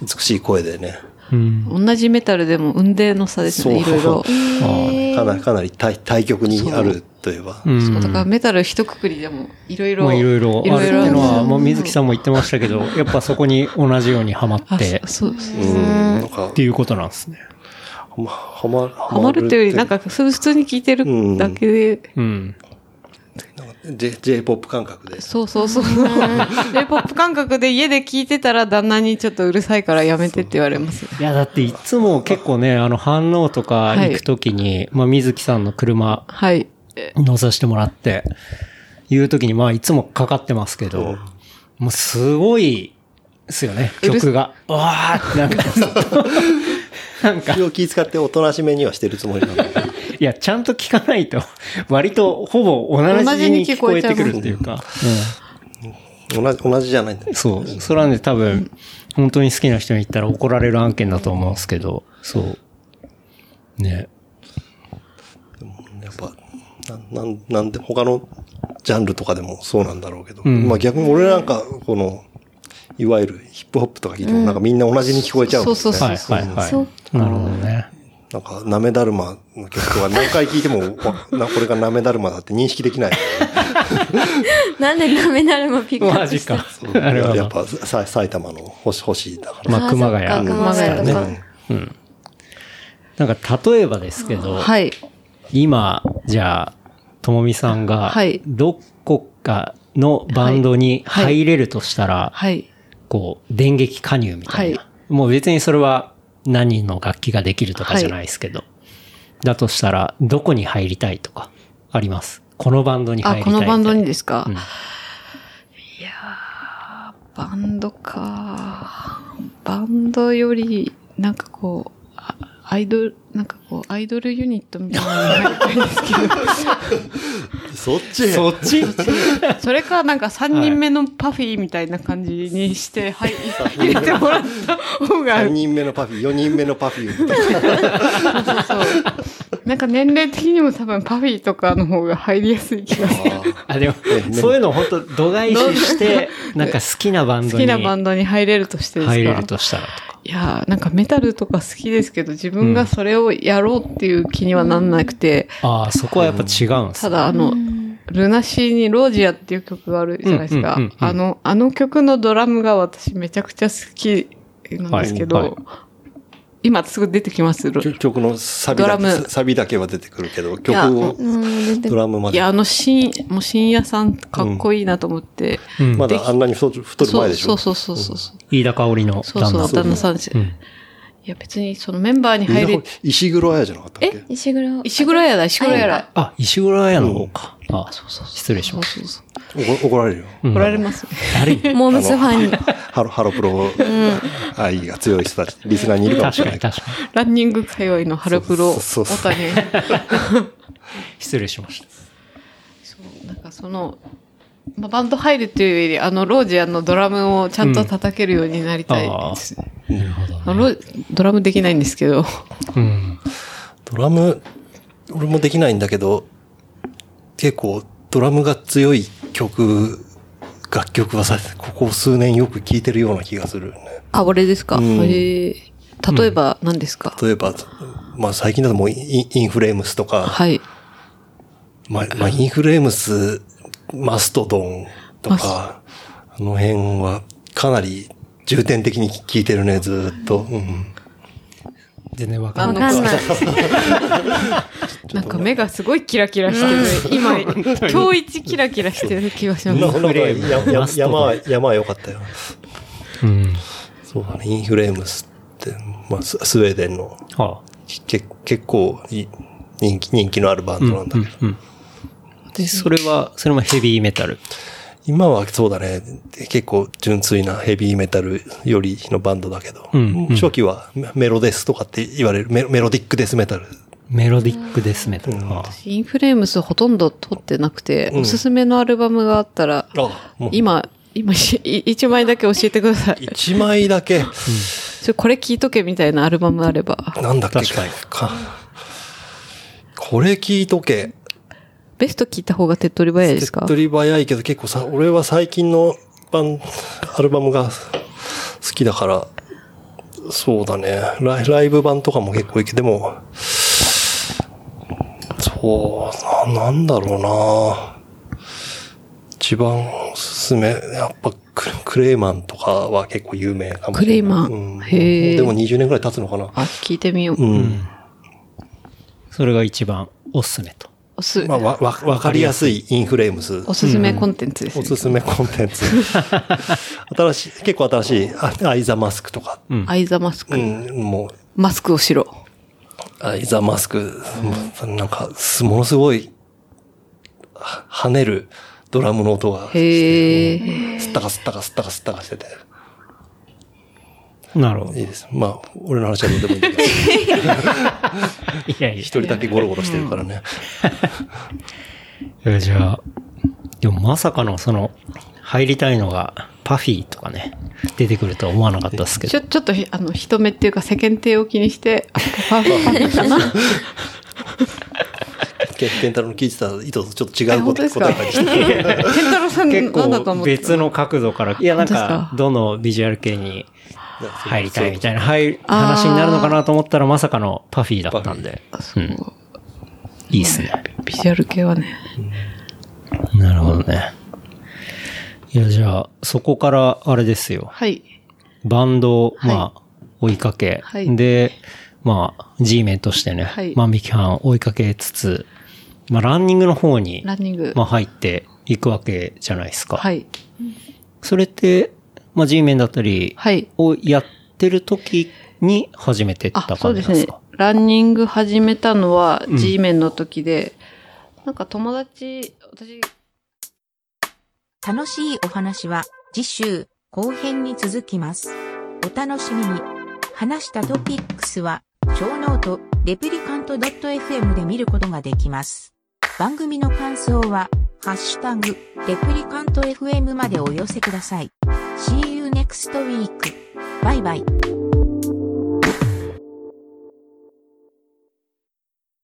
D: 美しい声でね、
B: ううん。
C: 同じメタルでも運命の差ですね、い
D: そう
C: ろいろ。
D: かなかなり対対極にあるといえば、
B: うん
C: そうだからメタル一括りでもいろい
B: ま
C: ろ。
B: あいろいろあるっていうのは、まあ水木さんも言ってましたけど、やっぱそこに同じようにハマっ
C: あ
B: て、っ
C: そうそう
D: うん、なんか
B: ていうことなんですね。
D: はまはま
C: ハマるっていうより、なん
D: か
C: か普通普通に聴いてるだけで、
B: うん。
D: J J ポップ感覚で、
C: そうそうそう。J-POP 感覚で家で聴いてたら旦那にちょっとうるさいからやめてって言われます。
B: いや、だっていつも結構ね、あの、反応とか行くときに、まあ、水木さんの車
C: はい。
B: 乗させてもらって、いうときに、まあ、いつもかかってますけど、もうすごい、ですよね、
C: うる
B: 曲が。わーってなんか、なんか、
D: 気を気遣っておとなしめにはしてるつもりなん だけど
B: いや、ちゃんと聞かないと、割とほぼ同じに聞こえてくるっていうか。
D: 同じ同じじゃないんだよ
B: うん、そう。それはね、多分、本当に好きな人に言ったら怒られる案件だと思うんですけど、そう。ね。
D: やっぱ、ななん、なんで、他のジャンルとかでもそうなんだろうけど、
B: ん
D: まあ逆に俺なんか、この、いわゆるヒップホップとか聞いても、なんかみんな同じに聞こえちゃうもんね、
C: そうそうそう
B: はいはい
E: そ
B: は
E: う
B: い。なるほどね。
D: なんか、なめだるまの曲とか何回聞いても、わ なこれがなめだるまだって認識できない。
E: なんでダメなるもピックア
B: マ
E: ップ
B: ジ
E: した
B: か。なるほ
D: や
B: ど。
D: っぱ、さ埼玉の星、星だから。
B: まあ、熊
E: あそっ
B: 谷
E: か
B: で
E: 熊
B: すから
E: 谷と
B: ね。
E: か。
B: なんか、例えばですけど、
C: はい。
B: 今、じゃあ、ともみさんが
C: はい、
B: どこかのバンドに
C: はいはい
B: 入れるとしたら、
C: はい。
B: こう、電撃加入みたいな。
C: は
B: もう別にそれは何の楽器ができるとかじゃないですけど。だとしたら、どこに入りたいとか、あります。このバンドに入
C: あ、
B: りた
C: こ
B: いみ
C: の
B: たいな。
C: バンドにですか、
B: うん
C: いやー、バンドか。バンドより、なんかこう、あアイドル、なんかこう、アイドルユニットみたいなのに入りたいんですけ
D: そっち
B: そっち
C: ど、それかなんか3人目のパフィーみたいな感じにして、はい、入れてもらった方が、
D: 3人目のパフィー、4人目のパフィー。
C: そうそう。なんか年齢的にも多分パフィーとかの方が入りやすい気がする。
B: あ、でも、そういうの本当度外視して、なんか好きなバン
C: 好
B: ド
C: き
B: に
C: なバン
B: 入
C: ドに入れるとしてですか
B: れるとしたらとか。
C: いやーなんかメタルとか好きですけど、自分がそれをやろうっていう気にはなんなくて、
B: ああ、そこはやっぱ違うんです
C: ただあの、ルナシーにロージアっていう曲があるじゃないですか
B: うんうんうんう。ん
C: あの、あの曲のドラムが私めちゃくちゃ好きなんですけど、
B: はいはい
C: 今すぐ出てきます。ロ
D: 曲曲のサビだ
C: ドラム
D: け、サビだけは出てくるけど、曲を
E: うん、で
D: ドラムま
C: い
D: で
C: や、。あの、深夜、もう深夜さんかっこいいなと思って。
B: うん
D: まだあんなに太る太る前でし
C: そ
D: ょ
C: う。そうそうそうそう。
B: 飯田香織の
C: そう
B: 旦
C: そ
B: 那
C: う、
B: さん。
C: 旦那さんです。
B: うん
C: いや、別にそのメンバーに
D: みん
C: 入
D: な
C: れ、
D: 石黒綾じゃなかったっけ
E: 石黒。
C: 石黒屋だ、石黒屋だ。
B: あ、石黒彩の方か。あ、
C: そうそうそう
B: 失礼しまし
C: そうそう
D: 怒怒られるよ。
B: た。
C: 怒られ
B: る。
C: ますね。
B: 誰に
E: モームスファンに。
D: ハロ、ハロプロ愛が強い人たち、リスナーにいるかもし
B: 確
D: れ
B: か
D: ない
B: に
D: から。
B: 確かに。
C: ランニング界隈のハロプロ、
D: そうそうそう
C: オタに。
B: 失礼しました。
C: そう、なんかその、まあ、バンド入るっていうより、あの、ロージアのドラムをちゃんと叩けるようになりたいですね。
B: なるほどね
C: あのロドラムできないんですけど。
B: うん。
D: ドラム、俺もできないんだけど、結構ドラムが強い曲、楽曲はさ、ここ数年よく聴いてるような気がするね。
H: あ、俺ですか。
D: うん
H: えー例えば何ですか、
D: 例えば、まあ最近だともうインインフレームスとか、
H: はい。
D: まあ、まあインフレームス、マストドンとか、あの辺はかなり重点的に聴いてるね、ずーっと。うん
B: 全然わか
E: わ
B: んない。
E: かんない。
C: なんか目がすごいキラキラしてる。今、今日一キラキラしてる気がします。
D: なんかやや山は、山は良かったよ。
B: うん。
D: そうだね、インフレームスって、まあ、ススウェーデンの
B: は
D: け結構い人気人気のあるバンドなんだけど、
B: うん。で、それは、それもヘビーメタル。
D: 今はそうだね、結構純粋なヘビーメタルよりのバンドだけど、
B: うんうん
D: 初期はメメロデスとかって言われるメロメロディックデスメタル。
B: メロディックデスメタル。あ
H: インフレームスほとんど撮ってなくて、
D: うん
H: おすすめのアルバムがあったら、
D: あ、もう
H: 今、今、 しい一枚だけ教えてください。
D: 一枚だけ、
H: それこれ聞いとけみたいなアルバムあれば。
D: なんだっけ
B: 確かに
D: かこれ聞いとけ。
H: ベスト聞いた方が手っ取り早いですか
D: 手っ取り早いけど結構さ、俺は最近のバン、アルバムが好きだから、そうだね。ライライブ版とかも結構いいけど、でも、そう、ななんだろうな一番おすすめ、やっぱククレイマンとかは結構有名かもしれない。
H: クレイマン
D: うん、
H: へー
D: でも20年くらい経つのかな。
H: あ、聞いてみよう
D: う。ん。
B: それが一番おすすめと。
H: おす、
D: まあ、わ、わわかりやすいインフレームス。
H: おすすめコンテンツです
D: お
H: ね。
D: すすめコン テンツ。新しい、結構新しい、あアイザマスクとか。
B: うん
H: アイザマスク。
D: うん、もう、
H: マスクをしろ。
D: アイザマスク、もうなんか、すものすごい、は跳ねるドラムの音が、
H: へえ。
D: すったかすったかすったかすったかしてて、
B: なるほど。
D: い
B: い
D: いです。まあ、俺の話はどうでもいい んだけど、一
B: やいや。
D: 人だけゴロゴロしてるか らね。
B: いやじゃあ、でもまさかのその、入りたいのが、パフィーとかね、出てくるとは思わなかったですけ
C: ち
B: ど。
C: ょ、ちょっとひ、あの、人目っていうか世間体を気にして、あパフパフィーかな。
D: ケンケンタロウの聞いてた意図とちょっと違
C: え
D: うこ
C: 本当
D: と
C: ですか
D: 答えが来 て。
C: ケンタロウさん、なん
B: 結
C: だと思
B: 構
C: って。
B: 別の角度から、いやなん
H: 本当です
B: か
H: か、
B: どのビジュアル系に入りたいみ
D: い
B: たいな、入る話になるのかなと思ったらまさかのパフィーだったんで。
C: そう
B: いいっすね。
C: ビジュアル系はね。
B: なるほどね。いや、じゃあ、そこから、あれですよ。
C: はい。
B: バンドを、
C: はい
B: まあ、追いかけ、
C: はい
B: で、まあ、G メンとしてね、
C: はい
B: 万引き犯を追いかけつつ、まあ、ランニングの方に、
C: ランニング。
B: まあ、入っていくわけじゃないですか。
C: はい。
B: それって、まあ、G メンだったり
C: はい。
B: をやってる時に始めてった
C: あ、そう
B: 感じ
C: で
B: なん
C: す
B: で
C: ね
B: すか。
C: ランニング始めたのは
B: うん
C: G メンの時で、なんか友達、私、
I: 楽しいお話は次週後編に続きます。お楽しみに。話したトピックスは、小ノート、レプリカント .fm で見ることができます。番組の感想は、ハッシュタグ、レプリカント fm までお寄せください。See you next week. バイバイ。